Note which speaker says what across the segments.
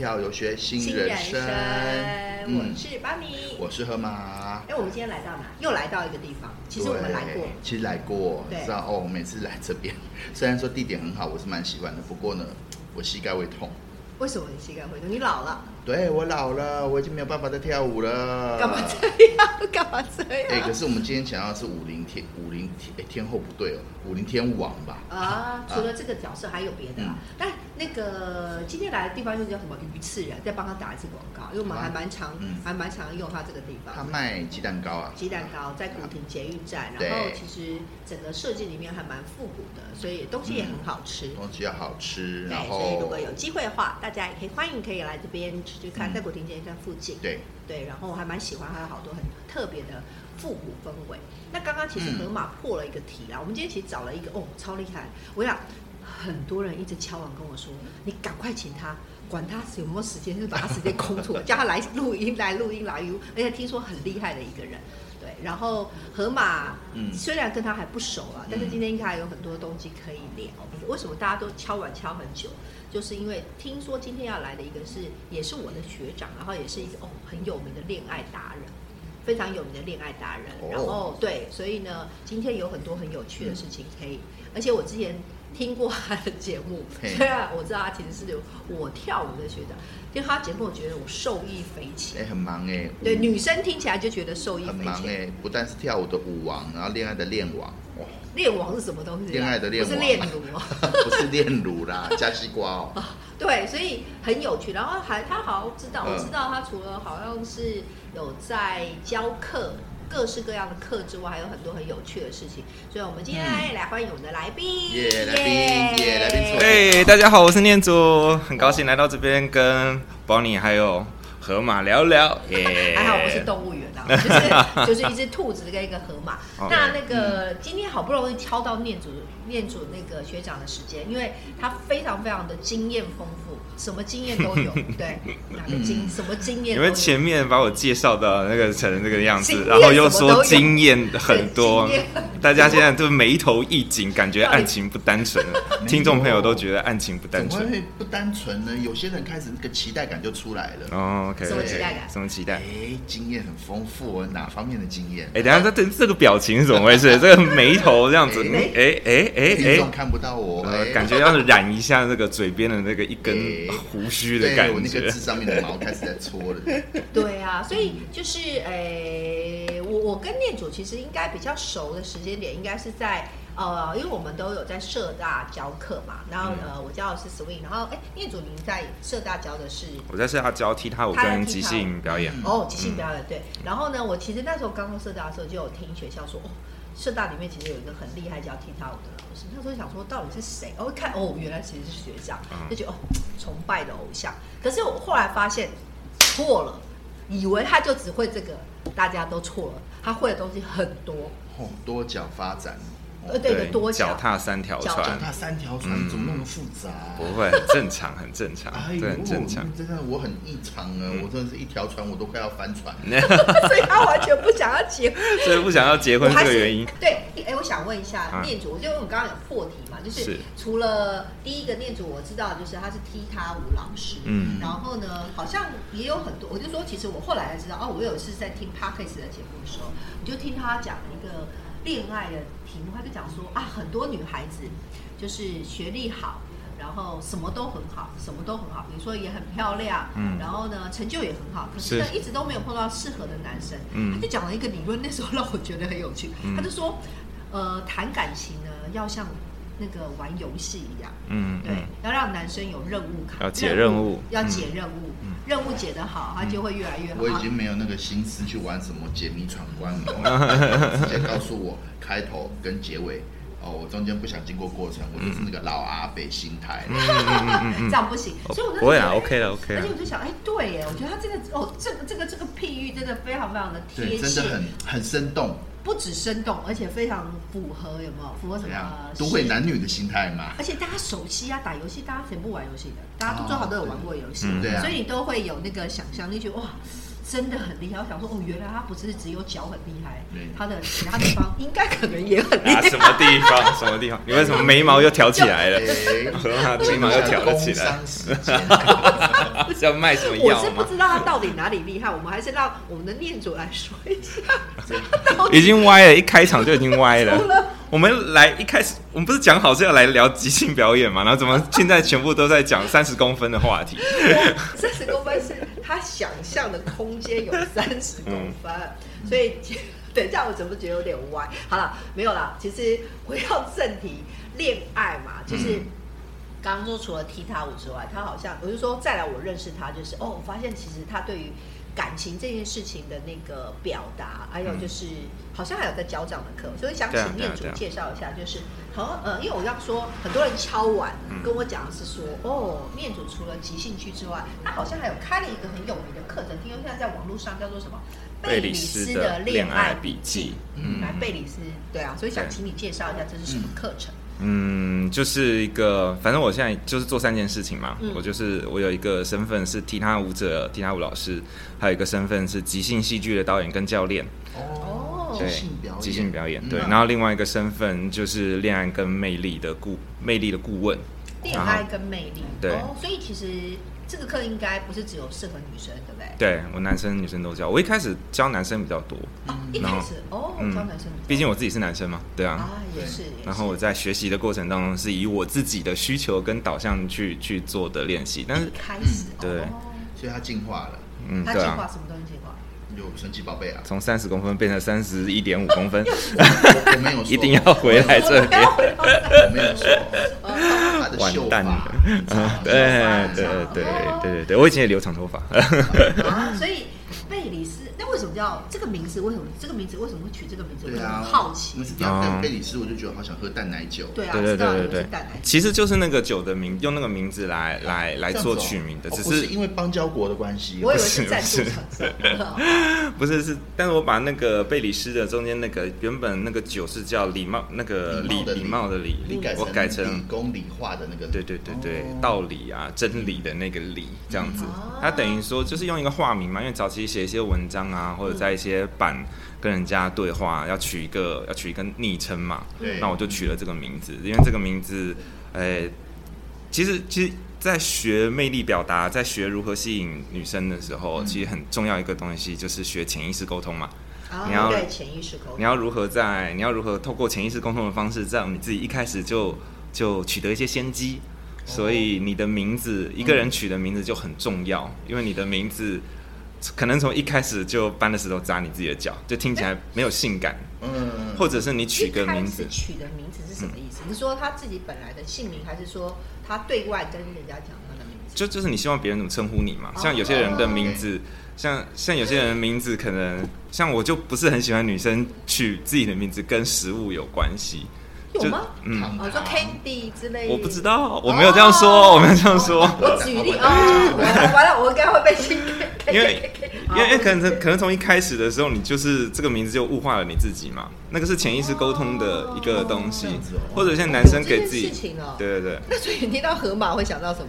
Speaker 1: 道有学新
Speaker 2: 新
Speaker 1: 人
Speaker 2: 人
Speaker 1: 生
Speaker 2: 生，，我是巴米。
Speaker 1: 嗯我是河马。
Speaker 2: 哎，我们今天来到哪？又来到一个地方，其实我们
Speaker 1: 对
Speaker 2: 来过。
Speaker 1: 其实来过，
Speaker 2: 对
Speaker 1: 知道哦。我每次来这边，虽然说地点很好，我是蛮喜欢的，不过呢，我膝盖会痛。
Speaker 2: 为什么你膝盖会痛？你老了，
Speaker 1: 对我老了，我已经没有办法再跳舞了。
Speaker 2: 干嘛啊这样？干嘛这
Speaker 1: 呃哎、
Speaker 2: 样
Speaker 1: 可？是我们今天讲到的是武林天武林天、哎天后不对哦，武林天王吧？
Speaker 2: 啊，除了这个角色还有别的啊
Speaker 1: 嗯。
Speaker 2: 但那个今天来的地方又叫什么？鱼刺人，再帮他打一次广告，因为我们
Speaker 1: 好啊
Speaker 2: 还蛮常
Speaker 1: 嗯，
Speaker 2: 还蛮常用他这个地
Speaker 1: 他
Speaker 2: 方。
Speaker 1: 卖鸡蛋糕啊，
Speaker 2: 鸡蛋糕在古亭捷运站，
Speaker 1: 对
Speaker 2: 然后其实整个设计里面还蛮复古的，所以东西也很好吃。
Speaker 1: 东西要好吃，然
Speaker 2: 对，
Speaker 1: 后
Speaker 2: 所以如果有机会的话，大家也可以欢迎可以来这边吃吃看，
Speaker 1: 嗯
Speaker 2: 在古亭捷运站附近。
Speaker 1: 对
Speaker 2: 对，然后我还蛮喜欢，还有好多很特别的复古氛围。那刚刚其实
Speaker 1: 嗯
Speaker 2: 河马破了一个题啦，我们今天其实找了一个哦，超厉害！我想很多人一直敲碗跟我说，你赶快请他，管他有没有时间，就把他时间 空出来，叫他来录音，来录音，来录音。而且听说很厉害的一个人，对。然后河马，
Speaker 1: 嗯
Speaker 2: 虽然跟他还不熟啊，但是
Speaker 1: 嗯
Speaker 2: 今天应该还有很多东西可以聊。为什么大家都敲碗敲很久？就是因为听说今天要来的一个是，也是我的学长，然后也是一个哦很有名的恋爱达人，非常有名的恋爱达人。
Speaker 1: 哦
Speaker 2: 然后对，所以呢，今天有很多很有趣的事情可以，而且我之前听过他的节目，
Speaker 1: 嘿
Speaker 2: 虽然我知道他其实是有我跳舞的学长，因为他节目我觉得我受益匪
Speaker 1: 哎、
Speaker 2: 浅。
Speaker 1: 很忙哎、
Speaker 2: 对，
Speaker 1: 舞
Speaker 2: 女生听起来就觉得受益
Speaker 1: 很
Speaker 2: 匪
Speaker 1: 忙哎、
Speaker 2: 浅。
Speaker 1: 不但是跳舞的舞王，然后恋爱的恋王，哇，
Speaker 2: 恋王是什么东西啊？
Speaker 1: 恋爱的恋
Speaker 2: 不是
Speaker 1: 王
Speaker 2: 恋奴哦。
Speaker 1: 不是炼乳 啦，加西瓜哦，
Speaker 2: 对，所以很有趣。然后还他好像知道，
Speaker 1: 嗯
Speaker 2: 我知道他除了好像是有在教课，各式各样的课之外，还有很多很有趣的事情。所以我们今天
Speaker 1: 嗯
Speaker 2: 来欢迎我们的来宾，
Speaker 1: 耶来宾耶来宾坐
Speaker 2: 耶
Speaker 1: 对
Speaker 3: 嘿，哎大家好，我是念祖，很高兴来到这边跟 Bonnie 还有河马聊聊。耶、
Speaker 2: 还好我是
Speaker 1: 哎
Speaker 2: 动物园啊，就是 就是一只兔子跟一个河马。
Speaker 3: 哦
Speaker 2: 那那
Speaker 1: 嗯
Speaker 2: 个今天好不容易挑到念祖念祖那个学长的时间，因为他非常非常的经验丰富，什么经验都有，对，哪个 经什么经验
Speaker 3: 你
Speaker 2: 都有。
Speaker 3: 们前面把我介绍的那个成这个样
Speaker 2: 经
Speaker 3: 子，
Speaker 2: 验
Speaker 3: 然后又
Speaker 2: 什么都有
Speaker 3: 说经验很多
Speaker 2: 对经验很多，
Speaker 3: 大家现在都眉头一紧，感觉案情不单纯了。
Speaker 1: 有
Speaker 3: 听众朋友都觉得案情不单
Speaker 1: 怎么
Speaker 3: 纯。
Speaker 1: 会不单纯呢？有些人开始那个期待感就出来了。
Speaker 3: 哦，OK，
Speaker 2: 什么期待感啊
Speaker 3: 什么期
Speaker 1: 哎、
Speaker 3: 待？
Speaker 1: 经验很丰富哦，哪方面的经验？
Speaker 3: 哎、等一下，这这这个表情是怎么回事？这个眉头这 样子，
Speaker 1: 哎
Speaker 3: 哎哎哎
Speaker 1: 听
Speaker 3: 哎
Speaker 1: 众，看不到我，
Speaker 3: 呃
Speaker 1: 哎，
Speaker 3: 感觉要染一下那个嘴边的那个一根
Speaker 1: 哎
Speaker 3: 胡须的感
Speaker 1: 对我那
Speaker 3: 觉
Speaker 1: 个。痣上面的毛开始在 搓了。
Speaker 2: 对啊，所以就是诶、我我跟念祖其实应该比较熟的时间点，应该是在呃，因为我们都有在社大教课嘛，然后、呃，我教的是 swing，然后哎、念祖您在社大教的是
Speaker 3: 我在是要教踢踏舞
Speaker 2: 他要
Speaker 3: 跟
Speaker 2: 踢
Speaker 3: 即
Speaker 2: 踏
Speaker 3: 兴表演。
Speaker 2: 哦，即兴表演、对。然后呢，我其实那时候刚刚社大的时候，就有听学校说，哦，社大里面其实有一个很厉害教踢踏舞的老师。那时候想说到底是谁？哦，一看哦，原来其实是学长，
Speaker 3: 嗯
Speaker 2: 就觉得哦，崇拜的偶像。可是我后来发现错了，以为他就只会这个，大家都错了，他会的东西很多，
Speaker 1: 哦，多角发展，
Speaker 2: 呃，对的多
Speaker 3: 脚
Speaker 2: 角。
Speaker 3: 踏三条
Speaker 2: 脚
Speaker 1: 脚
Speaker 3: 船，
Speaker 1: 踏三条船，
Speaker 3: 嗯
Speaker 1: 怎么那么复杂、
Speaker 3: 不会很正常，很正常
Speaker 1: 哎，呦，
Speaker 3: 对，很正常。嗯
Speaker 1: 真的我很异常啊！我真的是一条船我都快要翻船。
Speaker 2: 所以他完全不想要结婚。
Speaker 3: 所以不想要结
Speaker 2: 我
Speaker 3: 婚这
Speaker 2: 还
Speaker 3: 个
Speaker 2: 是
Speaker 3: 原因，
Speaker 2: 对，哎、我想问一下
Speaker 3: 啊
Speaker 2: 念祖，就因为我们刚刚有破题嘛，就是
Speaker 3: 是
Speaker 2: 除了第一个念祖，我知道就是他是踢踏舞老师，
Speaker 3: 嗯
Speaker 2: 然后呢，好像也有很多，我就说其实我后来才知道，哦，我有一次在听 Parkes 的节目的时候，你就听他讲一个恋爱的题目，他就讲说啊，很多女孩子就是学历好。然后什么都很好，什么都很好，比如说也很漂亮，
Speaker 3: 嗯
Speaker 2: 然后呢成就也很好，可是呢
Speaker 3: 是
Speaker 2: 一直都没有碰到适合的男生，
Speaker 3: 嗯
Speaker 2: 他就讲了一个理论，那时候让我觉得很有趣。
Speaker 3: 嗯
Speaker 2: 他就说，呃，谈感情呢，要像那个玩游戏一样，
Speaker 3: 嗯，
Speaker 2: 对，
Speaker 3: 嗯，
Speaker 2: 要让男生有任务卡，
Speaker 3: 要解任务
Speaker 2: 要
Speaker 3: 嗯
Speaker 2: 解任务，任务解得好，他就会越来越好。
Speaker 1: 我已经没有那个心思去玩什么解谜闯关了，直接告诉我开头跟结尾。哦，我中间不想经过过程，我就是那个老阿北心态。
Speaker 2: 啊这样不行，所以我就
Speaker 3: 嗯不会啊
Speaker 2: 觉得
Speaker 3: ，OK 了，OK
Speaker 2: 而
Speaker 3: 了
Speaker 2: 且我就想，哎，对耶，我觉得他这个哦，这个这个这个譬喻真的非常非常的贴
Speaker 1: 对，真
Speaker 2: 切
Speaker 1: 的，很很生动，
Speaker 2: 不止生动，而且非常符合有没有符合什
Speaker 1: 怎样
Speaker 3: 啊
Speaker 2: 么？呃
Speaker 1: 都会男女的心态嘛。
Speaker 2: 而且大家熟悉啊，打游戏大家谁不玩游戏的？大家都最好都有玩过游戏，
Speaker 3: 哦嗯
Speaker 1: 对啊
Speaker 2: 所以你都会有那个想象力，觉得哇，真的很厉害。我想说，哦，原来他不是只有脚很厉害
Speaker 1: 嗯，
Speaker 2: 他的其他地方应该可能也很厉
Speaker 3: 啊，
Speaker 2: 害。
Speaker 3: 什么地方？ 什么地方？你为什么眉毛又挑起来了？
Speaker 1: 哎，
Speaker 3: 河马金毛又挑了起来
Speaker 1: 工商时间。
Speaker 3: 是要卖什么
Speaker 2: 我
Speaker 3: 药
Speaker 2: 是不
Speaker 3: 吗？
Speaker 2: 知道他到底哪里厉害，我们还是让我们的念主来说一下。
Speaker 3: 已经歪了，一开场就已经歪了。我们来一开始，我们不是讲好是要来聊即兴表演嘛？然后怎么现在全部都在讲三十公分的话题？
Speaker 2: 三十公分是他想象的空间有三十
Speaker 3: 嗯
Speaker 2: 公分，所以等一下我怎么觉得有点歪？好了，没有啦，其实回到正题，恋爱嘛，就是。
Speaker 3: 嗯
Speaker 2: 刚刚说除了踢踏舞之外，他好像我就说再来我认识他，就是哦，我发现其实他对于感情这件事情的那个表达，还有就是、好像还有在教这样的课，所以想请
Speaker 3: 嗯对啊对
Speaker 2: 念
Speaker 3: 啊
Speaker 2: 主
Speaker 3: 对啊
Speaker 2: 介绍一下，就是好像呃，因为我要说很多人敲碗
Speaker 3: 嗯
Speaker 2: 跟我讲的是说，哦，念主除了即兴剧之外，他好像还有开了一个很有名的课程，听说现在在网络上叫做什么
Speaker 3: 贝
Speaker 2: 里
Speaker 3: 里
Speaker 2: 斯
Speaker 3: 斯的
Speaker 2: 恋
Speaker 3: 恋爱
Speaker 2: 笔
Speaker 3: 笔记，
Speaker 2: 嗯，来
Speaker 3: 嗯
Speaker 2: 贝里斯，对啊，所以想
Speaker 3: 对
Speaker 2: 请你介绍一下这是什么
Speaker 1: 嗯
Speaker 2: 课程，
Speaker 3: 嗯，就是一个，反正我现在就是做三件事情嘛。
Speaker 2: 嗯
Speaker 3: 我就是我有一个身份是踢踏舞者、踢踏舞老师，还有一个身份是即兴戏剧的导演跟教练，
Speaker 2: 哦
Speaker 1: 即
Speaker 3: 对
Speaker 1: 兴表演，，
Speaker 3: 即兴表演。对，
Speaker 1: 嗯
Speaker 3: 然后另外一个身份就是恋爱跟魅力的顾魅力的顾问。
Speaker 2: 恋爱跟魅力，
Speaker 3: 对
Speaker 2: 哦，所以其实这个课应该不是只有适合女生，对不对？
Speaker 3: 对我男生女生都教，我一开始教男生比较多，
Speaker 1: 嗯
Speaker 2: 哦，一
Speaker 3: 然
Speaker 2: 开
Speaker 3: 后
Speaker 2: 始哦，
Speaker 3: 嗯
Speaker 2: 教男生比较多，
Speaker 3: 毕竟我自己是男生嘛，对啊。
Speaker 1: 哦
Speaker 2: 啊也是，也
Speaker 3: 然
Speaker 2: 是
Speaker 3: 后我在学习的过程当中，是以我自己的需求跟导向去去做的练习，但是
Speaker 2: 一开始
Speaker 3: 嗯对
Speaker 2: 哦
Speaker 1: 所以他进化了，
Speaker 3: 嗯，
Speaker 2: 他
Speaker 3: 对
Speaker 2: 进
Speaker 3: 啊
Speaker 2: 化，什么东西进化？
Speaker 1: 有神奇宝贝啊，
Speaker 3: 从三十公分变成三十一点五公分，
Speaker 1: 我我没有说，
Speaker 3: 一定要回来这边。
Speaker 1: 我没有说，他的
Speaker 3: 完
Speaker 1: 秀
Speaker 3: 蛋
Speaker 1: 发
Speaker 3: 了，
Speaker 1: 你知道吗
Speaker 3: 对 对对对对对，我以前也留长头发，
Speaker 2: 啊，所以贝里斯，那为什么叫这个名字？为什么这个名字为什么会取这个名字？
Speaker 1: 对
Speaker 2: 我
Speaker 1: 啊，
Speaker 2: 很好奇
Speaker 1: 我。是听到
Speaker 3: 哦
Speaker 1: 贝里斯，我就觉得好想喝淡奶酒。
Speaker 2: 对啊，
Speaker 3: 对
Speaker 2: 知
Speaker 3: 对
Speaker 2: 道你
Speaker 3: 对对
Speaker 2: 们是
Speaker 3: 对
Speaker 2: 蛋奶，
Speaker 3: 其实就是那个酒的名，用那个名字来来来
Speaker 1: 这样子哦，
Speaker 3: 做取名的，
Speaker 1: 哦
Speaker 3: 只
Speaker 1: 不是
Speaker 3: 是
Speaker 1: 因为邦交国的关系。
Speaker 2: 我以
Speaker 1: 不
Speaker 2: 为
Speaker 1: 是
Speaker 2: 是
Speaker 3: 不
Speaker 2: 赞助
Speaker 3: 是
Speaker 2: 厂商。哦
Speaker 3: 不是是，但是我把那个贝里斯的中间那个原本那个酒是叫礼貌那个礼礼
Speaker 1: 礼
Speaker 3: 貌
Speaker 1: 貌
Speaker 3: 的礼
Speaker 1: 你改，
Speaker 3: 我改
Speaker 1: 理
Speaker 3: 成
Speaker 1: 工理化的那个。
Speaker 3: 对对对对
Speaker 1: 哦，
Speaker 3: 道理啊，真理的那个理这样子
Speaker 2: 嗯，
Speaker 3: 他等于说就是用一个化名嘛，因为早期写一些文章啊，或者在一些版跟人家对话，要取一个要取一个昵称嘛，
Speaker 1: 对
Speaker 3: 那我就取了这个名字，因为这个名字，诶、其实其实，在学魅力表达，在学如何吸引女生的时候，
Speaker 1: 嗯
Speaker 3: 其实很重要一个东西就是学潜意识沟通嘛，你
Speaker 2: 啊，
Speaker 3: 要
Speaker 2: 对潜意识沟
Speaker 3: 你
Speaker 2: 通。
Speaker 3: 要如何在你要如何透过潜意识沟通的方式，让你自己一开始就就取得一些先机。
Speaker 2: 哦
Speaker 3: 所以你的名字，一个人取的名字就很重要，因为你的名字可能从一开始就搬了石头砸你自己的脚，就听起来没有性感，
Speaker 1: 嗯，
Speaker 3: 或者是你取个名字嗯
Speaker 2: 一开始，取的名字是什么意思？你说他自己本来的姓名，还是说他对外跟人家讲他的名字？
Speaker 3: 就就是你希望别人怎么称呼你嘛。
Speaker 2: 哦
Speaker 3: 像有些人的名字，像像有些人的名字可能，像我就不是很喜欢女生取自己的名字跟食物有关系。
Speaker 2: 有
Speaker 3: 就
Speaker 2: 吗？
Speaker 3: 嗯，
Speaker 1: 糖
Speaker 2: 哦，说 Candy 之类的。
Speaker 3: 我不知。道，我没有这样
Speaker 2: 哦
Speaker 3: 说，我没有这 样说。
Speaker 2: 我举 例哦，我完了，我应该会被新。
Speaker 3: 因为因为因为可能可能从一开始的时候，你就是这个名字就物化了你自己嘛，那个是潜意识沟通的一个东西
Speaker 1: 哦这样子哦，
Speaker 3: 或者像男生给自
Speaker 2: 哦有这件事
Speaker 3: 己
Speaker 2: 情哦，
Speaker 3: 对对对，
Speaker 2: 那所以你听到河马会想到什么？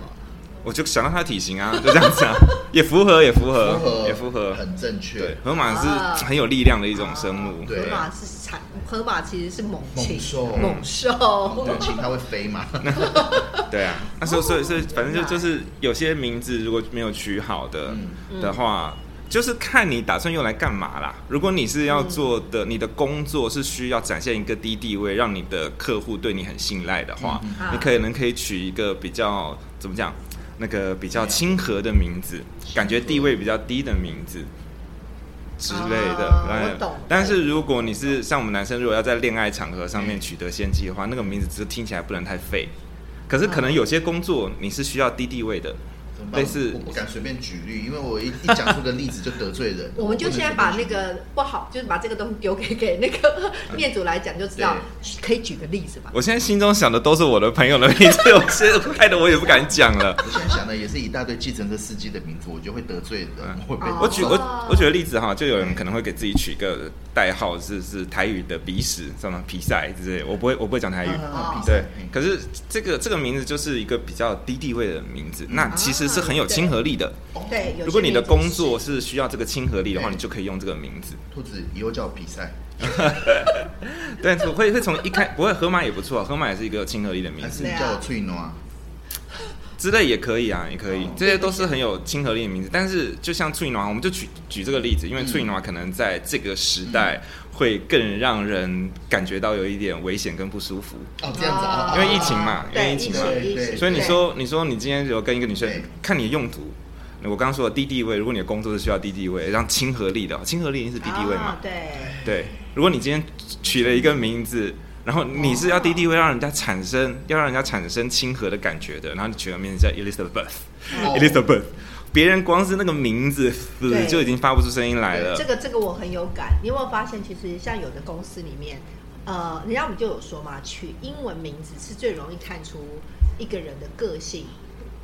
Speaker 3: 我就想到他的体型啊，就这样子啊，也符合，也符合，也符合，
Speaker 1: 很正
Speaker 3: 对
Speaker 1: 确，。
Speaker 3: 河马
Speaker 2: 啊
Speaker 3: 是很有力量的一种生物，
Speaker 1: 对
Speaker 2: 河马是产，河马其实是猛禽
Speaker 1: 猛兽
Speaker 2: 猛兽。
Speaker 1: 猛禽它会飞 嘛？
Speaker 3: 对啊，那时候所以所以反正就就是有些名字如果没有取好的
Speaker 2: 嗯
Speaker 3: 的话，就是看你打算用来干嘛啦。如果你是要做的，你的工作是需要展现一个低地位，让你的客户对你很信赖的话
Speaker 1: 嗯
Speaker 2: 嗯，
Speaker 3: 你可能可以取一个比较怎么讲，那个比较亲和的名字，感觉地位比较低的名字。之类的，
Speaker 2: 啊
Speaker 3: 哎
Speaker 2: 我懂。
Speaker 3: 但是如果你是像我们男生，如果要在恋爱场合上面取得先机的话，那个名字只是听起来不能太废。可是可能有些工作你是需要低地位的，
Speaker 1: 怎么办
Speaker 3: 类似
Speaker 1: 我不敢随便举例，因为我一一讲出个例子就得罪人
Speaker 2: 我们就现在把那个不好，就是把这个东西丢给给那个
Speaker 3: 嗯
Speaker 2: 念祖来讲，就知道可以举个例子吧。
Speaker 3: 我现在心中想的都是我的朋友的名字，我现在害得我也不敢讲 了。
Speaker 1: 我现在想的也是一大堆计程车司机的名字，我就会得罪人，会被
Speaker 2: 哦
Speaker 3: 嗯我举我
Speaker 2: 哦
Speaker 3: 我举个例子哈，就有人可能会给自己取一个代号，是是台语的鼻屎什么比赛之类的，我不会我不会讲台语，
Speaker 1: 嗯嗯嗯
Speaker 2: 哦
Speaker 1: 比赛
Speaker 3: 对
Speaker 1: 嗯，
Speaker 3: 可是这个这个名字就是一个比较低地位的名字，那其实是很
Speaker 2: 啊
Speaker 3: 有亲和力的。
Speaker 1: 哦
Speaker 2: 对，有
Speaker 3: 如果
Speaker 2: 些
Speaker 3: 你的
Speaker 2: 名字
Speaker 3: 工作是需要这个亲和力的话，
Speaker 1: 对
Speaker 3: 你就可以用这个名字。
Speaker 1: 兔子以后叫我比赛，
Speaker 3: 对，我会会从一开，不会河马也不错、啊，河马也是一个有亲和力的名
Speaker 1: 还
Speaker 3: 字，
Speaker 1: 是你叫我翠诺啊？
Speaker 3: 之类也可以啊，也可以
Speaker 1: 哦，
Speaker 3: 这些都是很有亲和力的名字。但是就像翠啊暖，我们就举举这个例子，因为
Speaker 1: 嗯
Speaker 3: 翠啊暖可能在这个时代会更让人感觉到有一点危险跟不舒服。
Speaker 1: 哦，这样子啊，
Speaker 3: 因为疫情嘛因
Speaker 2: 对
Speaker 3: 为疫情嘛
Speaker 2: 疫
Speaker 1: 对
Speaker 2: 情
Speaker 3: 所以你
Speaker 2: 对
Speaker 3: 说，你说你今天如果跟一个女生
Speaker 1: 对，
Speaker 3: 看你的用途，我刚刚说的低地位，如果你的工作是需要低地位，让亲和力的，亲和力一定是低地位嘛
Speaker 2: 啊，对，
Speaker 3: 对，如果你今天取了一个名字，然后你是要低地位，让人家产生要让人家产生亲和的感觉的，然后你取个名字叫 Elizabeth，Elizabeth，、
Speaker 1: 哦
Speaker 3: Elizabeth，别人光是那个名字
Speaker 2: 对
Speaker 3: 就已经发不出声音来了
Speaker 2: 对这。个这个我很有感。你有没有发现，其实像有的公司里面，呃，人家我们就有说嘛，取英文名字是最容易看出一个人的个性，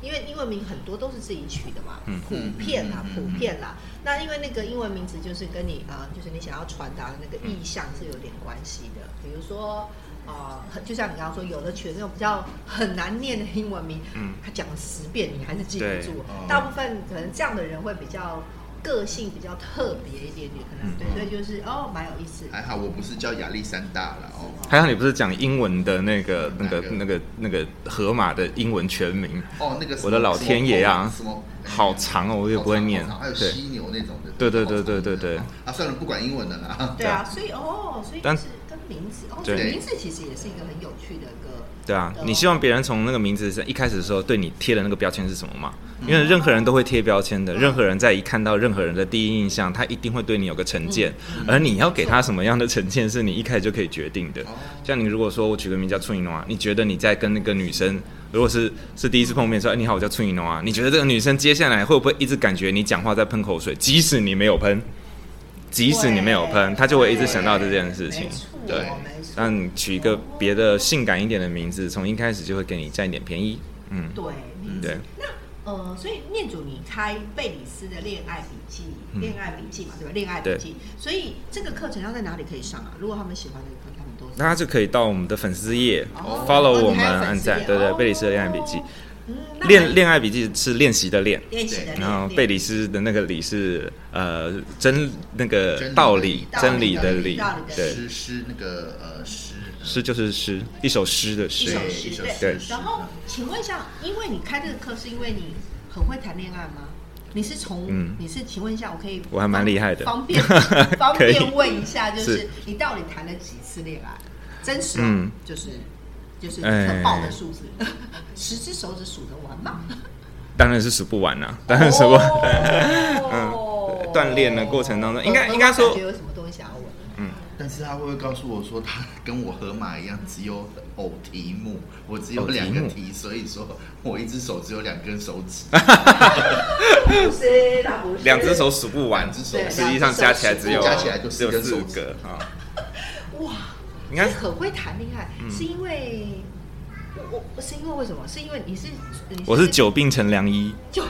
Speaker 2: 因为英文名很多都是自己取的嘛，
Speaker 3: 嗯
Speaker 2: 普遍啦
Speaker 1: 嗯，
Speaker 2: 普遍啦。那因为那个英文名字就是跟你啊、呃就是你想要传达的那个意向是有点关系的，比如说。啊、很就像你刚刚说，有的取那种比较很难念的英文名，
Speaker 3: 嗯
Speaker 2: 他讲了十遍你还是记不
Speaker 3: 对
Speaker 2: 住，
Speaker 1: 哦
Speaker 2: 大部分可能这样的人会比较个性比较特别一点点，可
Speaker 3: 嗯
Speaker 2: 能对，所以就是哦，蛮有意
Speaker 3: 啊
Speaker 2: 思。
Speaker 1: 还好我不是叫亚历山大了哦。
Speaker 3: 还好你不是讲英文的那个、那个、那
Speaker 1: 哪
Speaker 3: 个、那个河马的英文全名，
Speaker 1: 哦，那个什么
Speaker 3: 我的老天爷啊
Speaker 1: 什么
Speaker 3: 好长哦，我也不会念
Speaker 1: 好长好长还。有
Speaker 3: 对，
Speaker 1: 犀牛那种的。
Speaker 3: 对对对
Speaker 1: 好长的
Speaker 3: 对对对
Speaker 1: 啊，算了，不管英文的啦。
Speaker 2: 对啊，所以哦，所以
Speaker 3: 但
Speaker 2: 就是跟名字哦，所
Speaker 3: 对
Speaker 2: 以名字其实也是一个很有趣的一个。
Speaker 3: 对啊
Speaker 2: 对，哦
Speaker 3: 你希望别人从那个名字上一开始的时候对你贴的那个标签是什么嘛？因为任何人都会贴标签的，任何人在一看到任何人的第一印象，他一定会对你有个成见，而你要给他什么样的成见，是你一开始就可以决定的。
Speaker 1: 哦
Speaker 3: 像你如果说我取个名叫春雨诺啊，你觉得你在跟那个女生，如果是是第一次碰面说，哎你好，我叫春雨诺啊，你觉得这个女生接下来会不会一直感觉你讲话在喷口水，即使你没有喷，即使你没有喷，
Speaker 2: 对
Speaker 3: 她就会一直想到这件事情
Speaker 2: 没错，
Speaker 3: 对。
Speaker 2: 没错
Speaker 3: 让你取一个别的性感一点的名字，从一开始就会给你占一点便宜。嗯，
Speaker 2: 对名字
Speaker 3: 对。
Speaker 2: 那呃，所以念祖你开贝里斯的恋爱笔记，
Speaker 3: 嗯
Speaker 2: 恋爱笔记嘛，对吧？恋爱笔记，所以这个课程要在哪里可以上啊？如果他们喜欢的课，他们都
Speaker 3: 大家就可以到我们的粉丝页、
Speaker 2: 哦
Speaker 3: follow
Speaker 2: 哦
Speaker 3: 我
Speaker 2: 你
Speaker 3: 们，
Speaker 2: 还有粉
Speaker 3: 按
Speaker 2: 丝
Speaker 3: 赞。
Speaker 2: 页
Speaker 3: 对对，
Speaker 2: 哦
Speaker 3: 贝里斯的恋爱笔记，
Speaker 2: 嗯，那
Speaker 3: 恋恋爱笔记是练习的练，
Speaker 2: 练习的
Speaker 3: 然后
Speaker 2: 练
Speaker 3: 贝里斯的那个理是呃真那
Speaker 1: 真理
Speaker 3: 个
Speaker 1: 的
Speaker 3: 道
Speaker 1: 理
Speaker 3: 理
Speaker 2: 道
Speaker 3: 真
Speaker 2: 理
Speaker 3: 理
Speaker 2: 的
Speaker 3: 的
Speaker 2: 理
Speaker 3: 理
Speaker 2: 道理，的
Speaker 3: 对，
Speaker 1: 诗诗那个呃诗
Speaker 3: 诗就是诗，一首诗的
Speaker 2: 一
Speaker 3: 诗
Speaker 2: 首。
Speaker 1: 对一
Speaker 2: 诗
Speaker 1: 首
Speaker 2: 对
Speaker 3: 对。
Speaker 2: 然后，请问一下，因为你开这个课是因为你很会谈恋爱吗？你是从、
Speaker 3: 嗯
Speaker 2: 你是请问一下，我可以
Speaker 3: 我还蛮厉害的
Speaker 2: 方 便方
Speaker 3: 可以
Speaker 2: 便问一 下，就是
Speaker 3: 是
Speaker 2: 你到底谈了几次恋爱？真实、哦
Speaker 3: 嗯
Speaker 2: 就是就是
Speaker 3: 哎
Speaker 2: 可报的数字，十只手指数得完 吗？
Speaker 3: 当然是数不完啦、当然数不完。
Speaker 2: 哦
Speaker 3: 嗯对锻炼的过程当中应该
Speaker 2: 我
Speaker 3: 应该说
Speaker 2: 感觉有什么东西想要问？
Speaker 1: 但是他会不会告诉我说，他跟我河马一样，只有偶题目，我只有两个
Speaker 3: 偶题啊
Speaker 1: 题，所以说我一只手只有两根手指，
Speaker 2: 不是，他不是
Speaker 3: 两只手数不完，
Speaker 1: 两只手
Speaker 2: 对
Speaker 3: 实际上加起来只有
Speaker 1: 加起来就
Speaker 3: 只有
Speaker 1: 四根
Speaker 3: 四
Speaker 1: 手指
Speaker 3: 个啊。
Speaker 2: 哇，
Speaker 3: 应该
Speaker 2: 所以很会谈恋爱，
Speaker 3: 嗯
Speaker 2: 是因为我我是因为为什么？是因为你是你
Speaker 3: 我是久病成良医，
Speaker 2: 就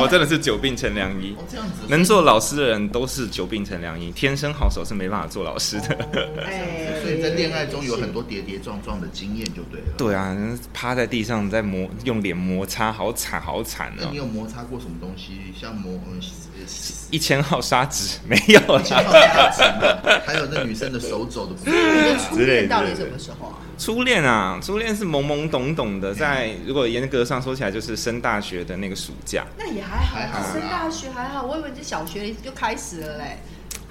Speaker 3: 我真的是久病成良医
Speaker 1: 哦。这样子
Speaker 3: 能做老师的人都是久病成良医，天生好手是没办法做老师的。
Speaker 2: 哎
Speaker 1: 所以在恋爱中有很多跌跌撞撞的经验就对了。，
Speaker 3: 对啊，趴在地上在磨，用脸摩擦，好惨好惨
Speaker 1: 那
Speaker 3: 哦
Speaker 1: 你。有摩擦过什么东西？像磨嗯 呃
Speaker 3: 一千号砂纸 没有啦，
Speaker 1: 还有那女生的手肘的部
Speaker 2: 你
Speaker 1: 分，
Speaker 2: 的初
Speaker 3: 之类
Speaker 2: 恋
Speaker 3: 的
Speaker 2: 到底什么时候啊？
Speaker 3: 初恋啊，初恋是懵懵懂懂的，在如果严格上说起来，就是升大学的那个暑假
Speaker 2: 那也还好
Speaker 1: 还好
Speaker 2: 啊，
Speaker 1: 啦
Speaker 2: 升大学还好，我以为你是小学就开始了嘞。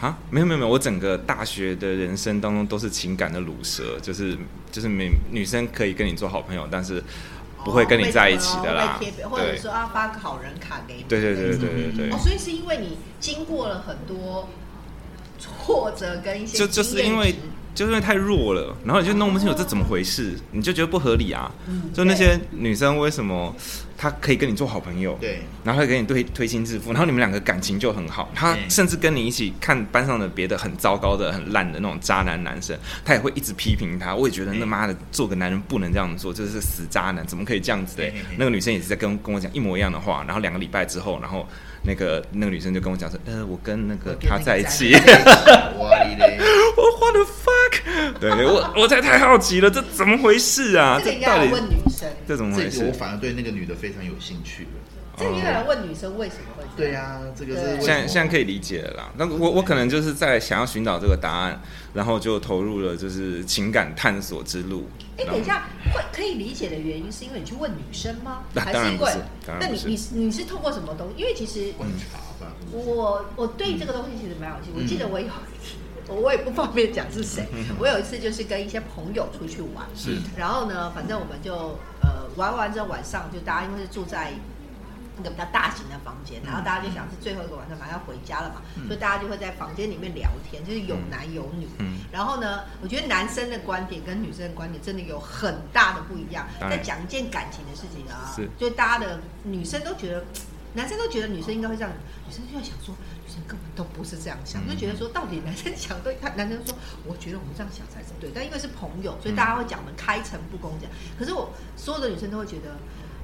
Speaker 3: 啊，没有没有没有，我整个大学的人生当中都是情感的卤蛇，就是就是没女生可以跟你做好朋友，但是不会跟你在一起的啦
Speaker 2: 哦会贴
Speaker 3: 对
Speaker 2: 或者说啊发个好人卡给你。
Speaker 3: 对对对对对对
Speaker 2: 哦，
Speaker 3: 对，
Speaker 2: 所以是因为你经过了很多挫折跟一些
Speaker 3: 就就是
Speaker 2: 经验
Speaker 3: 因为
Speaker 2: 值
Speaker 3: 就是因为太弱了，然后你就弄不清楚这怎么回事，你就觉得不合理啊
Speaker 2: 嗯。
Speaker 3: 就那些女生为什么她可以跟你做好朋友，
Speaker 1: 对，
Speaker 3: 然后她给你推推心置腹，然后你们两个感情就很好，她
Speaker 1: 嗯
Speaker 3: 甚至跟你一起看班上的别的很糟糕的、很烂的那种渣男男生，她也会一直批评他。我也觉得那
Speaker 1: 嗯
Speaker 3: 妈的，做个男人不能这样做，这是死渣男，怎么可以这样子的
Speaker 1: 嗯嗯嗯？
Speaker 3: 那个女生也是在跟跟我讲一模一样的话，然后两个礼拜之后，然后那个那个女生就跟我讲说，呃，我跟那个他在一起。
Speaker 1: 哇你 嘞，
Speaker 3: 我 what the fuck？对对，我我才太好奇了，这怎么回事啊？
Speaker 2: 这个应该
Speaker 3: 到
Speaker 2: 要
Speaker 3: 底
Speaker 2: 问女生。
Speaker 3: 这怎么回
Speaker 1: 这个
Speaker 3: 事
Speaker 1: 我？反而对那个女的非常有兴趣了。
Speaker 2: 这个又来问女生为什么会这
Speaker 1: 对
Speaker 2: 样？
Speaker 1: 呀、这个是为什么
Speaker 3: 现在现在可以理解了啦。那我我可能就是在想要寻找这个答案，然后就投入了就是情感探索之路。
Speaker 2: 哎，
Speaker 3: 然后
Speaker 2: 等一，下，会可以理解的原因是因为你去问女生吗？
Speaker 3: 那
Speaker 2: 还
Speaker 3: 当然
Speaker 2: 因
Speaker 3: 不
Speaker 2: 为
Speaker 3: 是当然
Speaker 2: 那
Speaker 3: 不
Speaker 2: 你
Speaker 3: 是
Speaker 2: 你是你是透过什么东西？因为其实
Speaker 1: 观察吧。
Speaker 2: 我我对这个东西其实蛮有
Speaker 3: 嗯
Speaker 2: 兴趣。我记得我有一次， 我也不方便讲是谁。我有一次就是跟一些朋友出去玩，
Speaker 1: 是
Speaker 2: 然后呢，反正我们就呃玩完之后晚上就大家因为是住在一个比较大型的房间，
Speaker 3: 嗯
Speaker 2: 然后大家就想是最后一个晚上马上要回家了嘛，所以大家就会在房间里面聊天，就是有男有女。
Speaker 3: 嗯
Speaker 2: 然后呢，我觉得男生的观点跟女生的观点真的有很大的不一样。
Speaker 3: 当
Speaker 2: 在
Speaker 3: 然
Speaker 2: 讲一件感情的事情啊，
Speaker 3: 是
Speaker 2: 就大家的女生都觉得，男生都觉得女生应该会这样，女生就在想说，女生根本都不是这样想，
Speaker 3: 嗯
Speaker 2: 就觉得说到底男生想对，他男生说，我觉得我们这样想才是对，但因为是朋友，所以
Speaker 3: 嗯
Speaker 2: 大家会讲我们开诚布公讲。可是我所有的女生都会觉得。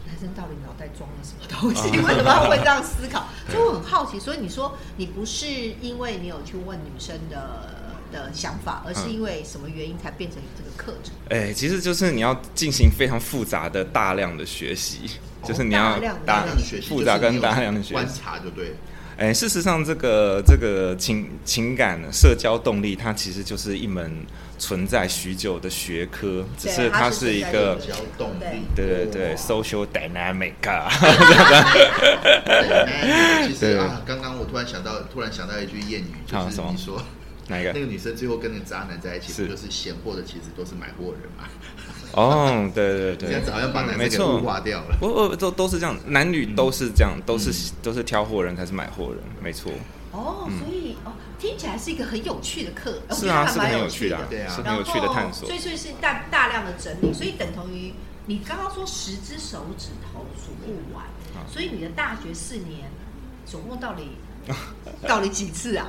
Speaker 2: 男生到底脑袋装了什么东
Speaker 3: 哦
Speaker 2: 西？为什么要会这样思 考？所以我很好奇。所以你说你不是因为你有去问女生的的想法，而是
Speaker 3: 嗯
Speaker 2: 因为什么原因才变成这个课程？
Speaker 3: 哎、其实就是你要进行非常复杂的大量的学习，就是你
Speaker 2: 哦
Speaker 3: 要
Speaker 2: 大量的
Speaker 1: 大
Speaker 3: 大
Speaker 1: 量的学习，
Speaker 3: 复杂跟大量的学
Speaker 1: 观
Speaker 3: 习。
Speaker 1: 察就对了。
Speaker 3: 哎、事实上，这个这个情情感社交动力，它其实就是一门存在许久的学科，只
Speaker 2: 对
Speaker 3: 是
Speaker 2: 它
Speaker 3: 它
Speaker 2: 是
Speaker 3: 是一
Speaker 2: 存在
Speaker 3: 个
Speaker 2: 已久
Speaker 1: 交动力，
Speaker 3: 对呃对对
Speaker 1: 哇
Speaker 3: ，social dynamic 啊。
Speaker 1: 哎其实
Speaker 3: 对
Speaker 1: 啊，刚刚我突然想到，突然想到一句谚语，就
Speaker 3: 好
Speaker 1: 是
Speaker 3: 什么
Speaker 1: 你说
Speaker 3: 哪一
Speaker 1: 那个
Speaker 3: 个？
Speaker 1: 女生最后跟那个渣男在一起，
Speaker 3: 是
Speaker 1: 不就是闲货的其实都是买货人嘛？
Speaker 3: 哦，对对
Speaker 1: 这
Speaker 3: 对，
Speaker 1: 样子好像把
Speaker 3: 嗯
Speaker 1: 男生
Speaker 3: 没
Speaker 1: 给
Speaker 3: 错
Speaker 1: 物化掉了。
Speaker 3: 我 我都都是这样，男女都是这样，都是、都是挑货人才是买货人，没错。
Speaker 2: 哦，所以哦，听起来是一个很有趣的课，呃
Speaker 3: 嗯是啊，
Speaker 2: 我觉得
Speaker 3: 是个
Speaker 2: 还
Speaker 3: 很
Speaker 2: 蛮
Speaker 3: 有趣
Speaker 2: 趣
Speaker 3: 的
Speaker 2: 的
Speaker 3: 啊，
Speaker 1: 对啊
Speaker 3: 是很有趣的探
Speaker 2: 然后
Speaker 3: 索
Speaker 2: 所。以所以是大大量的整理，所以等同于你刚刚说十只手指头数不完，
Speaker 3: 啊
Speaker 2: 所以你的大学四年总共 到底到底几次啊？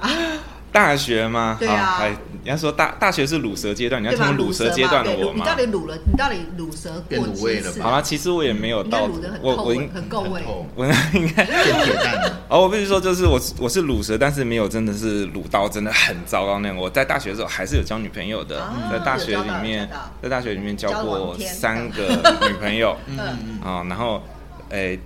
Speaker 3: 大学吗？
Speaker 2: 对啊
Speaker 3: 还你要说大大学是乳蛇阶段，你要
Speaker 2: 对吧？
Speaker 3: 听
Speaker 2: 卤
Speaker 3: 乳蛇阶段的
Speaker 2: 对，
Speaker 3: 我
Speaker 2: 卤你
Speaker 3: 吗
Speaker 2: 到？底卤了？你到底卤蛇
Speaker 1: 变
Speaker 2: 过
Speaker 1: 卤味
Speaker 2: 几
Speaker 1: 了
Speaker 2: 次？
Speaker 1: 吧
Speaker 3: 好啦，其实我也没有
Speaker 2: 应
Speaker 3: 到
Speaker 2: 该卤的很，
Speaker 3: 我
Speaker 2: 够
Speaker 3: 我
Speaker 2: 味，
Speaker 3: 应
Speaker 2: 很够味。
Speaker 1: 透，
Speaker 3: 我应该
Speaker 1: 变铁蛋了。
Speaker 3: 哦，我必须说，就是我我是乳蛇，但是没有真的是乳到真的很糟糕那种。我在大学的时候还是有交女朋友的，
Speaker 2: 啊
Speaker 3: 在大学里
Speaker 2: 有
Speaker 3: 面
Speaker 2: 交到有交到，
Speaker 3: 在大学里面
Speaker 2: 交
Speaker 3: 交
Speaker 2: 往
Speaker 3: 过
Speaker 2: 天
Speaker 3: 三个 女朋友。
Speaker 2: 嗯，
Speaker 1: 嗯，
Speaker 3: 啊、然后，诶、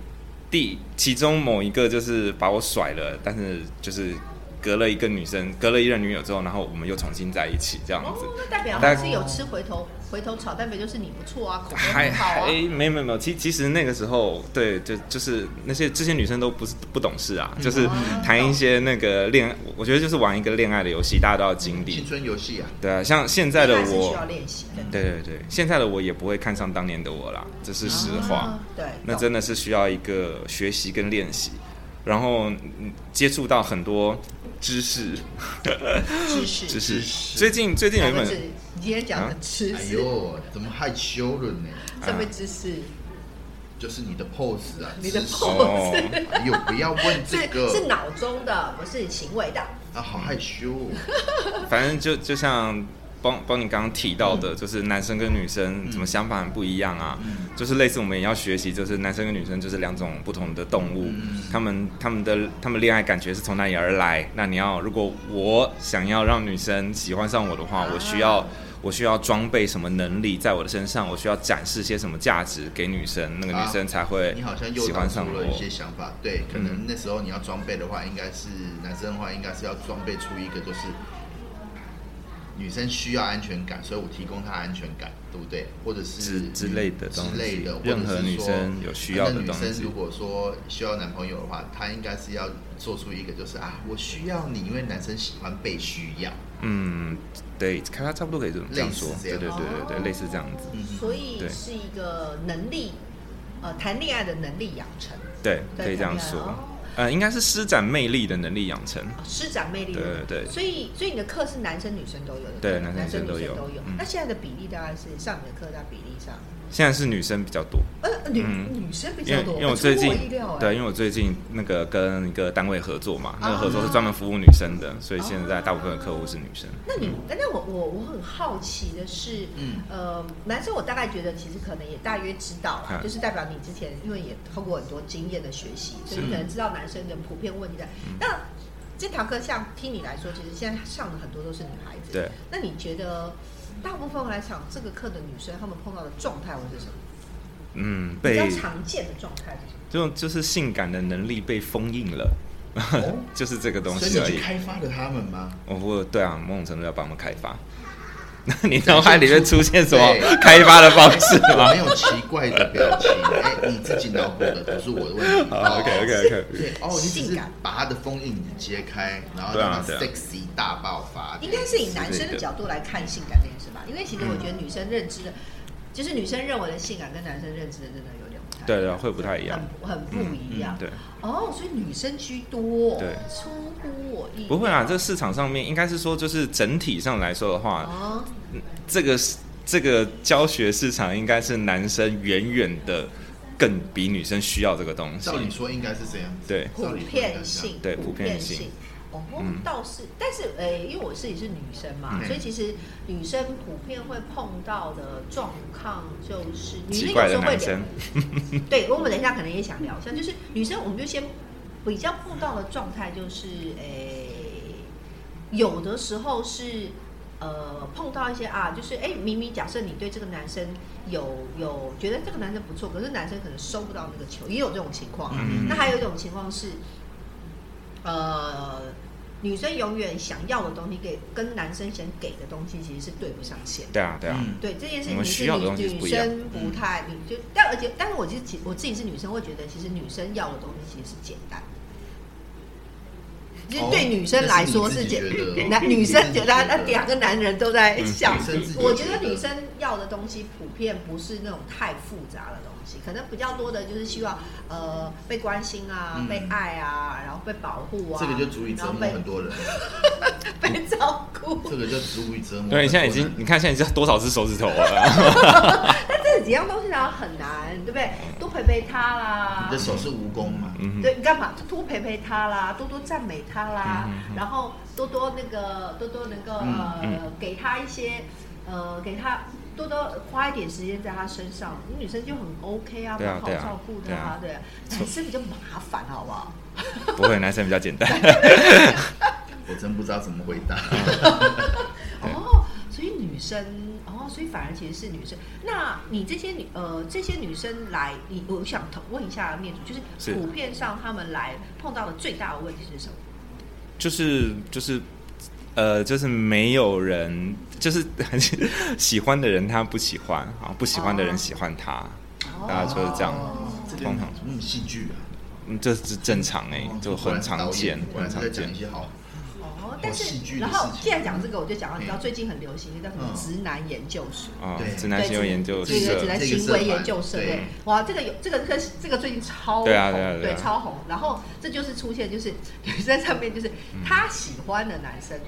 Speaker 3: 第其中某一个就是把我甩了，但是就是隔了一个女生，隔了一任女友之后，然后我们又重新在一起这样子
Speaker 2: 哦，，那代表
Speaker 3: 大
Speaker 2: 还是有吃回头回头草，代表就是你不错啊，口碑
Speaker 3: 还
Speaker 2: 很好啊
Speaker 3: 还。哎没没没有，其其实那个时候，对，就就是那些这些女生都不是不懂事啊，就是
Speaker 2: 哦
Speaker 3: 谈一些那个恋爱，我觉得就是玩一个恋爱的游戏，大家都要经
Speaker 1: 嗯青
Speaker 3: 历。
Speaker 1: 春游戏啊，
Speaker 3: 对啊，像现在的
Speaker 2: 嗯恋爱是需要
Speaker 3: 我，
Speaker 2: 练习的。
Speaker 3: 对对对，现在的我也不会看上当年的我啦，这是实话。
Speaker 2: 啊对，
Speaker 3: 那
Speaker 2: 懂
Speaker 3: 真的是需要一个学习跟练习，然后嗯接触到很多知识，
Speaker 2: 知识，
Speaker 3: 知
Speaker 1: 知
Speaker 3: 识。
Speaker 1: 识
Speaker 3: 最近最近有一
Speaker 2: 两个
Speaker 3: 本
Speaker 2: 字，你今天讲的
Speaker 3: 啊
Speaker 2: 知
Speaker 1: 哎
Speaker 2: 识，
Speaker 1: 呦，怎么害羞了呢？
Speaker 2: 什么知识？
Speaker 1: 就是你的 pose 啊，
Speaker 2: 你的
Speaker 1: 姿势
Speaker 2: pose
Speaker 3: 哦
Speaker 1: 哎呦，不要问
Speaker 2: 是
Speaker 1: 这个
Speaker 2: 是脑中的，不是行为的。
Speaker 1: 啊，好害羞哦。
Speaker 3: 反正就就像帮帮你刚刚提到
Speaker 1: 嗯
Speaker 3: 的，就是男生跟女生怎么想法很不一样啊，就是类似我们也要学习，就是男生跟女生就是两种不同的动物，
Speaker 1: 嗯
Speaker 3: 他们他们的他们恋爱感觉是从哪里而来？那你要如果我想要让女生喜欢上我的话，
Speaker 2: 啊
Speaker 3: 我需要。我需要装备什么能力在我的身上？我需要展示些什么价值给女生，那个女生才会
Speaker 1: 啊你好像又
Speaker 3: 喜
Speaker 1: 导
Speaker 3: 欢
Speaker 1: 出
Speaker 3: 上
Speaker 1: 了
Speaker 3: 我嗯
Speaker 1: 一。些想法，对，可能那时候你要装备的话，应该是男生的话，应该是要装备出一个就是女生需要安全感，所以我提供她安全感，对不对？或者是
Speaker 3: 之之类的
Speaker 1: 之
Speaker 3: 东西
Speaker 1: 类的，或者
Speaker 3: 任何
Speaker 1: 是
Speaker 3: 女
Speaker 1: 说
Speaker 3: 生有需要的
Speaker 1: 那女
Speaker 3: 东
Speaker 1: 生
Speaker 3: 西
Speaker 1: 如果说需要男朋友的话，她应该是要做出一个就是啊，我需要你，因为男生喜欢被需要。
Speaker 3: 嗯，对，看他差不多可以这么这样说
Speaker 1: 类，似这
Speaker 3: 对
Speaker 1: 样
Speaker 3: 对对对对，类似这样子。
Speaker 1: 嗯
Speaker 2: 哦所以
Speaker 3: 对
Speaker 2: 是一个能力，呃，谈恋爱的能力养成，
Speaker 3: 对，
Speaker 2: 对
Speaker 3: 可以这样说
Speaker 2: 哦。
Speaker 3: 呃，应该是施展魅力的能力养成。
Speaker 2: 哦施展魅力。
Speaker 3: 对对对
Speaker 2: 所以，所以你的课是男生女生都有的，
Speaker 3: 对
Speaker 2: 不
Speaker 3: 男
Speaker 2: 男
Speaker 3: 生
Speaker 2: 生
Speaker 3: 女
Speaker 2: 女
Speaker 3: 生
Speaker 2: 生
Speaker 3: 都有
Speaker 2: 都有
Speaker 3: 嗯。
Speaker 2: 那现在的比例大概是上你的课在比例上，
Speaker 3: 现在是女生比较多，
Speaker 2: 呃，女
Speaker 3: 嗯
Speaker 2: 女生比
Speaker 3: 因
Speaker 2: 较
Speaker 3: 为
Speaker 2: 多，
Speaker 3: 因为我
Speaker 2: 出
Speaker 3: 最
Speaker 2: 乎
Speaker 3: 近
Speaker 2: 意料哎
Speaker 3: 对，因为我最近那个跟一个单位合作嘛，那个合
Speaker 2: 啊
Speaker 3: 作是专门服务女生的，所以现
Speaker 2: 哦
Speaker 3: 在大部分的客户是女生。
Speaker 2: 那你，那我我我很好奇的是，
Speaker 1: 嗯
Speaker 2: 呃，男生我大概觉得其实可能也大约知道啦，
Speaker 3: 嗯
Speaker 2: 就是代表你之前因为也通过很多经验的学习，所以你可能知道男生的普遍问题的。
Speaker 3: 嗯
Speaker 2: 那这堂课像听你来说，其实现在上的很多都是女孩子，
Speaker 3: 对。
Speaker 2: 那你觉得大部分来讲这个课的女生，她们碰到的状态会是什么？
Speaker 3: 嗯
Speaker 2: 比较
Speaker 3: 被
Speaker 2: 常见的状态是什么？
Speaker 3: 就就是性感的能力被封印了，
Speaker 1: 哦
Speaker 3: 就是这个东
Speaker 1: 所以
Speaker 3: 西
Speaker 1: 你
Speaker 3: 而
Speaker 1: 去
Speaker 3: 已。
Speaker 1: 开发了他们吗？
Speaker 3: 我我对啊，某种程度要帮我们开发。那 你脑海里面出现什么开发的方式
Speaker 1: 我
Speaker 3: 吗
Speaker 1: 没有奇怪的表情，哎、你自己脑补的，不是我的问题。
Speaker 3: 好，OK OK OK，
Speaker 1: 对哦，你只
Speaker 2: 性
Speaker 1: 是
Speaker 2: 感
Speaker 1: 把它的封印揭开，然后
Speaker 3: 对啊
Speaker 1: 让它
Speaker 3: 对啊
Speaker 1: sexy 大爆发。
Speaker 2: 应该是以男生的角度来看性感这件事吧，因为其实我觉得女生认知的，就是女生认为的性感跟男生认知的真的有点不太一样
Speaker 3: 对对，啊会不太一样。嗯
Speaker 2: 很很不一样。
Speaker 3: 对，
Speaker 2: 哦，所以女生居多，
Speaker 3: 对
Speaker 2: 出乎我意料。
Speaker 3: 不会啊，这市场上面应该是说，就是整体上来说的话，
Speaker 2: 啊，
Speaker 3: 这个是这个教学市场应该是男生远远的更比女生需要这个东西
Speaker 1: 照。理说应该是这样子，
Speaker 3: 对
Speaker 2: 普遍性，
Speaker 3: 对普遍性
Speaker 2: 性。哦，
Speaker 3: 嗯
Speaker 2: 倒是，但是呃、因为我自己是女生嘛，
Speaker 1: 嗯
Speaker 2: 所以其实女生普遍会碰到的状况就是，女
Speaker 3: 奇
Speaker 2: 生
Speaker 3: 怪
Speaker 2: 有
Speaker 3: 的
Speaker 2: 时候会
Speaker 3: 男生，
Speaker 2: 对，我们等一下可能也想聊一下，就是女生，我们就先比较碰到的状态就是，诶、有的时候是呃碰到一些啊，就是诶、明明假设你对这个男生有有觉得这个男生不错，可是男生可能收不到那个球，也有这种情况啊。
Speaker 3: 嗯
Speaker 2: 那还有一种情况是，呃。女生永远想要的东西给跟男生想给的东西其实是对不上线的。
Speaker 3: 对啊对啊，
Speaker 1: 嗯
Speaker 2: 对这件事
Speaker 3: 我
Speaker 2: 情
Speaker 3: 们
Speaker 2: 是
Speaker 3: 需要的
Speaker 2: 女
Speaker 3: 东西是不
Speaker 2: 女
Speaker 3: 一样嗯
Speaker 2: 生不太，你就但而且但是我其实其我自己是女生，会觉得其实女生要的东西其实是简单。其实
Speaker 1: 哦
Speaker 2: 对女生来说是简
Speaker 1: 那是你自己觉得，哦
Speaker 2: 男女生觉
Speaker 1: 你自己觉得
Speaker 2: 得
Speaker 1: 嗯
Speaker 2: 那两个男人都在笑
Speaker 1: 女生自己。觉得
Speaker 2: 我觉得女生要的东西普遍不是那种太复杂的东西，可能比较多的就是希望呃被关心啊
Speaker 1: 嗯、
Speaker 2: 被爱啊，然后被保护啊，
Speaker 1: 这个就足以
Speaker 2: 然
Speaker 1: 折
Speaker 2: 后
Speaker 1: 磨很多人，
Speaker 2: 被被照顾。啊
Speaker 1: 这个就足以折磨很多人。
Speaker 3: 对，你现在已经，你看现在已经多少只手指头了？
Speaker 2: 但这几样东西然后很难，对不对？多陪陪他啦
Speaker 1: 你的。手是蜈蚣嘛？
Speaker 3: 嗯哼，
Speaker 2: 对，你干嘛？多陪陪他啦，多多赞美他啦，
Speaker 3: 嗯嗯嗯
Speaker 2: 然后多多那个，多多能够、呃、
Speaker 3: 嗯
Speaker 2: 给他一些，呃，给他多多花一点时间在他身上，女生就很 OK 啊，
Speaker 3: 对啊
Speaker 2: 蛮好
Speaker 3: 对啊
Speaker 2: 照顾的啊，对啊，男生比较麻烦，好不好？
Speaker 3: 不会，男生比较简单。
Speaker 1: 我真不知道怎么回答。
Speaker 3: 对
Speaker 2: 哦，所以女生，哦，所以反而其实是女生。哦那你这些女，呃，这些女生来，你我想问一下面主，就是是普遍上她们来碰到的最大的问题是什么？
Speaker 3: 就是就是呃，就是没有人，就是 很喜欢的人他不喜欢，啊，不喜欢的
Speaker 2: 哦
Speaker 3: 人喜欢他，大家就是这样，
Speaker 1: 这个
Speaker 3: 通常
Speaker 1: 嗯，戏剧啊，
Speaker 3: 嗯，这是正常哎、
Speaker 1: 哦
Speaker 3: 就很常见，
Speaker 1: 果
Speaker 3: 很
Speaker 1: 然是导演果然是
Speaker 3: 常
Speaker 1: 在讲
Speaker 3: 见
Speaker 1: 一。些好。
Speaker 2: 哦，但
Speaker 1: 戏剧
Speaker 2: 是
Speaker 1: 的
Speaker 2: 然后
Speaker 1: 事情
Speaker 2: 既然讲这个，我就讲到你知道
Speaker 1: 嗯
Speaker 2: 最近很流行一个叫什么
Speaker 1: 嗯
Speaker 2: 直男研究所。
Speaker 3: 啊
Speaker 1: 对，
Speaker 3: 直男行为研究
Speaker 2: 对对，
Speaker 1: 这
Speaker 2: 直
Speaker 1: 个
Speaker 3: 社，
Speaker 2: 男
Speaker 1: 这个
Speaker 2: 行
Speaker 1: 社
Speaker 2: 为
Speaker 1: 团
Speaker 2: 研究社
Speaker 1: 对
Speaker 2: 对，哇，这个有这个这个这个最近超红，
Speaker 3: 对啊对啊对啊
Speaker 2: 超红。然后这就是出现，就是 女生上面就是
Speaker 3: 嗯
Speaker 2: 她喜欢的男生，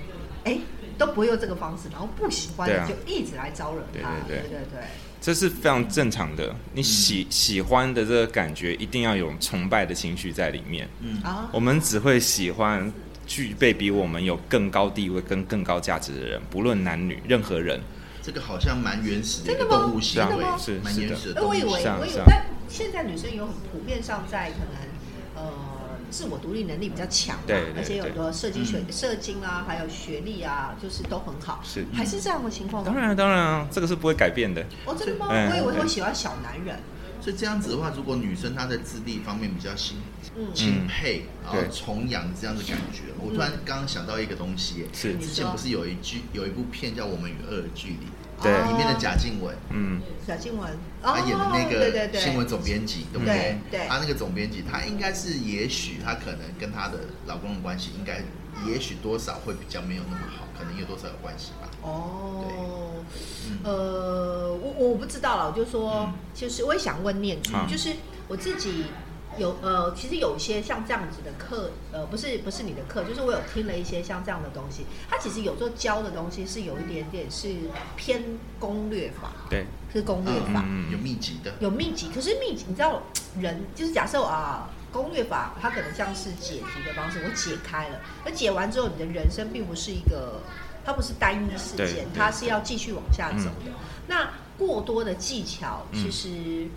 Speaker 2: 哎，都不会用这个方式，然后不喜欢
Speaker 3: 对
Speaker 2: 的
Speaker 3: 啊
Speaker 2: 就一直来招惹他，
Speaker 3: 对
Speaker 2: 对
Speaker 3: 对对
Speaker 2: 对对。
Speaker 3: 这是非常正常的。
Speaker 1: 嗯
Speaker 3: 你喜喜欢的这个感觉，一定要有崇拜的情绪在里面。
Speaker 1: 嗯，
Speaker 2: 啊，
Speaker 3: 我们只会喜欢具备比我们有更高地位跟更高价值的人，不论男女，任何人。
Speaker 1: 这个好像蛮原始的一
Speaker 2: 真
Speaker 1: 个
Speaker 2: 的吗
Speaker 1: 动物行
Speaker 2: 真
Speaker 1: 为
Speaker 2: 的吗，
Speaker 3: 是
Speaker 1: 蛮
Speaker 3: 是
Speaker 1: 原
Speaker 3: 的
Speaker 1: 始的
Speaker 2: 哎，我
Speaker 1: 动物
Speaker 2: 以
Speaker 1: 行
Speaker 2: 为
Speaker 1: 为。
Speaker 3: 上
Speaker 2: 我以为，
Speaker 3: 上
Speaker 2: 但现在女生有很普遍上在可能呃自我独立能力比较强嘛，
Speaker 3: 对对
Speaker 2: 而且有
Speaker 3: 对
Speaker 2: 很多射精学
Speaker 1: 嗯
Speaker 2: 射精啊，还有学历啊，就是都很好，
Speaker 3: 是
Speaker 2: 还是这样的情
Speaker 1: 哦
Speaker 2: 况吗？
Speaker 3: 当然，当然啊，这个是不会改变的。
Speaker 2: 哦，真的吗？
Speaker 3: 嗯
Speaker 2: 我
Speaker 1: 哎
Speaker 2: 以为会喜欢小男人，
Speaker 1: 所以这样子的话，如果女生她在智力方面比较新，
Speaker 2: 嗯
Speaker 1: 钦佩，然后
Speaker 3: 对
Speaker 1: 崇仰这样的感觉。我突然刚刚想到一个东西耶，
Speaker 3: 是
Speaker 1: 之前不是有一句有一部片叫《我们与恶的距离》，
Speaker 3: 对
Speaker 2: 哦
Speaker 1: 里面的贾静雯，
Speaker 3: 嗯，
Speaker 2: 小静雯，哦
Speaker 1: 她演的那
Speaker 2: 对
Speaker 1: 个
Speaker 2: 对对，
Speaker 1: 新闻总编辑，对不对？
Speaker 2: 对对
Speaker 1: 她那个总编辑，她应该是，也许她可能跟她的老公的关系，应该也许多少会比较没有那么好，可能有多少有关系吧。
Speaker 2: 哦，
Speaker 1: 嗯，
Speaker 2: 呃，我我不知道了，我就说
Speaker 1: 嗯，
Speaker 2: 就是我也想问念珠
Speaker 3: 啊，
Speaker 2: 就是我自己有呃，其实有一些像这样子的课，呃，不是不是你的课，就是我有听了一些像这样的东西，它其实有时候教的东西是有一点点是偏攻略法，
Speaker 3: 对，
Speaker 2: 是攻略
Speaker 1: 嗯
Speaker 2: 法，
Speaker 1: 有密集的，
Speaker 2: 有秘籍，可是秘籍你知道，人就是假设啊，攻略法它可能像是解题的方式，我解开了，那解完之后，你的人生并不是一个，它不是单一事
Speaker 3: 对对
Speaker 2: 件，它是要继续往下走的。那过多的技巧，
Speaker 3: 嗯
Speaker 2: 其实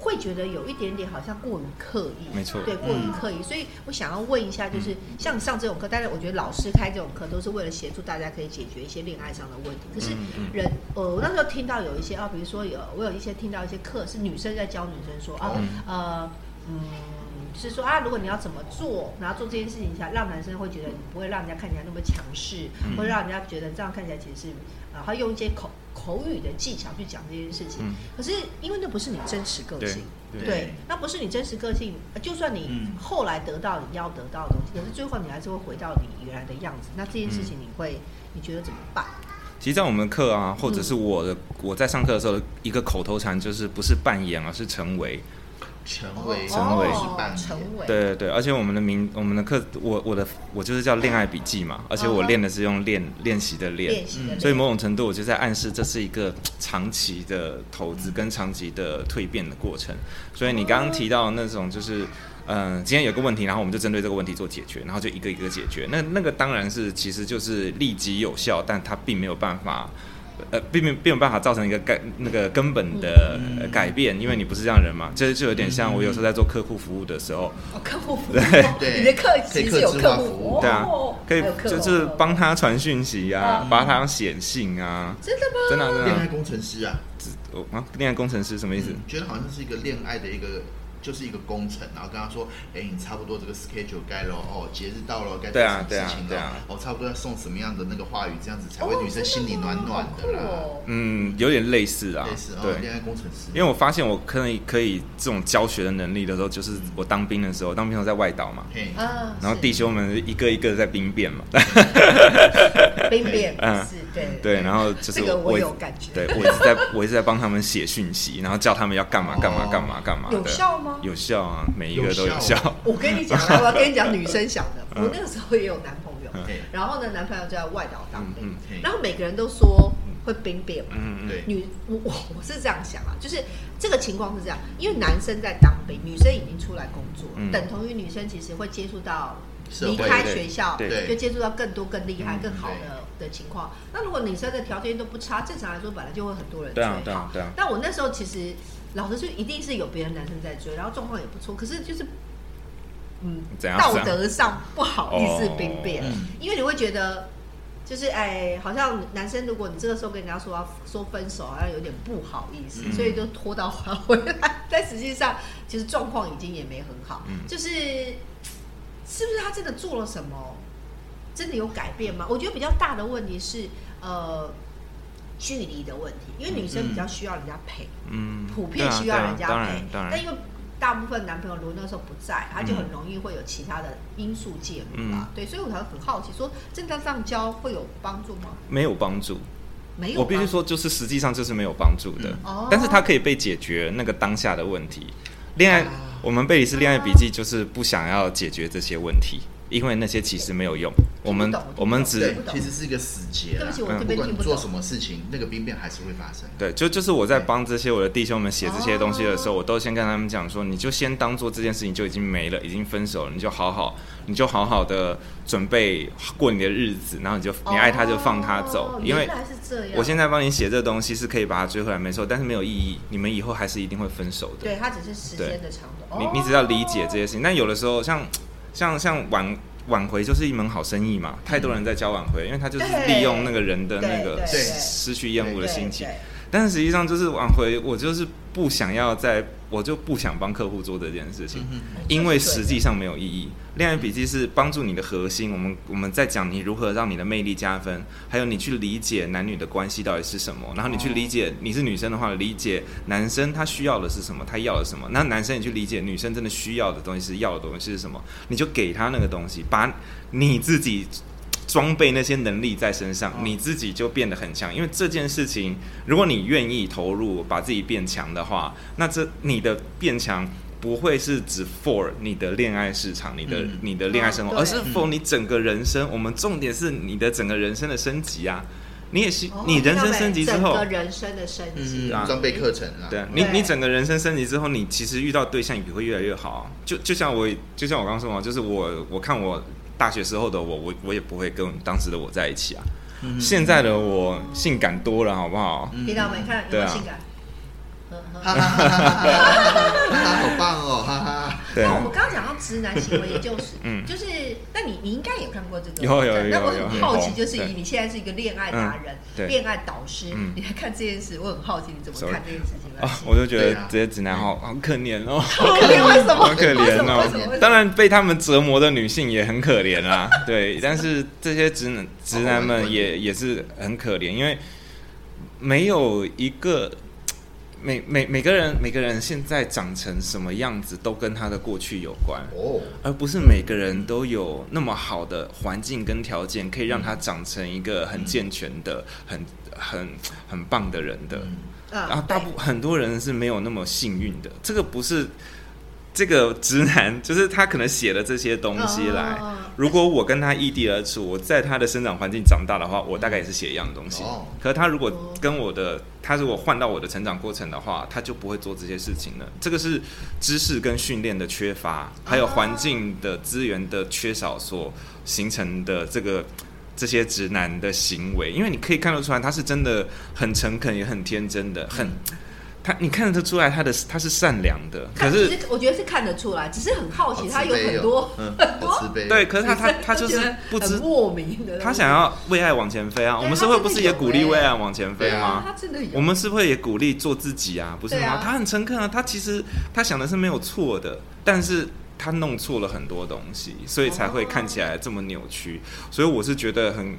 Speaker 2: 会觉得有一点点好像过于刻意，
Speaker 3: 没错嗯
Speaker 2: 对，过于
Speaker 1: 嗯
Speaker 2: 刻意。所以我想要问一下，就是像上这种课，当然我觉得老师开这种课都是为了协助大家可以解决一些恋爱上的问题。可是
Speaker 3: 嗯嗯
Speaker 2: 人，呃，我那时候听到有一些啊，比如说有我有一些听到一些课是女生在教女生说
Speaker 1: 哦
Speaker 2: 啊，呃，嗯。是说啊，如果你要怎么做，然后做这件事情下，让男生会觉得你不会让人家看起来那么强势，
Speaker 3: 嗯
Speaker 2: 或者让人家觉得这样看起来其实是，啊，他用一些口口语的技巧去讲这件事情。
Speaker 3: 嗯
Speaker 2: 可是因为那不是你真实个性，
Speaker 1: 对对
Speaker 2: 那不是你真实个性，呃就算你
Speaker 1: 嗯
Speaker 2: 后来得到你要得到的东西，可是最后你还是会回到你原来的样子。那这件事
Speaker 1: 嗯
Speaker 2: 情你会，你觉得怎么办？
Speaker 3: 其实，在我们课啊，或者是
Speaker 1: 嗯
Speaker 3: 我的、我在上课的时候的一个口头禅，就是不是扮演，而是成为。
Speaker 1: 成为
Speaker 3: 哦成为
Speaker 1: 是扮演，
Speaker 2: 哦成为，
Speaker 3: 对对对，而且我们的名，我们的课，我我的我就是叫恋爱笔记嘛，而且我
Speaker 2: 嗯哼
Speaker 3: 练的是用练练习的练
Speaker 2: 练，习的
Speaker 1: 嗯
Speaker 2: 练，
Speaker 3: 所以某种程度我就在暗示这是一个长期的投资跟长期的蜕变的过程。所以你刚刚提到那种就是。嗯，今天有个问题，然后我们就针对这个问题做解决，然后就一个一个解决。那那个当然是其实就是立即有效，但它并没有办法，呃，并没有并没有办法造成一个改那个根本的
Speaker 1: 嗯
Speaker 3: 呃改变，因为你不是这样的人嘛。这就有点像我有时候在做客户服务的时候，
Speaker 2: 哦客户服务， 你的课
Speaker 1: 嗯可以
Speaker 2: 其实有
Speaker 1: 客制
Speaker 2: 客
Speaker 1: 化
Speaker 2: 户
Speaker 1: 服
Speaker 2: 服
Speaker 1: 务
Speaker 2: 务，
Speaker 3: 对啊
Speaker 2: 哦，
Speaker 3: 可以
Speaker 2: 还有客
Speaker 3: 就
Speaker 2: 户
Speaker 3: 是帮他传讯息啊，
Speaker 1: 嗯
Speaker 3: 帮他写信啊，
Speaker 2: 真的吗？
Speaker 3: 真的啊真的
Speaker 1: 恋爱
Speaker 3: 啊
Speaker 1: 工程师啊，
Speaker 3: 哦啊，恋爱工程师什么意思？
Speaker 1: 嗯觉得好像是一个恋爱的一个。就是一个工程，然后跟他说，哎、你差不多这个 schedule 该了哦，节日到了，该做
Speaker 3: 对
Speaker 1: 什
Speaker 3: 啊
Speaker 1: 么事情
Speaker 3: 对啊对
Speaker 1: 了，
Speaker 3: 啊
Speaker 1: 哦，差不多要送什么样的那个话语，这样子才会
Speaker 2: 哦
Speaker 1: 女生心里暖暖的
Speaker 2: 真
Speaker 1: 啦
Speaker 2: 吗。好酷哦
Speaker 3: 嗯，有点类似啊，
Speaker 1: 类似
Speaker 3: 对
Speaker 1: 哦，，恋爱工程师，
Speaker 3: 因为我发现我可以可以这种教学的能力的时候，就是我当兵的时候，当兵的时候在外岛嘛，
Speaker 1: 嘿，
Speaker 2: 啊，
Speaker 3: 然后
Speaker 2: 是
Speaker 3: 弟兄们一个一个在兵变嘛，
Speaker 2: 冰变，
Speaker 3: 嗯
Speaker 2: 是对
Speaker 3: 对，然后就是
Speaker 2: 这个我
Speaker 3: 一
Speaker 2: 有感觉
Speaker 3: 对我一直在我一直在帮他们写讯息，然后叫他们要干嘛干嘛
Speaker 2: 哦
Speaker 3: 干嘛干嘛的，
Speaker 2: 有效吗
Speaker 3: 有效啊，每一个都有
Speaker 1: 有效
Speaker 3: 效，
Speaker 2: 我跟你讲啊，我要跟你讲女生想的。
Speaker 3: 嗯
Speaker 2: 我那个时候也有男朋友，
Speaker 1: 嘿，
Speaker 2: 然后呢，男朋友就在外岛当兵
Speaker 3: 嗯，
Speaker 1: 嗯
Speaker 2: 然后每个人都说会兵变嘛。
Speaker 3: 嗯嗯，
Speaker 1: 对，
Speaker 2: 女，我我我是这样想啊，就是这个情况是这样，因为男生在当兵，女生已经出来工作，
Speaker 3: 嗯
Speaker 2: 等同于女生其实会接触到
Speaker 1: 社会
Speaker 2: 离开
Speaker 3: 对
Speaker 2: 学校，
Speaker 3: 对
Speaker 2: 就接触到更多、更厉害、
Speaker 3: 嗯
Speaker 2: 更好的的情况。那如果女生的条件都不差，正常来说本来就会很多人
Speaker 3: 对
Speaker 2: 追
Speaker 3: 啊对
Speaker 2: 好
Speaker 3: 啊。对啊，
Speaker 2: 但我那时候其实老实说，一定是有别的男生在追，然后状况也不错，可是就是，嗯，
Speaker 3: 怎样
Speaker 2: 道
Speaker 3: 怎样
Speaker 2: 德上不好意思兵变，
Speaker 1: 哦嗯
Speaker 2: 因为你会觉得。就是哎，好像男生，如果你这个时候跟人家说要说分手，好像有点不好意思，
Speaker 3: 嗯
Speaker 2: 所以就拖到他回来。但实际上，其实状况已经也没很好，
Speaker 3: 嗯
Speaker 2: 就是是不是他真的做了什么，真的有改变吗？我觉得比较大的问题是，呃，距离的问题，因为女生比较需要人家陪，
Speaker 3: 嗯，
Speaker 2: 普遍
Speaker 3: 对啊
Speaker 2: 需要人家
Speaker 3: 对啊当
Speaker 2: 陪
Speaker 3: 然。当
Speaker 2: 但
Speaker 3: 然，
Speaker 2: 因为大部分男朋友如果那时候不在，他就很容易会有其他的因素介入啦。
Speaker 3: 嗯
Speaker 2: 对，所以我才会很好奇说，正当上交会有帮助吗？
Speaker 3: 没有帮助，
Speaker 2: 没有，
Speaker 3: 我必须，说，就是实际上就是没有帮助的，
Speaker 1: 嗯
Speaker 2: 哦
Speaker 3: 但是它可以被解决那个当下的问题。恋
Speaker 2: 啊
Speaker 3: 爱，我们贝里斯恋爱笔记就是不想要解决这些问题，因为那些其实没有用。我们
Speaker 2: 听不懂
Speaker 3: 我们
Speaker 2: 听
Speaker 3: 只
Speaker 1: 对
Speaker 2: 不懂，
Speaker 1: 其实是一个死结啦。
Speaker 2: 对不起，我
Speaker 3: 嗯
Speaker 2: 这
Speaker 1: 不
Speaker 2: 边
Speaker 1: 管
Speaker 2: 听
Speaker 1: 你
Speaker 2: 不
Speaker 1: 做
Speaker 2: 懂。
Speaker 1: 什么事情，那个兵变还是会发生。
Speaker 3: 对，就就是我在帮这些我的弟兄们写这些东西的时候，
Speaker 2: 哦
Speaker 3: 我都先跟他们讲说，你就先当做这件事情就已经没了，已经分手了，你就好好，你就好好的准备过你的日子，然后你就你爱他就放他走，
Speaker 2: 哦
Speaker 3: 因为
Speaker 2: 原来是这样。
Speaker 3: 我现在帮你写这东西是可以把它追回来，没错，但是没有意义，你们以后还是一定会分手的。
Speaker 2: 对他只是时间的长短，
Speaker 3: 你
Speaker 2: 哦
Speaker 3: 你只要理解这些事情。但有的时候像像像挽挽回就是一门好生意嘛，太多人在教挽回，因为他就是
Speaker 2: 对
Speaker 3: 利用那个人的那
Speaker 2: 对对
Speaker 3: 个
Speaker 2: 对
Speaker 3: 失去厌恶的心情
Speaker 2: 对。对
Speaker 3: 但是实际上就是挽回，我就是不想要在，我就不想帮客户做这件事情。
Speaker 1: 嗯哼
Speaker 3: 因为实际上没有意义。恋爱笔记是帮助你的核心，我们我们在讲你如何让你的魅力加分，还有你去理解男女的关系到底是什么，然后你去理解你是女生的话，理解男生他需要的是什么，他要的是什么，那男生也去理解女生真的需要的东西是要的东西是什么，你就给他那个东西，把你自己。装备那些能力在身
Speaker 2: 嗯
Speaker 3: 上，你自己就变得很强。因为这件事情，如果你愿意投入，把自己变强的话，那这你的变强不会是只 for 你的恋爱市场、你的、
Speaker 1: 嗯
Speaker 3: 你的恋爱生
Speaker 2: 哦
Speaker 3: 活，
Speaker 2: 对
Speaker 3: 而是 for 你整个人生。我们重点是你的整个人生的升级啊！你也是、
Speaker 2: 哦
Speaker 3: 你人
Speaker 2: 听到
Speaker 3: 生
Speaker 2: 没
Speaker 3: 升级之后
Speaker 2: 整个，人生的升级，
Speaker 1: 嗯，装备课程啊，
Speaker 3: 对啊，你
Speaker 2: 对
Speaker 3: 你整个人生升级之后，你其实遇到对象也会越来越好、啊。就就像我就像我刚刚说嘛，就是我我看我大学时候的我，我我也不会跟当时的我在一起啊。
Speaker 1: 嗯
Speaker 3: 现在的我性感多了，好不好？
Speaker 1: 嗯
Speaker 2: 听到没？看有没
Speaker 3: 对
Speaker 2: 有
Speaker 3: 啊
Speaker 2: 性感？呵
Speaker 1: 哈
Speaker 2: 呵
Speaker 1: 哈哈哈哈哈哦
Speaker 3: 对啊，
Speaker 2: 那我们刚刚讲到直男行为，也就是
Speaker 3: 嗯
Speaker 2: 就是，那你你应该也看过这个，
Speaker 3: 有有有
Speaker 2: 那我
Speaker 3: 有
Speaker 2: 很
Speaker 3: 有
Speaker 2: 好
Speaker 3: 有
Speaker 2: 奇，就是
Speaker 3: 对
Speaker 2: 以你现在是一个恋爱达人
Speaker 3: 嗯、对
Speaker 2: 恋爱导师
Speaker 3: 嗯，
Speaker 2: 你来看这件事，我很好奇你怎么
Speaker 3: Sorry
Speaker 2: 看这件事情来
Speaker 3: 啊，
Speaker 2: 写
Speaker 3: 我就觉
Speaker 1: 对
Speaker 3: 得
Speaker 1: 啊
Speaker 3: 这些直男好好可怜哦，
Speaker 2: 好可 怜，为什么？
Speaker 3: 好可
Speaker 2: 为
Speaker 3: 怜
Speaker 2: 什么为什么为什
Speaker 1: 哦
Speaker 2: 么
Speaker 3: 当然，被他们折磨的女性也很可怜 啦。对，但是这些直男直男们也也是很可怜，因为没有一个每每每个人每个人现在长成什么样子，都跟他的过去有关。
Speaker 1: 哦，
Speaker 3: 而不是每个人都有那么好的环境跟条件，可以让他长成一个很健全的、很很很棒的人的。
Speaker 1: 嗯
Speaker 2: 啊
Speaker 3: 然后大部很多人是没有那么幸运的，这个不是这个直男，就是他可能写了这些东西来
Speaker 2: 哦。
Speaker 3: 如果我跟他异地而处，我在他的生长环境长大的话，我大概也是写一样的东西
Speaker 1: 哦。
Speaker 3: 可他如果跟我的，他如果换到我的成长过程的话，他就不会做这些事情了。这个是知识跟训练的缺乏，还有环境的资源的缺少所形成的这个这些直男的行为，因为你可以看得出来，他是真的很诚恳，也很天真的，很他你看得出来他的他是善良的，可
Speaker 2: 看
Speaker 3: 是
Speaker 2: 其实我觉得是看得出来，只是很好
Speaker 1: 好
Speaker 2: 奇，
Speaker 1: 慈
Speaker 2: 他有
Speaker 1: 悲
Speaker 2: 很
Speaker 1: 哦
Speaker 2: 多，
Speaker 1: 嗯，好
Speaker 2: 很多
Speaker 1: 慈悲哦，
Speaker 3: 对，可是 他他他就
Speaker 2: 觉
Speaker 3: 是
Speaker 2: 得
Speaker 3: 不知
Speaker 2: 很莫名的，
Speaker 3: 他想要为爱往前飞啊，
Speaker 2: 对
Speaker 3: 我们社会不是也鼓励为爱往前
Speaker 1: 对
Speaker 3: 飞
Speaker 1: 啊
Speaker 2: 啊，
Speaker 3: 吗？
Speaker 2: 他真的有
Speaker 3: 我们是会也鼓励做自己啊，不是
Speaker 2: 对
Speaker 3: 吗
Speaker 2: 啊？
Speaker 3: 他很诚恳啊，他其实他想的是没有错的，但是他弄错了很多东西，所以才会看起来这么扭曲。所以我是觉得很，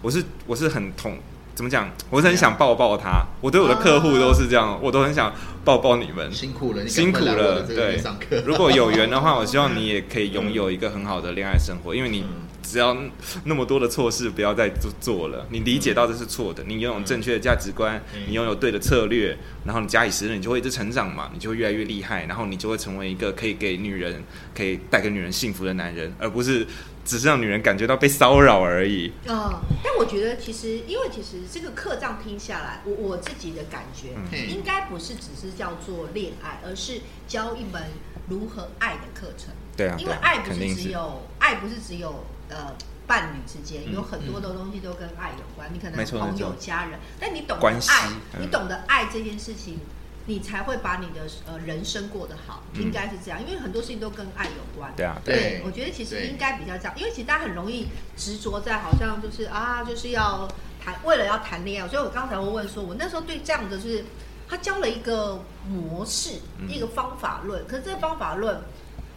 Speaker 3: 我是我是很痛。怎么讲？我
Speaker 1: 啊
Speaker 3: 是很想抱抱他。我对我的客户都是这样，我都很想抱抱你们。
Speaker 1: 辛苦了，你赶
Speaker 3: 辛
Speaker 1: 快
Speaker 3: 苦
Speaker 1: 来我
Speaker 3: 了，
Speaker 1: 的这个
Speaker 3: 对
Speaker 1: 地上课。
Speaker 3: 如果有缘的话，我希望你也可以拥有一个很好的恋爱生活，因为你只要那么多的错事不要再做做了，你理解到这是错的，你拥有正确的价值观
Speaker 1: 嗯，
Speaker 3: 你拥有对的策略，然后你加以实践，你就会一直成长嘛，你就会越来越厉害，然后你就会成为一个可以给女人、可以带给女人幸福的男人，而不是只是让女人感觉到被骚扰而已。
Speaker 2: 嗯，但我觉得其实，因为其实这个课这样听下来，我我自己的感觉，
Speaker 1: 嗯
Speaker 2: 应该不是只是叫做恋爱，而是教一门如何爱的课程。
Speaker 3: 对啊，
Speaker 2: 因
Speaker 3: 对
Speaker 2: 为
Speaker 3: 啊
Speaker 2: 爱不
Speaker 3: 肯
Speaker 2: 是
Speaker 3: 定
Speaker 2: 只
Speaker 3: 是。
Speaker 2: 有爱不是只有呃伴侣之间，
Speaker 3: 嗯
Speaker 2: 有很多的东西都跟爱有关。你可
Speaker 3: 没
Speaker 2: 能
Speaker 3: 错
Speaker 2: 朋
Speaker 3: 没
Speaker 2: 友
Speaker 3: 错、
Speaker 2: 家人，但你懂得
Speaker 3: 关系
Speaker 2: 爱，
Speaker 3: 嗯
Speaker 2: 你懂得爱这件事情，你才会把你的呃人生过得好，
Speaker 3: 嗯
Speaker 2: 应该是这样。因为很多事情都跟爱有关。
Speaker 3: 对啊，对啊，
Speaker 1: 对
Speaker 2: 对，我觉得其实
Speaker 1: 对
Speaker 2: 应该比较这样，因为其实大家很容易执着在好像就是啊，就是要谈，为了要谈恋爱，所以我刚才会问说，我那时候对这样的就是他教了一个模式，
Speaker 3: 嗯
Speaker 2: 一个方法论，可是这个方法论。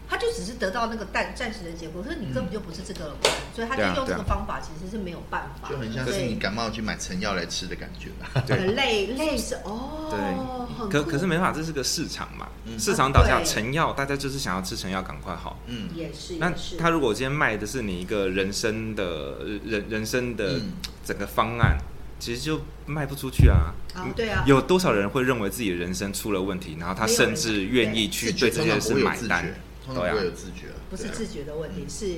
Speaker 2: 他就只是得到那个暂暂时的结果，可是你根本就不是这个人，所以他就
Speaker 3: 对啊
Speaker 2: 用这
Speaker 3: 对
Speaker 2: 个
Speaker 3: 啊
Speaker 2: 方法其实是没有办法的，
Speaker 1: 就很像
Speaker 2: 所
Speaker 1: 是你
Speaker 2: 以
Speaker 1: 感冒去买成药来吃的感觉吧。
Speaker 3: 对
Speaker 2: 很累累是
Speaker 3: 对
Speaker 2: 哦，很
Speaker 3: 可
Speaker 2: 酷
Speaker 3: 可是没办法，这是个市场嘛，
Speaker 1: 嗯
Speaker 3: 市场导向
Speaker 2: 对
Speaker 3: 成药，大家就是想要吃成药，赶快好。
Speaker 1: 嗯，
Speaker 2: 也是
Speaker 3: 那
Speaker 2: 也是，
Speaker 3: 他如果今天卖的是你一个人生的人人生的
Speaker 1: 嗯
Speaker 3: 整个方案，其实就卖不出去啊。
Speaker 2: 啊对啊，
Speaker 3: 有多少人会认为自己的人生出了问题，然后他甚至愿意去
Speaker 1: 自
Speaker 3: 对
Speaker 1: 觉
Speaker 3: 这
Speaker 1: 通
Speaker 3: 件
Speaker 1: 常不
Speaker 3: 事
Speaker 1: 会有
Speaker 3: 买
Speaker 1: 自
Speaker 3: 单
Speaker 1: 觉，？通
Speaker 3: 对
Speaker 1: 常不会有
Speaker 3: 啊，
Speaker 1: 自觉，
Speaker 2: 不是
Speaker 1: 对啊
Speaker 2: 自觉的问题，是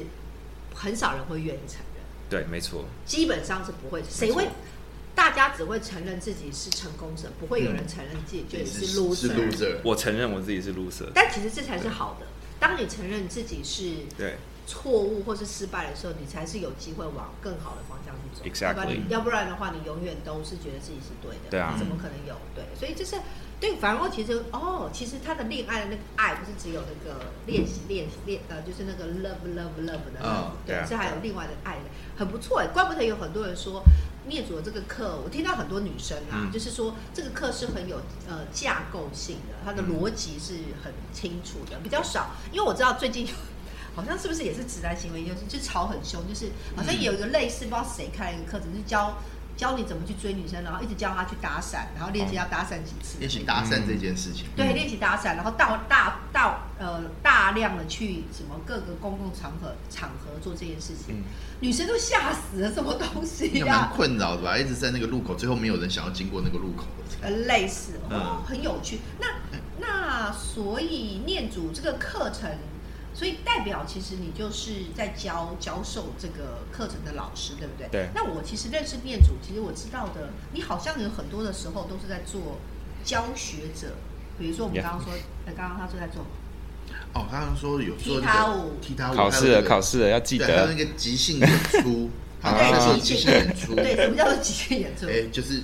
Speaker 2: 很少人会愿意承认。
Speaker 3: 对，没错，
Speaker 2: 基本上是不会，谁会？大家只会承认自己是成功者，不会有人承认自己
Speaker 3: 嗯
Speaker 1: 对啊
Speaker 2: 就是
Speaker 1: 是
Speaker 2: loser。
Speaker 1: loser。
Speaker 3: 我承认我自己是 loser，
Speaker 2: 但其实这才是好的。当你承认自己是
Speaker 3: 对，
Speaker 2: 错误或是失败的时候，你才是有机会往更好的方向去走。
Speaker 3: Exactly
Speaker 2: 要不然你，要不然的话，你永远都是觉得自己是对的。
Speaker 3: 对啊
Speaker 2: 你怎么可能有对？所以就是对，反而其实哦，其实他的恋爱的那个爱不是只有那个练习练练呃，就是那个 love love love 的那种
Speaker 1: 嗯
Speaker 3: 对啊
Speaker 2: 这还有另外的爱的，很不错哎，怪不得有很多人说。灭主的这个课，我听到很多女生啊，
Speaker 3: 嗯
Speaker 2: 就是说这个课是很有呃架构性的，它的
Speaker 3: 嗯
Speaker 2: 逻辑是很清楚的，比较少。因为我知道最近好像是不是也是直男行为，就是就吵很凶，就是好像有一个类似不知道谁开了一个课程，就是教教你怎么去追女生，然后一直教她去搭讪，然后练习要搭讪几次，
Speaker 1: 练习搭讪这件事情，
Speaker 2: 对，
Speaker 3: 嗯
Speaker 2: 练习搭讪，然后到大到呃大量的去什么各个公共场合场合做这件事情，
Speaker 3: 嗯
Speaker 2: 女生都吓死了，什么东西啊
Speaker 1: 也
Speaker 2: 呀、
Speaker 1: 蛮嗯困扰的吧？一直在那个路口，最后没有人想要经过那个路口的。
Speaker 2: 呃，类似哦
Speaker 1: 嗯，
Speaker 2: 很有趣。那那所以念主这个课程，所以代表其实你就是在教教授这个课程的老师，对不对？
Speaker 3: 对
Speaker 2: 那我其实认识念主，其实我知道的，你好像有很多的时候都是在做教学者，比如说我们
Speaker 3: Yeah
Speaker 2: 刚刚说，呃，刚刚他说在做
Speaker 1: 哦，他刚说有做
Speaker 2: 踢
Speaker 1: 那
Speaker 2: 踏
Speaker 1: 个
Speaker 2: 舞
Speaker 1: 踢踏舞，
Speaker 3: 考试了，考
Speaker 1: 试，
Speaker 3: 试了，要记
Speaker 1: 对，还有
Speaker 3: 得
Speaker 1: 那，个即兴演出，他
Speaker 3: 啊
Speaker 1: 那时候
Speaker 2: 对
Speaker 1: 即兴演出，
Speaker 2: 对，什么叫做即兴演出？
Speaker 1: 哎，就是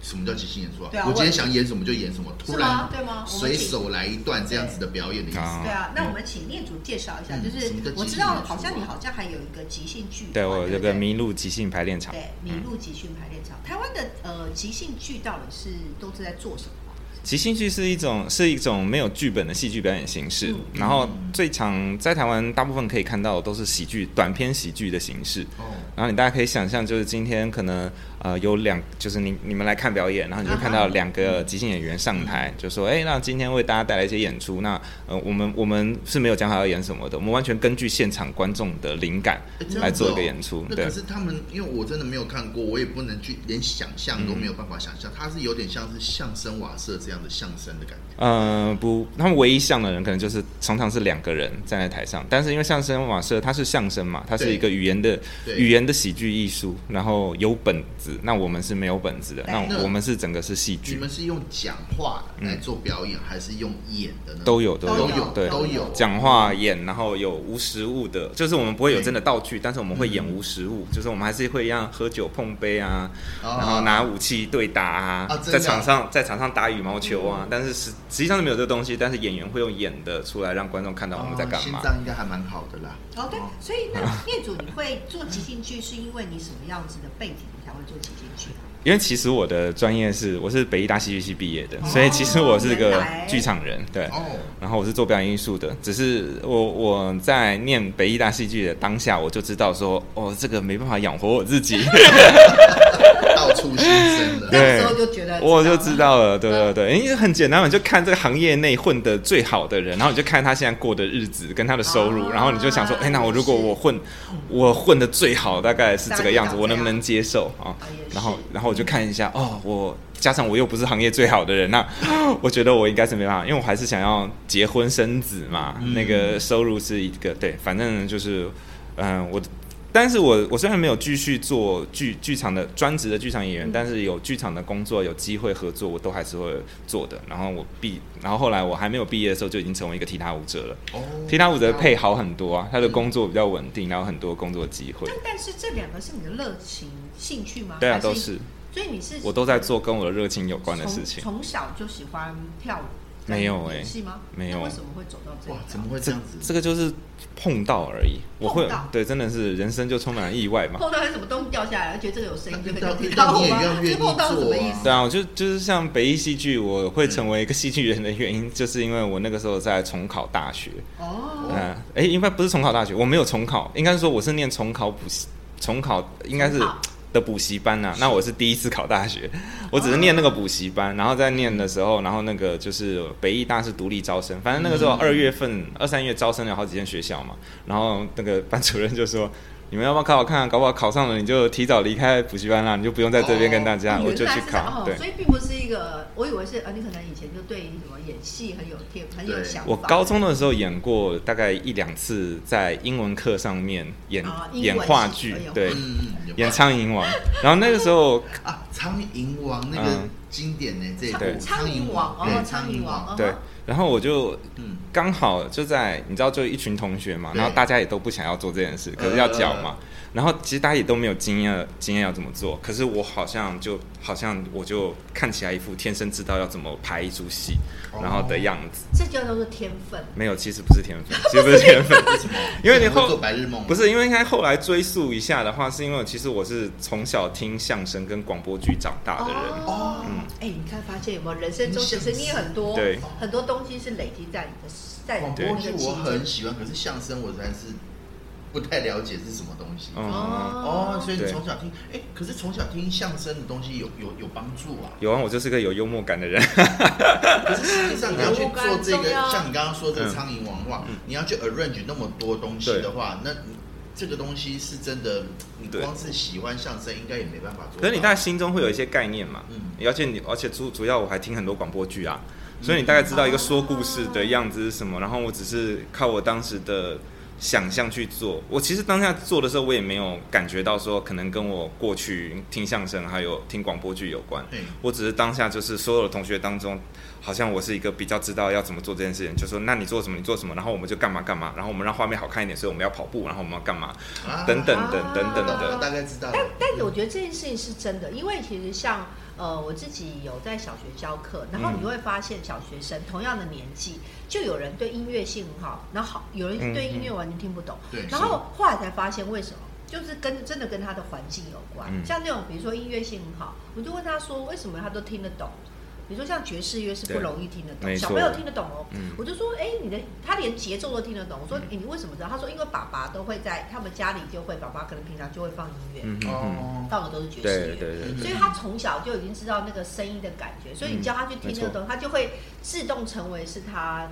Speaker 1: 什么叫即兴演出啊？
Speaker 2: 对啊
Speaker 1: 我今
Speaker 2: 我也
Speaker 1: 天想演什么就演什么，
Speaker 2: 是
Speaker 1: 突然
Speaker 2: 吗对吗我们
Speaker 1: 随
Speaker 2: 请
Speaker 1: 手来一段这样子的表演的意思。
Speaker 3: 啊
Speaker 2: 对啊，那我们请念主介绍一下，
Speaker 1: 嗯
Speaker 2: 就
Speaker 1: 什么叫
Speaker 2: 是我
Speaker 1: 即
Speaker 2: 知
Speaker 1: 兴
Speaker 2: 道
Speaker 1: 演
Speaker 2: 好
Speaker 1: 出
Speaker 2: 像你
Speaker 1: 啊
Speaker 2: 好像还有一个即兴剧团，
Speaker 3: 对我有个
Speaker 2: 不对
Speaker 3: 麋鹿即兴排练场。
Speaker 2: 对麋鹿即兴排练场，台湾的呃即兴剧到底是都是在做什么啊？
Speaker 3: 即兴剧是一种是一种没有剧本的戏剧表演形式，
Speaker 2: 嗯
Speaker 3: 然后最常在台湾大部分可以看到的都是喜剧短篇喜剧的形式。
Speaker 1: 哦，
Speaker 3: 然后你大家可以想象，就是今天可能呃有两，就是你你们来看表演，然后你就看
Speaker 2: 啊
Speaker 3: 到
Speaker 2: 哈
Speaker 3: 两个即兴演员上台，就说哎，那今天为大家带来一些演出。那呃，我们我们是没有讲好要演什么的，我们完全根据现场观众的灵感
Speaker 1: 诶这样子哦
Speaker 3: 来做一个演出。
Speaker 1: 那
Speaker 3: 对
Speaker 1: 可，是他们，因为我真的没有看过，我也不能去连想象
Speaker 3: 嗯
Speaker 1: 都没有办法想象，它是有点像是相声瓦舍这样的相声的感觉。
Speaker 3: 呃，不，他们唯一像的人可能就是常常是两个人站在台上，但是因为相声瓦舍它是相声嘛，它是
Speaker 1: 对
Speaker 3: 一个语言的
Speaker 1: 对
Speaker 3: 语言的喜剧艺术，然后有本子，那我们是没有本子的，
Speaker 2: 对
Speaker 3: 那
Speaker 1: 那
Speaker 3: 我们是整个是戏
Speaker 1: 你
Speaker 3: 剧，嗯
Speaker 1: 们是用讲话来做表演，还是用演的呢？
Speaker 3: 都有
Speaker 2: 都
Speaker 3: 有
Speaker 1: 都有
Speaker 3: 对
Speaker 1: 都有
Speaker 3: 讲话演，然后有无实物的，就是我们不会有真的道具，但是我们会演无实物，就是我们还是会让喝酒碰杯啊，
Speaker 1: 哦
Speaker 3: 然后拿武器对打啊，
Speaker 1: 啊真的
Speaker 3: 在场上在场上打羽毛球啊，但是实实际上是没有这个东西，但是演员会用演的出来让观众看到我们在干
Speaker 1: 哦心
Speaker 3: 嘛。
Speaker 1: 脏应该还蛮好的啦。
Speaker 2: 哦，对，所以那念主你会做即兴剧，是因为你什么样子的背景你才会做即兴剧啊？
Speaker 3: 因为其实我的专业是我是北医大戏剧系毕业的，
Speaker 2: 哦
Speaker 3: 所以其实我是
Speaker 2: 原
Speaker 3: 个
Speaker 2: 来
Speaker 3: 剧场人，对。
Speaker 1: 哦，
Speaker 3: 然后我是做表演艺术的，只是我我在念北医大戏剧的当下，我就知道说，哦，这个没办法养活我自己，
Speaker 1: 到处新生了。
Speaker 3: 对
Speaker 2: 那时候就觉得，
Speaker 3: 我就知。道了，对对对，因为很简单嘛，你就看这个行业内混得最好的人，然后你就看他现在过的日子跟他的收入，
Speaker 2: 啊
Speaker 3: 然后你就想说，哎，那我如果
Speaker 2: 是
Speaker 3: 我混，我混得最好，大概是这个样子，
Speaker 2: 大概
Speaker 3: 我能不能接受啊
Speaker 2: 啊也？是
Speaker 3: 然后然后我就看一下，哦，我加上我又不是行业最好的人，那我觉得我应该是没办法，因为我还是想要结婚生子嘛，
Speaker 1: 嗯
Speaker 3: 那个收入是一个对，反正就是，嗯，我。但是我我虽然没有继续做剧剧场的专职的剧场演员，但是有剧场的工作，有机会合作，我都还是会做的。然后我毕，然后后来我还没有毕业的时候，就已经成为一个踢踏舞者了。
Speaker 1: 哦，
Speaker 3: 踢踏舞者配好很多啊，他的工作比较稳定，然后很多工作机会
Speaker 2: 但。但是这两个是你的热情兴趣吗？
Speaker 3: 对啊，
Speaker 2: 嗯还
Speaker 3: 都是，
Speaker 2: 所以你是
Speaker 3: 我都在做跟我的热情有关的
Speaker 2: 从
Speaker 3: 事情。
Speaker 2: 从小就喜欢跳舞，
Speaker 3: 没有欸
Speaker 2: 是吗？
Speaker 3: 没有
Speaker 2: 那为什么会走到这一
Speaker 1: 哇，怎
Speaker 2: 条
Speaker 1: 么？会这样子？
Speaker 3: 这个就是碰到而已，我会
Speaker 2: 碰到
Speaker 3: 对，真的是人生就充满了意外嘛。
Speaker 2: 碰到还是什么东西掉下来，觉得这个有声音就会
Speaker 1: 那
Speaker 2: 跳
Speaker 1: 遇
Speaker 2: 踢
Speaker 1: 到
Speaker 2: 踏
Speaker 1: 遇
Speaker 2: 舞
Speaker 1: 到
Speaker 2: 吗
Speaker 1: 你也愿？意
Speaker 2: 就碰到什么意
Speaker 1: 做啊
Speaker 2: 思？
Speaker 3: 对啊，我就就是像北艺戏剧，我会成为一个戏剧人的原因，就是因为我那个时候在重考大学。
Speaker 1: 啊
Speaker 3: 嗯、
Speaker 2: 哦，
Speaker 3: 哎、应该不是重考大学，我没有重考，应该是说我是念重考补习，重考应该是
Speaker 2: 重考
Speaker 3: 的补习班呐、那我是第一次考大学，我只是念那个补习班，然后在念的时候，然后那个就是北艺大是独立招生，反正那个
Speaker 2: 嗯
Speaker 3: 时候二月份、二三月招生了好几间学校嘛，然后那个班主任就说。你们要不要考考看、啊？搞不好考上了你就提早离开补习班啦，你就不用在这边跟大家，
Speaker 2: 哦
Speaker 3: 我就去
Speaker 2: 原来是这样
Speaker 3: 考。
Speaker 2: 哦
Speaker 3: 对，
Speaker 2: 所以并不是一个，我以为是呃，你可能以前就对什么演戏很有天，很有
Speaker 1: 对
Speaker 2: 想法。
Speaker 3: 我高中的时候演过大概一两次在英文课上面演、
Speaker 2: 啊英文
Speaker 3: 演话
Speaker 2: 戏
Speaker 3: 剧
Speaker 2: 哎呦，
Speaker 3: 对，
Speaker 1: 嗯，有
Speaker 3: 演《苍蝇王》，然后那个时候
Speaker 1: 啊，《苍蝇王》那个
Speaker 3: 嗯
Speaker 1: 经典呢，这一部
Speaker 3: 对
Speaker 1: 《
Speaker 2: 苍蝇王，
Speaker 1: 对
Speaker 2: 哦，
Speaker 1: 《
Speaker 2: 苍蝇王，，
Speaker 3: 对
Speaker 2: 嗯，
Speaker 3: 然后我就
Speaker 1: 嗯，
Speaker 3: 刚好就在你知道，就一群同学嘛，
Speaker 1: 对
Speaker 3: 然后大家也都不想要做这件事，
Speaker 2: 呃
Speaker 3: 可是要缴嘛，然后其实大家也都没有经验，经验要怎么做，可是我好像就好像我就看起来一副天生知道要怎么排一出戏，
Speaker 2: 哦
Speaker 3: 然后的样子。
Speaker 2: 这就叫做天分。
Speaker 3: 没有，其实不是天 分，其实不是天
Speaker 2: 哦
Speaker 3: 分， 因为你
Speaker 1: 会
Speaker 3: 后
Speaker 1: 做白日梦吗，
Speaker 3: 不是，因为应该后来追溯一下的话，是因为其实我是从小听相声跟广播剧长大的人，
Speaker 2: 哦，哎，你看发现有没有？人生中其实你有很多
Speaker 3: 对
Speaker 2: 很多东西是累积在你的在
Speaker 1: 广
Speaker 2: 你
Speaker 1: 播
Speaker 2: 的
Speaker 1: 剧，
Speaker 2: 那个
Speaker 1: 我
Speaker 2: 期
Speaker 1: 很
Speaker 2: 间。
Speaker 1: 喜欢，可是相声我还是不太了解是什么东西。
Speaker 3: 嗯
Speaker 1: 哦，所以你
Speaker 3: 对
Speaker 1: 从小听，哎，可是从小听相声的东西有有有帮助 啊。
Speaker 3: 有啊，我就是个有幽默感的人。
Speaker 1: 可是实际上你要去做这
Speaker 2: 幽默感很重
Speaker 1: 个
Speaker 2: 啊要，
Speaker 1: 像你刚刚说这个
Speaker 3: 嗯
Speaker 1: 苍蝇王的话，你要去 arrange 那么多东西的话，那你这个东西是真的，你
Speaker 3: 对
Speaker 1: 光是喜欢相声应该也没办法做到。
Speaker 3: 可是你大概心中会有一些概念嘛，
Speaker 1: 嗯
Speaker 3: 而且你而且主主要我还听很多广播剧啊，
Speaker 1: 嗯
Speaker 3: 所以你大概知道一个说故事的样子是什么。然后我只是靠我当时的想象去做。我其实当下做的时候，我也没有感觉到说可能跟我过去听相声还有听广播剧有关。
Speaker 1: 对
Speaker 3: 我只是当下就是所有的同学当中，好像我是一个比较知道要怎么做这件事情，就说那你做什么你做什么，然后我们就干嘛干嘛，然后我们让画面好看一点，所以我们要跑步，然后我们要干嘛
Speaker 1: 啊
Speaker 3: 等等
Speaker 2: 啊
Speaker 3: 等等等
Speaker 1: 懂了
Speaker 3: 的。
Speaker 1: 哦大概知道了
Speaker 3: 嗯
Speaker 2: 但。但我觉得这件事情是真的，因为其实像呃，我自己有在小学教课，然后
Speaker 3: 嗯
Speaker 2: 你会发现小学生同样的年纪，就有人对音乐性很好，然后好有人
Speaker 3: 嗯
Speaker 2: 对音乐完全听不懂，
Speaker 1: 对
Speaker 2: 然后后来才发现为什么。就是跟真的跟他的环境有关，
Speaker 3: 嗯
Speaker 2: 像那种比如说音乐性很好，我就问他说为什么他都听得懂？比如说像爵士乐是不
Speaker 3: 对
Speaker 2: 容易听得懂，
Speaker 3: 没
Speaker 2: 小
Speaker 3: 错
Speaker 2: 朋友听得懂哦。
Speaker 3: 嗯
Speaker 2: 我就说，哎、你的他连节奏都听得懂。我说，哎、你为什么知道？他说，因为爸爸都会在他们家里就会，爸爸可能平常就会放音乐，
Speaker 3: 嗯哼，
Speaker 1: 哦，
Speaker 2: 放的都是爵士乐
Speaker 3: 对对。对，
Speaker 2: 所以他从小就已经知道那个声音的感觉，所以你叫他去听那个东西，他就会自动成为是他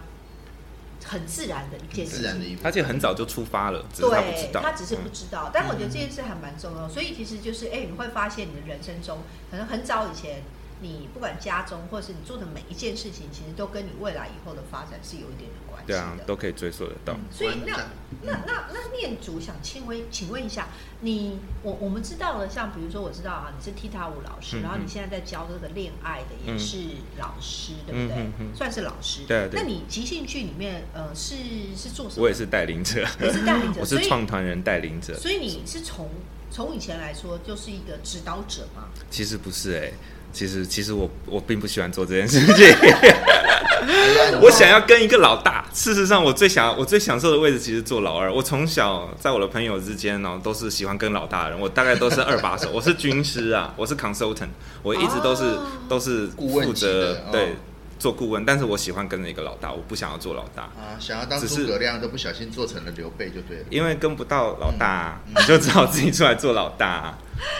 Speaker 2: 很自然的一件事
Speaker 1: 自然的
Speaker 2: 情。
Speaker 1: 一部
Speaker 3: 而
Speaker 1: 分。
Speaker 3: 且很早就出发了，只是他不知
Speaker 2: 对，
Speaker 3: 道，嗯
Speaker 2: 他只是不知道，但我觉得这件事还蛮重要，所以其实就是，哎、你会发现你的人生中，可能很早以前，你不管家中或者是你做的每一件事情，其实都跟你未来以后的发展是有一点点关系
Speaker 3: 对
Speaker 2: 的。
Speaker 3: 啊，都可以追溯得到。
Speaker 2: 所以那
Speaker 1: 观
Speaker 2: 那那那念祖想请问，请问一下，你我我们知道了，像比如说我知道啊，你是踢踏舞老师，
Speaker 3: 嗯
Speaker 2: 然后你
Speaker 3: 嗯
Speaker 2: 现在在教这个恋爱的，也
Speaker 3: 嗯
Speaker 2: 是老师，对不对？
Speaker 3: 嗯嗯嗯
Speaker 2: 算是老师。
Speaker 3: 对啊对
Speaker 2: 那你即兴剧里面，呃，是是做什么？
Speaker 3: 我也是，带领者，
Speaker 2: 也是带领者，
Speaker 3: 我
Speaker 2: 所
Speaker 3: 是
Speaker 2: 以
Speaker 3: 创团人带领者。
Speaker 2: 所以你是从从以前来说就是一个指导者嘛？
Speaker 3: 其实不是哎、其实其实我我并不喜欢做这件事 情，
Speaker 1: 观
Speaker 3: 我想要跟一个老大。事实上，我最想我最享受的位置其实做老二。我从小在我的朋友之间呢、都是喜欢跟老大的人。我大概都是二把 手，我是军师啊，我是 consultant，我一直都是、
Speaker 2: 哦
Speaker 3: 都是
Speaker 1: 顾问
Speaker 3: 负责
Speaker 1: 级的哦
Speaker 3: 对做顾问，但是我喜欢跟着一个老大，我不想要做老大。
Speaker 1: 啊，想要当
Speaker 3: 只
Speaker 1: 诸
Speaker 3: 是
Speaker 1: 葛亮都不小心做成了刘备就对了。
Speaker 3: 因为跟不到老大啊，你就只好自己出来做老大 啊。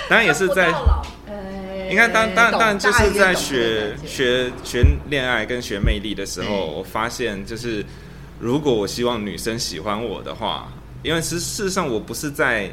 Speaker 3: 当然也是在
Speaker 2: 当嗯不到老，呃，
Speaker 3: 应该当当
Speaker 2: 懂
Speaker 3: 当然就
Speaker 2: 大
Speaker 3: 是
Speaker 2: 约懂
Speaker 3: 在
Speaker 2: 这个
Speaker 3: 学
Speaker 2: 感觉
Speaker 3: 学学恋爱跟学魅力的时候，
Speaker 1: 嗯
Speaker 3: 我发现就是如果我希望女生喜欢我的话，因为事事实上我不是在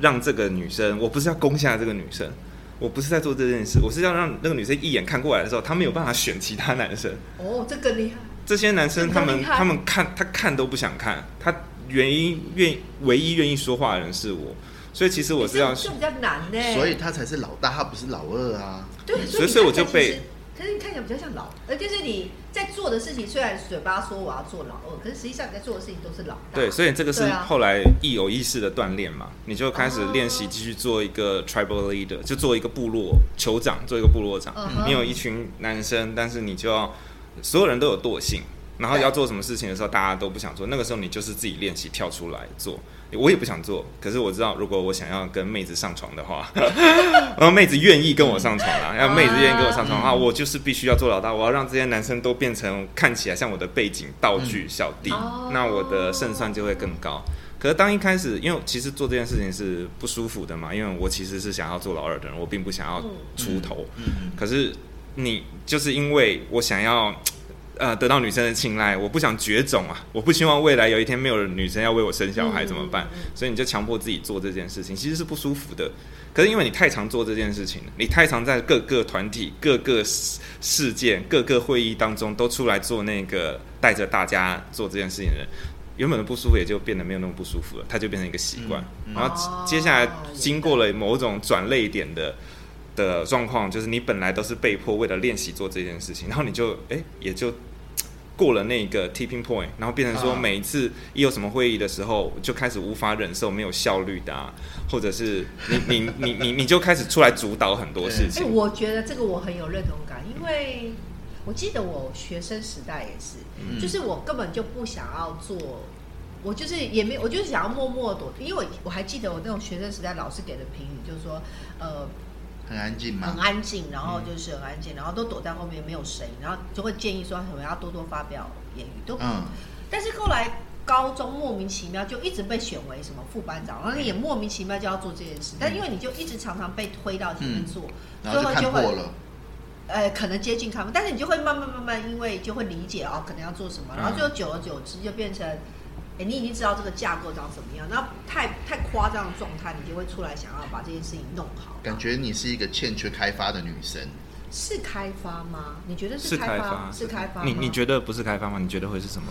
Speaker 3: 让这个女生，我不是要攻下这个女生。我不是在做这件事，我是要让那个女生一眼看过来的时候，她没有办法选其他男生。
Speaker 2: 哦，这更厉害。
Speaker 3: 这些男生
Speaker 2: 你
Speaker 3: 他
Speaker 2: 看
Speaker 3: 们
Speaker 2: 你看
Speaker 3: 他们看他看都不想看，他原因愿唯一愿意说话的人是我，所以其实我是要
Speaker 2: 这这比较难
Speaker 3: 嗯
Speaker 2: 呢、
Speaker 1: 所以他才是老大，他不是老二啊。
Speaker 2: 对，
Speaker 3: 所以
Speaker 2: 你
Speaker 3: 所以我
Speaker 2: 看起来
Speaker 3: 就被
Speaker 2: 其实。可是你看起来比较像老，呃，就是你在做的事情，虽然嘴巴说我要做老二，可是实际上你在做的事情都是老大。
Speaker 3: 对，所以这个是
Speaker 2: 对啊
Speaker 3: 后来一有意识的锻炼嘛，你就开始练习继续做一
Speaker 2: 哦
Speaker 3: 个 tribal leader，就做一个部落酋长，做一个部落长。
Speaker 2: 嗯哼
Speaker 3: 你有一群男生，但是你就要所有人都有惰性，然后要做什么事情的时候，大家都不想做。那个时候你就是自己练习跳出来做。我也不想做，可是我知道，如果我想要跟妹子上床的话， 然后妹子愿意跟我上床啦，要妹子愿意跟我上床的
Speaker 2: 啊
Speaker 3: 话，我就是必须要做老大，我要让这些男生都变成看起来像我的背景道具小弟，
Speaker 2: 哦
Speaker 3: 那我的胜算就会更高。可是当一开始，因为其实做这件事情是不舒服的嘛，因为我其实是想要做老二的人，我并不想要出头。
Speaker 1: 嗯，
Speaker 3: 可是你就是因为我想要。呃，得到女生的青睐，我不想绝种啊！我不希望未来有一天没有女生要为我生小孩，
Speaker 2: 嗯
Speaker 3: 怎么办？
Speaker 2: 嗯
Speaker 3: 所以你就强迫自己做这件事情，其实是不舒服的。可是因为你太常做这件事情了，你太常在各个团体、各个事事件、各个会议当中都出来做那个带着大家做这件事情的人，原本的不舒服也就变得没有那么不舒服了，它就变成一个习惯。
Speaker 1: 嗯嗯
Speaker 3: 然
Speaker 2: 哦
Speaker 3: 后接下来经过了某种转泪点的。的状况就是你本来都是被迫为了练习做这件事情，然后你就哎、也就过了那个 tipping point，然后变成
Speaker 2: 嗯
Speaker 3: 说
Speaker 1: 啊
Speaker 3: 每一次一有什么会议的时候，就开始无法忍受没有效率的、啊，或者是你你你你你就开始出来主导很多事
Speaker 2: 哎、
Speaker 3: 情。
Speaker 2: 我觉得这个我很有认同感，因为我记得我学生时代也是，
Speaker 1: 嗯
Speaker 2: 就是我根本就不想要做，我就是也没，我就是想要默默地躲，因为我我还记得我那种学生时代老师给的评语就是说，呃，
Speaker 1: 很安静嘛
Speaker 2: 很。安静，然后就是很安静，然后都躲在后面没有声音，然后就会建议说什么要多多发表言语，都
Speaker 1: 嗯，
Speaker 2: 但是后来高中莫名其妙就一直被选为什么副班长，然后也莫名其妙就要做这件事，但因为你就一直常常被推到前面做，
Speaker 1: 嗯然后就看
Speaker 2: 最后
Speaker 1: 破
Speaker 2: 就会
Speaker 1: 了。
Speaker 2: 呃可能接近他们，但是你就会慢慢慢慢因为就会理解哦，可能要做什么，
Speaker 1: 嗯
Speaker 2: 然后最后久而久之就变成。哎，你已经知道这个架构长什么样，然后太太夸张的状态，你就会出来想要把这件事情弄好。
Speaker 1: 感觉你是一个欠缺开发的女生，
Speaker 2: 是开发吗？你觉得
Speaker 3: 是
Speaker 2: 开
Speaker 3: 开
Speaker 2: 发？
Speaker 3: 发，
Speaker 2: 是开发吗？
Speaker 3: 你你觉得不是开发吗？你觉得会是什么？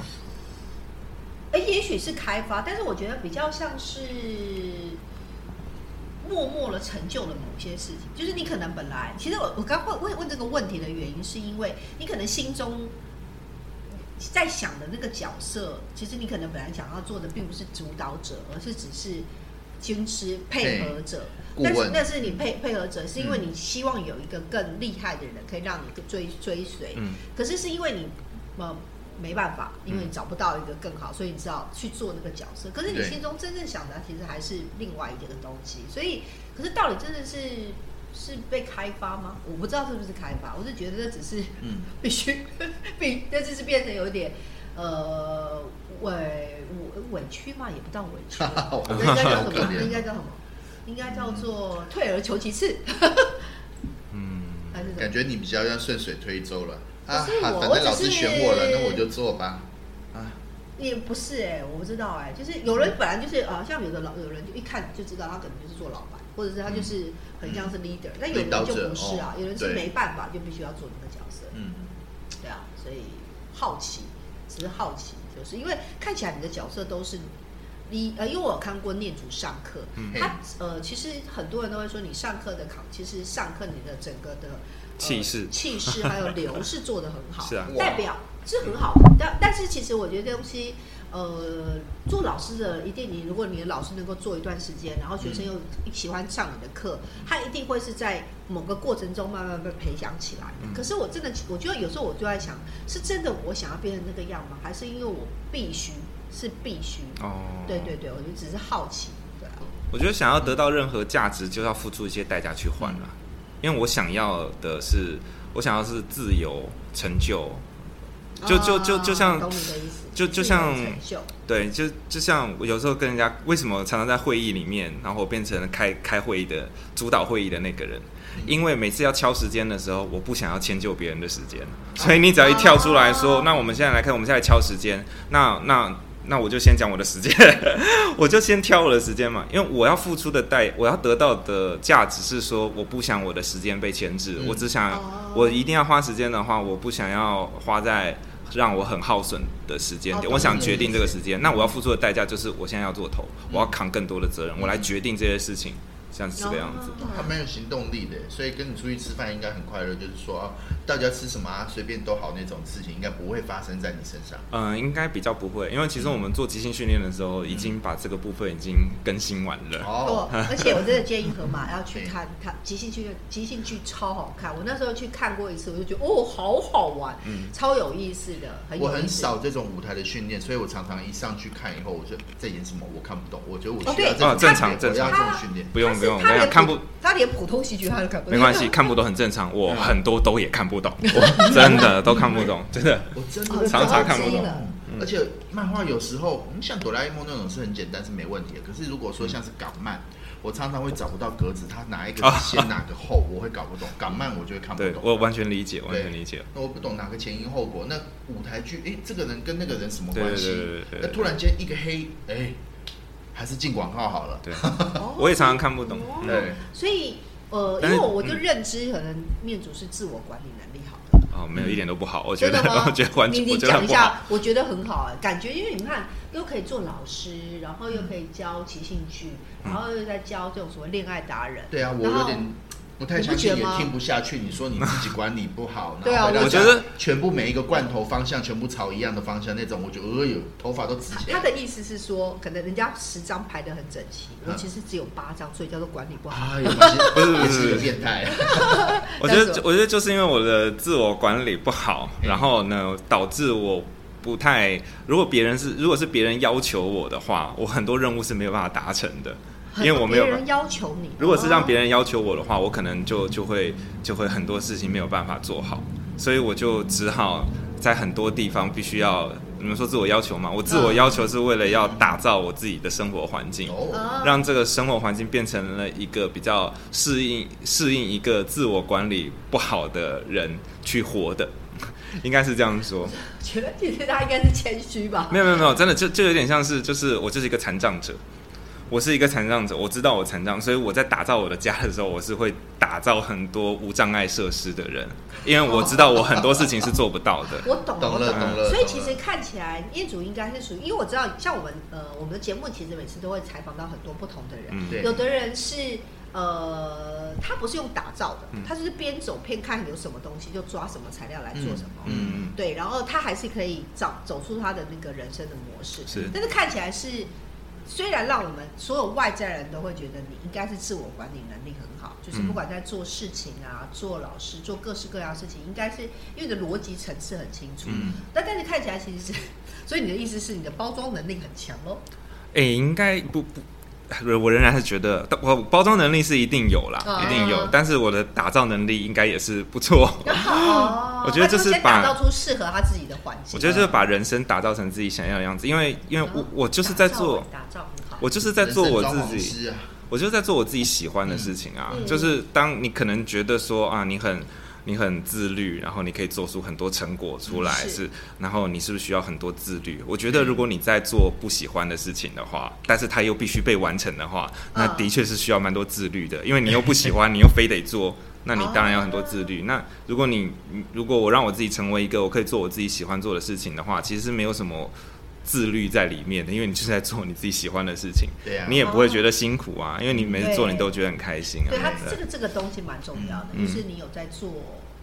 Speaker 2: 哎、也许是开发，但是我觉得比较像是默默的成就了某些事情。就是你可能本来，其实我我刚问问问这个问题的原因，是因为你可能心中嗯在想的那个角色，其实你可能本来想要做的并不是主导者，而是只是军师配合者。
Speaker 1: 顾
Speaker 2: 但是
Speaker 1: 问
Speaker 2: 那是你配配合者，是因为
Speaker 1: 嗯
Speaker 2: 你希望有一个更厉害的人可以让你追追随，
Speaker 3: 嗯
Speaker 2: 可是是因为你呃没办法，因为你
Speaker 3: 嗯
Speaker 2: 找不到一个更好，所以你只好去做那个角色。可是你
Speaker 1: 对
Speaker 2: 心中真正想的其实还是另外一个东西，所以可是到底真的是是被开发吗？我不知道是不是开发，我是觉得这只是
Speaker 1: 嗯，
Speaker 2: 必须必，那就是变成有点呃委委委屈嘛，也不到委 屈
Speaker 1: 我
Speaker 2: 那应该叫什
Speaker 1: 觉得好可
Speaker 2: 么？
Speaker 1: 怜
Speaker 2: 应该叫什么？应该叫做退而求其次，
Speaker 3: 嗯，
Speaker 2: 还是什
Speaker 1: 感
Speaker 2: 么？
Speaker 1: 觉你比较像顺水推舟了啊
Speaker 2: 不是！
Speaker 1: 好
Speaker 2: 我
Speaker 1: 反
Speaker 2: 我
Speaker 1: 正
Speaker 2: 只
Speaker 1: 老师
Speaker 2: 是
Speaker 1: 选我了，那我就做吧。啊，
Speaker 2: 也不是哎、我不知道哎、就是有人本来就是啊、呃像有的老有人就一看就知道他可能就是做老板，或者是他就是很像是 leader，但有人就不是啊，
Speaker 1: 领导者哦
Speaker 2: 有人是
Speaker 1: 对
Speaker 2: 没办法就必须要做那个角色。
Speaker 1: 嗯，
Speaker 2: 对啊，所以好奇，只是好奇，就是因为看起来你的角色都是你呃，因为我有看过念祖上课，
Speaker 3: 嗯
Speaker 2: 他呃，其实很多人都会说你上课的考，其实上课你的整个的、呃
Speaker 3: 气势
Speaker 2: 气势还有流是做的很好，
Speaker 3: 是啊
Speaker 1: 哇
Speaker 2: 代表是很好，但但是其实我觉得东西。呃，做老师的一定你，如果你的老师能够做一段时间，然后学
Speaker 3: 嗯
Speaker 2: 生又喜欢上你的课，他一定会是在某个过程中慢慢被培养起来的。
Speaker 3: 嗯
Speaker 2: 可是我真的，我觉得有时候我就在想，是真的我想要变成那个样吗？还是因为我必须是必须？
Speaker 3: 哦，
Speaker 2: 对对对，我就只是好奇，对啊，
Speaker 3: 我觉得想要得到任何价值，就要付出一些代价去换啦。因为我想要的是，我想要是自由、成就，就就就就像
Speaker 2: 啊懂你的意思，
Speaker 3: 就就像
Speaker 2: 自由成就
Speaker 3: 对，就就像我有时候跟人家，为什么常常在会议里面，然后我变成开开会议的主导会议的那个人？
Speaker 2: 嗯
Speaker 3: 因为每次要敲时间的时候，我不想要迁就别人的时间，所以你只要一跳出来说，
Speaker 2: 哦
Speaker 3: 那我们现在来看，我们现在敲时间，那那那我就先讲我的时间， 我就先挑我的时间嘛，因为我要付出的代，我要得到的价值是说，我不想我的时间被牵制，
Speaker 1: 嗯
Speaker 3: 我只想
Speaker 2: 哦
Speaker 3: 我一定要花时间的话，我不想要花在让我很耗损的时间点，
Speaker 2: 哦
Speaker 3: 我想
Speaker 2: 懂
Speaker 3: 决
Speaker 2: 你的
Speaker 3: 定
Speaker 2: 意
Speaker 3: 这个时间，那我要付出的代价就是我现在要做头，我要扛更多的责任，我来
Speaker 1: 嗯
Speaker 3: 决定这些事情，像是这个样子。
Speaker 2: 哦
Speaker 1: 他蛮有行动力的，所以跟你出去吃饭应该很快乐。就是说，啊到底要吃什么啊，随便都好那种事情，应该不会发生在你身上。
Speaker 3: 嗯，应该比较不会，因为其实我们做即兴训练的时候，已经把这个部分已经更新完了。
Speaker 1: 哦，
Speaker 2: 对，而且我真的建议河马要去看看即兴剧，即兴剧超好看。我那时候去看过一次，我就觉得哦，好好玩，
Speaker 3: 嗯
Speaker 2: 超有意思的，很
Speaker 1: 我
Speaker 2: 有意
Speaker 1: 很
Speaker 2: 思。
Speaker 1: 少这种舞台的训练，所以我常常一上去看以后，我就在演什么我看不懂，我觉得我需要
Speaker 2: 哦
Speaker 1: 这
Speaker 2: 对
Speaker 1: 种、
Speaker 3: 哦正常
Speaker 1: 我要
Speaker 3: 正
Speaker 1: 这
Speaker 2: 常
Speaker 1: 种训练。
Speaker 3: 不用
Speaker 2: 他是
Speaker 3: 不用，我
Speaker 2: 他
Speaker 3: 跟你
Speaker 2: 连
Speaker 3: 讲看不，
Speaker 2: 他连普通喜剧他都看不懂，
Speaker 3: 没关系，
Speaker 2: 哦。
Speaker 3: 看不懂很正常。我
Speaker 2: 嗯
Speaker 3: 很多都也看不 懂，我真的都看不懂，真的。
Speaker 1: 我真的
Speaker 2: 我
Speaker 1: 不
Speaker 3: 啊常嗯常
Speaker 2: 知道
Speaker 3: 看不
Speaker 2: 这一
Speaker 3: 懂
Speaker 2: 了
Speaker 1: 而且漫画有时候，嗯，像哆啦 A 梦那种是很简单，是没问题的。可是如果说像是港漫，
Speaker 3: 嗯
Speaker 1: 我常常会找不到格子，它哪一个是 先哪个后，我会搞不懂。港漫我就会看不
Speaker 3: 对
Speaker 1: 懂。
Speaker 3: 我完全理解，完
Speaker 1: 对
Speaker 3: 全理解。
Speaker 1: 那我不懂哪个前因后果。那舞台剧，哎、这个人跟那个人什么
Speaker 3: 对
Speaker 1: 关系
Speaker 3: 对对对对？
Speaker 1: 那突然间一个黑，哎、还是进广告好了。
Speaker 3: 对，
Speaker 2: 哦
Speaker 3: 我也常常看不懂。
Speaker 2: 哦
Speaker 1: 对
Speaker 2: 所以呃，因
Speaker 3: 但是
Speaker 2: 为我就
Speaker 3: 嗯
Speaker 2: 认知可能念祖是自我管理能力好的。
Speaker 3: 哦，没有
Speaker 1: 嗯
Speaker 3: 一点都不好，我觉
Speaker 2: 真
Speaker 3: 得
Speaker 2: 的吗？，
Speaker 3: 我觉得完全，
Speaker 2: 你
Speaker 3: 我
Speaker 2: 你
Speaker 3: 觉得
Speaker 2: 讲
Speaker 3: 很
Speaker 2: 一
Speaker 3: 不好。
Speaker 2: 下，我觉得很好哎、感觉因为你看又可以做老师，然后又可以教即兴剧，
Speaker 3: 嗯
Speaker 2: 然后又在教这种什么恋爱达人。
Speaker 1: 对啊，我
Speaker 2: 然后
Speaker 1: 有点不太
Speaker 2: 你不
Speaker 1: 相信，
Speaker 2: 觉
Speaker 1: 也
Speaker 2: 吗
Speaker 1: 听不下去。你说你自己管理不 好，
Speaker 2: 对
Speaker 1: 然
Speaker 2: 啊
Speaker 1: 后回到
Speaker 3: 我
Speaker 1: 家
Speaker 3: 觉得
Speaker 1: 全部每一个罐头方向全部朝一样的方向那种，我觉得哎呦，头发都直
Speaker 2: 他
Speaker 1: 起
Speaker 2: 他
Speaker 1: 来。
Speaker 2: 的意思是说，可能人家十张排的很整齐，我
Speaker 1: 嗯
Speaker 2: 其实只有八张，所以叫做管理不好。
Speaker 1: 哎呦，我其实
Speaker 3: 不是不是
Speaker 1: 也是一个
Speaker 3: 不是
Speaker 1: 变 态。
Speaker 3: 我觉得
Speaker 2: 但是
Speaker 3: 就，我觉得就是因为我的自我管理不好，
Speaker 1: 嗯
Speaker 3: 然后呢，导致我不太，如果别人是如果是别人要求我的话，我很多任务是没有办法达成的，因为我没有
Speaker 2: 别
Speaker 3: 办
Speaker 2: 人要求你，
Speaker 3: 如果是让别
Speaker 2: 人
Speaker 3: 人要求我的话，我可能就就会就会很多事情没有办法做好，所以我就只好在很多地方必须要你们说自我要求嘛，我自我
Speaker 2: 嗯
Speaker 3: 要求是为了要打造我自己的生活环境，
Speaker 1: 哦，
Speaker 3: 让这个生活环境变成了一个比较适应适应一个自我管理不好的人去活的， 应该是这样说。
Speaker 2: 觉得其实他应该是谦虚 吧。
Speaker 3: 没有没有没有，真的就就有点像是就是我就是一个残障者，我是一个残障者，我知道我残障，所以我在打造我的家的时候，我是会打造很多无障碍设施的人，因为我知道我很多事情是做不到 的。
Speaker 2: 我懂，
Speaker 1: 懂
Speaker 2: 我
Speaker 1: 了
Speaker 2: 懂
Speaker 1: 懂了
Speaker 2: 所以
Speaker 1: 懂
Speaker 2: 其
Speaker 1: 了
Speaker 2: 实看起来，业主应该是属于，因为我知道，像我们呃，我们的节目其实每次都会采访到很多不同的人，
Speaker 3: 嗯
Speaker 1: 对
Speaker 2: 有的人是呃，他不是用打造的，
Speaker 3: 嗯
Speaker 2: 他就是边走边看有什么东西就抓什么材料来做什么。
Speaker 3: 嗯，
Speaker 2: 对，然后他还是可以找走出他的那个人生的模式，
Speaker 3: 是
Speaker 2: 但是看起来是虽然让我们所有外在人都会觉得你应该是自我管理能力很好，
Speaker 3: 嗯
Speaker 2: 就是不管在做事情啊、做老师、做各式各样的事情，应该是因为你的逻辑层次很清楚。
Speaker 3: 嗯
Speaker 2: 那但是看起来其实是， 所以你的意思是你的包装能力很强 喽？
Speaker 3: 哎、应该不不，我仍然是觉得我包装能力是一定有啦，
Speaker 2: 嗯
Speaker 3: 一定有
Speaker 2: 嗯，
Speaker 3: 但是我的打造能力应该也是不错。
Speaker 2: 哦
Speaker 3: 我觉得这
Speaker 2: 他
Speaker 3: 是
Speaker 2: 就先
Speaker 3: 把
Speaker 2: 打造出适合他自己的环境。啊
Speaker 3: 我觉得就是把人生打造成自己想要的样子，因为因为我我就是在做，
Speaker 2: 打造欸很好。
Speaker 3: 我就是在做我自
Speaker 1: 人
Speaker 3: 己，
Speaker 1: 生装潢师啊，
Speaker 3: 我就是在做我自己喜欢的事情啊。
Speaker 2: 嗯
Speaker 3: 就是当你可能觉得说啊，你很你很自律，然后你可以做出很多成果出来，
Speaker 2: 嗯是嗯
Speaker 3: 然后你是不是需要很多自律？我觉得如果你在做不喜欢的事情的话，但是它又必须被完成的话，
Speaker 2: 啊
Speaker 3: 那的确是需要蛮多自律的，因为你又不 喜欢，你又非得做。那你当然要很多自
Speaker 2: 哦
Speaker 3: 律。那如果你你如果我让我自己成为一个我可以做我自己喜欢做的事情的话，其实是没有什么自律在里面的，因为你就是在做你自己喜欢的事情。
Speaker 1: 对啊，
Speaker 3: 你也不会觉得辛苦啊，因为你每次做你都觉得很开心啊。
Speaker 2: 哦嗯对他这
Speaker 3: 对
Speaker 2: 个这个东西蛮重要的，
Speaker 3: 嗯
Speaker 2: 就是你有在做，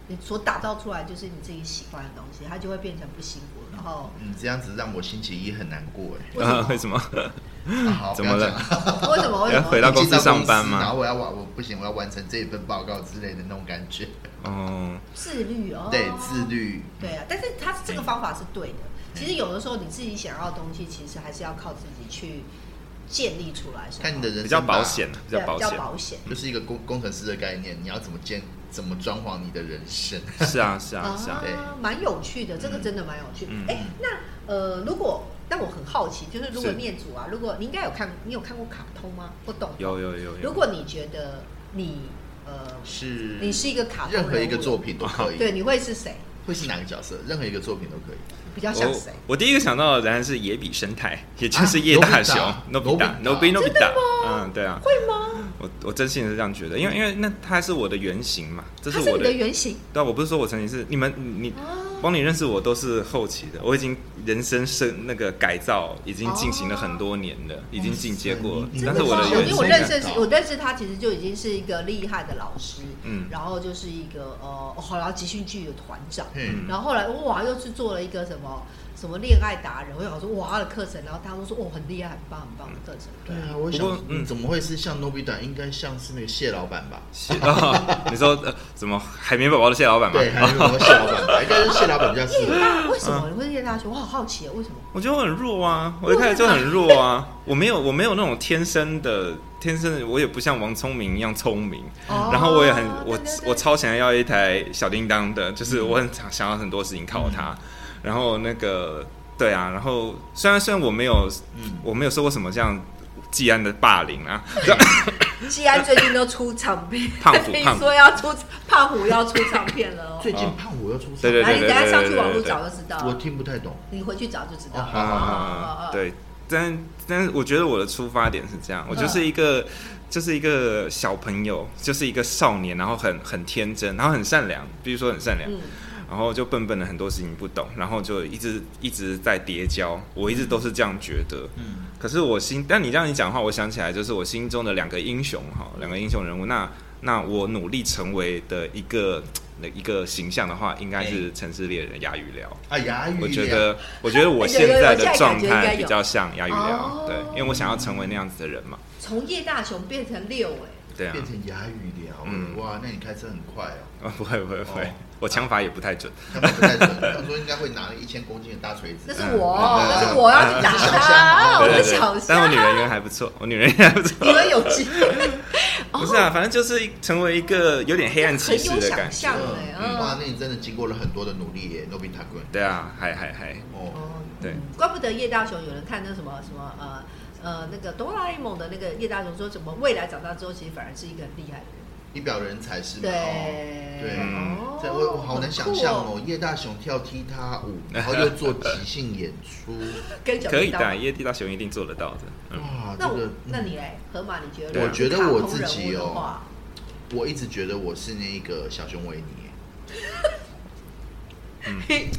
Speaker 2: 你所打造出来就是你自己喜欢的东西，它就会变成不辛苦，然 后
Speaker 1: 你嗯这样子让我星期一很难过哎、
Speaker 2: 为什
Speaker 3: 啊
Speaker 2: 么
Speaker 3: 为什么？
Speaker 1: 啊好，
Speaker 3: 怎么了
Speaker 1: 不要讲？
Speaker 2: 为什么为什
Speaker 3: 要
Speaker 2: 么
Speaker 3: 回到公司上班
Speaker 1: 然
Speaker 3: 吗？
Speaker 1: 后我要完，我不行，我要完成这一份报告之类的那种感觉。
Speaker 3: 哦，
Speaker 2: 自律哦？
Speaker 1: 对，自律。
Speaker 2: 对啊，但是他这个
Speaker 3: 嗯
Speaker 2: 方法是对的。其实有的时候你自己想要的东西，其实还是要靠自己去建立出来。是吧
Speaker 1: 看你的人生
Speaker 3: 比较
Speaker 1: 吧
Speaker 3: 保险，啊，比
Speaker 2: 对
Speaker 3: 较
Speaker 2: 啊
Speaker 3: 保
Speaker 2: 比较
Speaker 3: 险。
Speaker 2: 保险。
Speaker 1: 就是一个工工程师的概念，你要怎么建，怎么装潢你的人生。
Speaker 3: 是啊，是
Speaker 2: 哦
Speaker 3: 啊，是啊。
Speaker 1: 对
Speaker 2: 蛮有趣的，这个真的蛮有趣
Speaker 3: 嗯。
Speaker 2: 哎、那呃，如果但我很好奇，就是如果
Speaker 3: 是
Speaker 2: 念祖啊，如果你应该有看，你有看过卡通吗？不懂。
Speaker 3: 有有有有。
Speaker 2: 如果你觉得你呃，
Speaker 1: 是，
Speaker 2: 你是一个卡通
Speaker 1: 任何一个
Speaker 2: 人物
Speaker 1: 作品 都可以，
Speaker 2: 对，，你会是谁？
Speaker 1: 会是哪个角色？任何一个作品都可以。嗯
Speaker 2: 比较像
Speaker 3: 我
Speaker 2: 谁？啊
Speaker 3: 我第一个想到的仍然是野比生态，也就是叶大 雄
Speaker 1: 啊，
Speaker 3: 诺比达，
Speaker 1: 诺
Speaker 3: 诺
Speaker 1: 比
Speaker 3: 比
Speaker 1: 达
Speaker 3: 诺比达。嗯，对啊，
Speaker 2: 会吗？
Speaker 3: 我我真心是这样觉得，因为因为那他是我的原型嘛，这
Speaker 2: 他
Speaker 3: 是
Speaker 2: 是
Speaker 3: 我
Speaker 2: 你
Speaker 3: 的
Speaker 2: 的。原型
Speaker 3: 对啊，我不是说我曾经是你们你
Speaker 2: 哦
Speaker 3: 帮你认识我都是后期的，我已经人生生那个改造已经进行了很多年了，已经进阶过了
Speaker 1: 哇塞你。
Speaker 3: 但
Speaker 1: 这
Speaker 3: 嗯是
Speaker 1: 个
Speaker 3: 我的
Speaker 1: 好
Speaker 2: 因
Speaker 3: 原
Speaker 2: 为
Speaker 3: 型啊
Speaker 2: 我
Speaker 1: 感
Speaker 2: 哦认识
Speaker 1: 到
Speaker 2: 我认识他，其实就已经是一个厉害的老师，
Speaker 3: 嗯
Speaker 2: 然后就是一个呃，哦好，然后集训剧的团长，
Speaker 1: 嗯，
Speaker 2: 然后后来哇，又去做了一个什么什么恋爱达人，我想说哇他的课程，然后大家都说哦很厉害，很棒很棒的课程，
Speaker 1: 对啊，我
Speaker 3: 不
Speaker 1: 想
Speaker 3: 过
Speaker 1: 说，
Speaker 3: 嗯
Speaker 1: 嗯，怎么会是像 n o b i 应该像是那个蟹老板吧？
Speaker 3: 蟹啊， 你说呃，什么海绵宝宝的蟹老板吗？
Speaker 1: 对，还是什么蟹老板吧？应该是蟹老板比较适
Speaker 2: 叶
Speaker 1: 合。
Speaker 2: 哎大为什
Speaker 3: 嗯
Speaker 2: 么你会叶大学？我好好奇，为什么？
Speaker 3: 我觉得我很弱啊，我一开始就很弱啊，我没有我没有那种天生的天生的，我也不像王聪明一样聪明，
Speaker 2: 哦
Speaker 3: 嗯然后我也很
Speaker 2: 对
Speaker 3: 我
Speaker 2: 对对嗯
Speaker 3: 我超想要一台小叮当的，就是我很想想要很多事情靠它，然后那个对啊，然后虽然虽然我没有
Speaker 1: 嗯，
Speaker 3: 我没有受过什么像季安的霸凌啊，，
Speaker 2: 西安最近都出唱片
Speaker 3: 胖虎
Speaker 2: 听
Speaker 3: 胖虎
Speaker 2: 说要出胖虎要出唱片 了哦。
Speaker 1: 最近胖虎又出场，
Speaker 3: 嗯对对
Speaker 2: 来，
Speaker 3: 对
Speaker 2: 你等一下上去网络找就知道
Speaker 1: 我
Speaker 2: 了，
Speaker 1: 听不太懂。
Speaker 2: 你回去找就知道了。
Speaker 1: 哦好好好
Speaker 2: 好好，
Speaker 3: 对，但但是我觉得我的出发点是这
Speaker 2: 嗯
Speaker 3: 样，我就是一个、就是一个小朋友，就是一个少年，然后很很天真，然后很善良，比如说很善良，
Speaker 2: 嗯
Speaker 3: 然后就笨笨的很多事情不懂，然后就一直一直在叠交，我一直都是这样觉得。
Speaker 1: 嗯，
Speaker 3: 可是我心，但你这样一讲话，我想起来就是我心中的两个英雄哈，两个英雄人物。那那我努力成为的一个一个形象的话，应该是《城市猎人》亚语聊。
Speaker 1: 啊，牙语，
Speaker 3: 我觉得，我觉得我现在的状态比较像亚语
Speaker 2: 哦
Speaker 3: 聊，对，因为我想要成为那样子的人嘛，
Speaker 2: 从叶大雄变成六哎，
Speaker 3: 对啊
Speaker 1: 变，成牙语聊了，
Speaker 3: 嗯
Speaker 1: 哇，那你开车很快哦。
Speaker 3: 啊不会不会不会
Speaker 1: 哦，
Speaker 3: 我枪法也不太准，
Speaker 1: 他们不太准，他们说应该会拿了一千公斤的大锤
Speaker 2: 那
Speaker 1: 子。
Speaker 2: 是我，
Speaker 1: 嗯
Speaker 2: 那是我要去打他，
Speaker 1: 哦
Speaker 2: 我
Speaker 3: 对
Speaker 2: 是
Speaker 3: 对对
Speaker 2: 小，
Speaker 3: 但我女人
Speaker 2: 虾，
Speaker 3: 缘还不错，我女人缘还不错，
Speaker 2: 你们有机会，
Speaker 3: 不是啊，反正就是成为一个有点黑暗骑
Speaker 2: 很
Speaker 3: 士
Speaker 2: 有
Speaker 3: 的感
Speaker 2: 想
Speaker 3: 觉，
Speaker 2: 象哎，
Speaker 1: 嗯，哇，
Speaker 2: 嗯，
Speaker 1: 那你真的经过了很多的努力耶，诺比塔棍。
Speaker 3: 对啊，还还还，
Speaker 1: 哦，
Speaker 2: 哦
Speaker 3: 对，
Speaker 2: 怪不得叶大雄有人看那什么什么呃呃那个哆啦 A 梦的那个叶大雄说什么未来长大之后其实反而是一个很厉害的人，
Speaker 1: 一表人才是吗？
Speaker 2: 对
Speaker 1: 哦对
Speaker 3: 嗯
Speaker 2: 哦
Speaker 1: 这我我好难想象哦，叶大雄跳踢踏 舞，然后又做即兴演出，
Speaker 2: 跟小叮当
Speaker 3: 可以的，因为地大雄一定做得到的，嗯，
Speaker 1: 哇，
Speaker 2: 那
Speaker 1: 啊这
Speaker 2: 我
Speaker 1: 个，
Speaker 2: 那你嘞，河马，你觉得？
Speaker 3: 我
Speaker 1: 觉得我自己哦
Speaker 2: 卡通人物的话，
Speaker 1: 我一直觉得我是那个小熊维尼耶，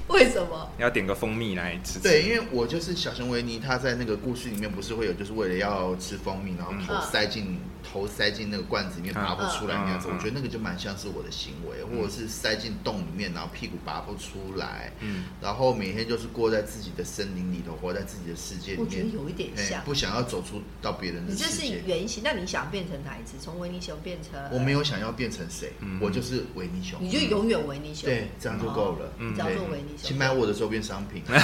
Speaker 2: 为什么？
Speaker 3: 要点个蜂蜜来吃吃。
Speaker 1: 对，因为我就是小熊维尼，他在那个故事里面不是会有，就是为了要吃蜂蜜，然后头
Speaker 2: 嗯
Speaker 1: 塞进、头塞进那个罐子里面
Speaker 3: 嗯
Speaker 1: 拔不出来那样子。
Speaker 3: 嗯嗯
Speaker 1: 我觉得那个就蛮像是我的行为，或者是塞进洞里面，然后屁股拔不出来，
Speaker 3: 嗯
Speaker 1: 然后每天就是过在自己的森林里头，活在自己的世界里
Speaker 2: 我觉得
Speaker 1: 面，
Speaker 2: 有一点
Speaker 1: 哎
Speaker 2: 像。
Speaker 1: 不想要走出到别人的
Speaker 2: 你这
Speaker 1: 世
Speaker 2: 是
Speaker 1: 界。
Speaker 2: 原型，那你想变成哪一只？从维尼熊变成？
Speaker 1: 我没有想要变成谁，
Speaker 3: 嗯
Speaker 1: 我就是维尼熊。
Speaker 2: 你就永远维尼熊。
Speaker 1: 对，这样就够了。
Speaker 2: 哦
Speaker 3: 嗯
Speaker 2: 你只要做维尼熊。
Speaker 1: 请买我的周边商品。
Speaker 2: 那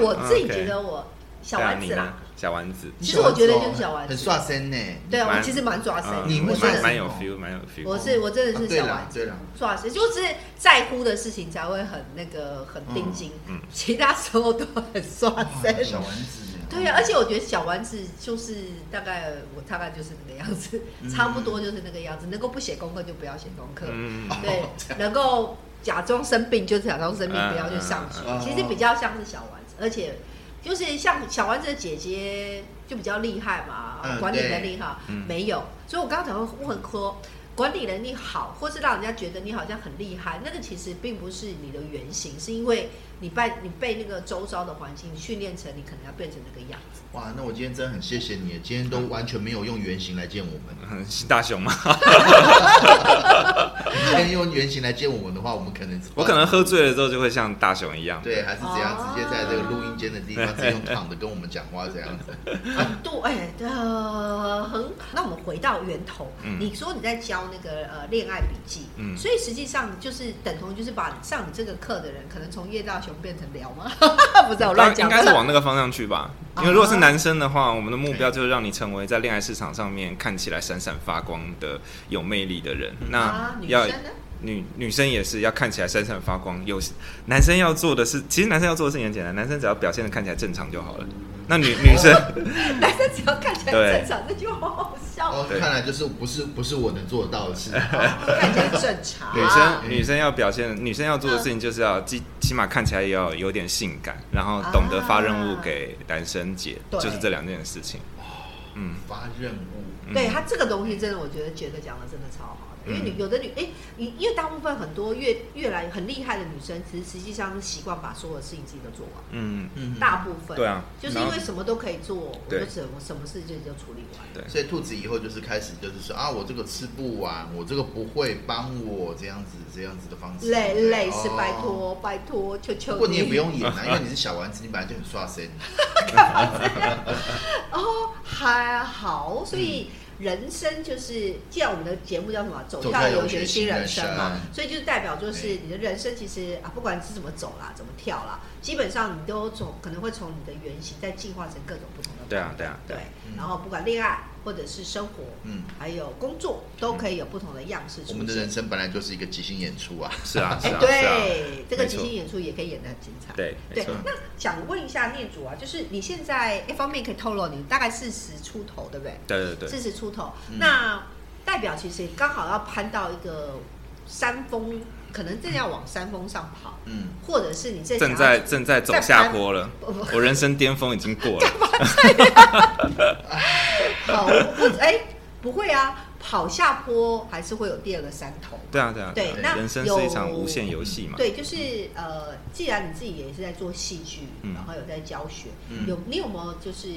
Speaker 2: 我自己
Speaker 3: OK
Speaker 2: 觉得我小
Speaker 3: 对啊
Speaker 2: 丸
Speaker 3: 你
Speaker 2: 子
Speaker 3: 呢
Speaker 2: 啦，？
Speaker 3: 小丸子，
Speaker 2: 其实我觉得就是
Speaker 1: 你喜欢
Speaker 2: 小丸子
Speaker 1: 很刷身呢。
Speaker 2: 对啊，我
Speaker 3: 蛮
Speaker 2: 其实蛮抓身的。
Speaker 3: 嗯
Speaker 1: 你会
Speaker 2: 我
Speaker 1: 说
Speaker 2: 真
Speaker 3: 蛮
Speaker 2: 的
Speaker 3: 蛮有
Speaker 1: 什么
Speaker 3: feel，蛮有 feel。
Speaker 2: 我是我真的是
Speaker 1: 啊对
Speaker 2: 小
Speaker 1: 啦
Speaker 2: 丸
Speaker 1: 对
Speaker 2: 子
Speaker 1: 啦，
Speaker 2: 抓谁就是在乎的事情才会很那个很定睛，
Speaker 3: 嗯嗯
Speaker 2: 其他时候都很刷
Speaker 1: 哇
Speaker 2: 身。
Speaker 1: 哦小丸子。
Speaker 2: 对啊，而且我觉得小丸子就是大概我大概就是那个样子，
Speaker 1: 嗯
Speaker 2: 差不多就是那个样子。能够不写功课就不要写功课，
Speaker 3: 嗯，
Speaker 2: 对
Speaker 1: 哦这，
Speaker 2: 能够假装生病就假装生病，
Speaker 3: 嗯
Speaker 2: 不要去上学。
Speaker 1: 嗯嗯
Speaker 2: 其实比较像是小丸子，而且就是像小丸子的姐姐就比较厉害嘛，
Speaker 1: 嗯
Speaker 2: 管理能力哈
Speaker 3: 对嗯，
Speaker 2: 没有。所以我刚才会问说，管理能力好，或是让人家觉得你好像很厉害，那个其实并不是你的原型，是因为你被你被那个周遭的环境训练成你可能要变成那个样子。
Speaker 1: 哇，那我今天真的很谢谢你，今天都完全没有用原型来见我们。
Speaker 3: 嗯是大熊吗？
Speaker 1: 你今天用原型来见我们的话，我们可能
Speaker 3: 我可能喝醉了之后就会像大熊一样。
Speaker 1: 对，还是怎样，
Speaker 2: 哦
Speaker 1: 直接在这个录音间的地方，直接用躺着跟我们讲话这样子。
Speaker 2: 很多哎，呃，很。那我们回到源头，
Speaker 3: 嗯
Speaker 2: 你说你在教那个呃恋爱笔记，
Speaker 3: 嗯
Speaker 2: 所以实际上就是等同就是把上你这个课的人，可能从叶大雄变成聊吗？ 不知道，我乱
Speaker 3: 应
Speaker 2: 讲。
Speaker 3: 该是往那个方向去吧。因为如果是
Speaker 2: 啊
Speaker 3: 男生的话，我们的目标就是让你成为在恋爱市场上面看起来闪闪发光的有魅力的人。那
Speaker 2: 啊，女
Speaker 3: 要
Speaker 2: 生呢？
Speaker 3: 女女生也是要看起来闪闪发光。有男生要做的是，其实男生要做的事情很简单，男生只要表现的看起来正常就好了。那女女生
Speaker 2: 男生只要看起来
Speaker 3: 对
Speaker 2: 正常，这就好好笑
Speaker 1: 哦
Speaker 2: 哦，，
Speaker 1: 看来就是不是不是我能做得到的事。
Speaker 2: 看起来正常。
Speaker 3: 女
Speaker 2: 啊
Speaker 3: 生女生要表现，女生要
Speaker 2: 嗯
Speaker 3: 做的事情就是要起起码看起来也要有点性感，然后懂得发任务
Speaker 2: 啊
Speaker 3: 给男生姐，
Speaker 2: 对
Speaker 3: 就是这两件事情。嗯，
Speaker 1: 发任务，
Speaker 3: 嗯
Speaker 2: 对他这个东西，真的我觉得觉得讲的真的超好的，因为你有的女哎，你因为大部分很多越越来很厉害的女生，其实实际上是习惯把所有的事情自己都做完。
Speaker 3: 嗯，
Speaker 1: 嗯
Speaker 2: 大部分
Speaker 3: 对啊
Speaker 2: 就是因为什么都可以做，我
Speaker 3: 对
Speaker 2: 就只我什么事情就处理完。
Speaker 3: 对
Speaker 1: 所以兔子以后就是开始就是说啊，我这个吃不完，我这个不会，帮我这样子这样子的方式。
Speaker 2: 累累是
Speaker 1: 哦
Speaker 2: 拜。托拜托，求求
Speaker 1: 不过你也不用演啊，因为你是小丸子，你本来就很刷身。
Speaker 2: 哦，还好，所以。人生就是，既然我们的节目叫什么“走
Speaker 1: 嗯走
Speaker 2: 跳
Speaker 1: 跳
Speaker 2: 游
Speaker 1: 游
Speaker 2: 学
Speaker 1: 学
Speaker 2: 新
Speaker 1: 新
Speaker 2: 人
Speaker 1: 人
Speaker 2: 生”
Speaker 1: 生
Speaker 2: 嘛，所以就代表就是
Speaker 1: 对
Speaker 2: 你的人生其实啊，不管是怎么走啦，怎么跳啦，基本上你都从可能会从你的原型再进化成各种不同的
Speaker 3: 对啊对啊
Speaker 2: 对
Speaker 3: 对，
Speaker 1: 嗯
Speaker 2: 然后不管恋爱或者是生活，
Speaker 1: 嗯，
Speaker 2: 还有工作，都可以有不同的样式出
Speaker 1: 我
Speaker 2: 现。
Speaker 1: 们的人生本来就是一个即兴演出啊。
Speaker 3: 是啊是
Speaker 2: 哎，
Speaker 3: 啊是啊，
Speaker 2: 对，这个
Speaker 3: 没
Speaker 2: 即
Speaker 3: 错
Speaker 2: 兴演出也可以演得很精彩。
Speaker 3: 对没
Speaker 2: 对
Speaker 3: 错，，
Speaker 2: 那想问一下念主啊，就是你现在一方面可以透露你大概四十出头，对不对？
Speaker 3: 对对对，
Speaker 2: 四十出头，
Speaker 1: 嗯
Speaker 2: 那代表其实刚好要攀到一个山峰，可能正要往山峰上跑，
Speaker 1: 嗯，
Speaker 2: 或者是你正想
Speaker 3: 正
Speaker 2: 要呃
Speaker 3: 在正在走下坡了
Speaker 2: 不不，
Speaker 3: 我人生巅峰已经 过了，
Speaker 2: 跑，或者哎，不会啊，跑下坡还是会有第二个山头。
Speaker 3: 对啊对啊，
Speaker 2: 对
Speaker 3: 啊
Speaker 2: 那
Speaker 3: 人生是一场无限游戏嘛，
Speaker 2: 对，就是呃，既然你自己也是在做戏剧，
Speaker 3: 嗯
Speaker 2: 然后有在教学，
Speaker 1: 嗯
Speaker 2: 有你有没有就是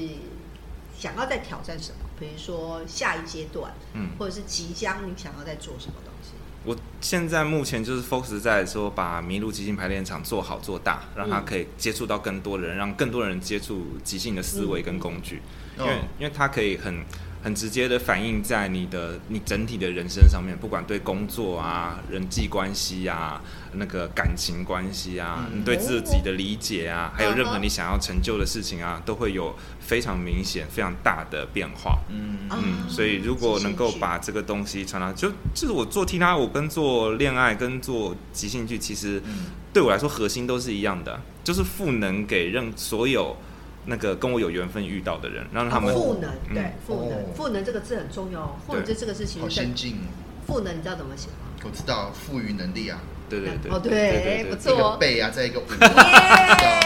Speaker 2: 想要再挑战什么？比如说下一阶段，
Speaker 3: 嗯
Speaker 2: 或者是即将你想要再做什么东西？
Speaker 3: 我现在目前就是 focus 在说把麋鹿即兴排练场做好做大，让它可以接触到更多人，让更多人接触即兴的思维跟工具，
Speaker 1: 嗯
Speaker 3: 因为
Speaker 1: 哦
Speaker 3: 因为它可以很很直接的反映在你的你整体的人生上面，不管对工作啊、人际关系啊、那个感情关系啊，
Speaker 1: 嗯
Speaker 3: 你对自己的理解啊，还有任何你想要成就的事情啊，都会有非常明显、非常大的变化。
Speaker 1: 嗯
Speaker 2: 啊
Speaker 3: 嗯，所以如果能够把这个东西传达，就就是我做 T 他，我跟做恋爱跟做即兴剧，其实
Speaker 1: 嗯
Speaker 3: 对我来说核心都是一样的，就是赋能给任所有那个跟我有缘分遇到的人，让他们
Speaker 2: 啊赋能，
Speaker 3: 嗯
Speaker 2: 对，赋能，
Speaker 1: 哦
Speaker 2: 赋能这个字很重要哦。赋能这
Speaker 3: 对
Speaker 2: 这个字其
Speaker 1: 好
Speaker 2: 实在
Speaker 1: 先进哦，
Speaker 2: 赋能，你知道怎么写 吗？
Speaker 1: 我知道赋予能力啊，
Speaker 3: 对对对，
Speaker 2: 哦对
Speaker 3: 对
Speaker 2: 不
Speaker 3: 对
Speaker 1: 一
Speaker 2: 错
Speaker 1: 个背啊，再一个舞。
Speaker 2: 耶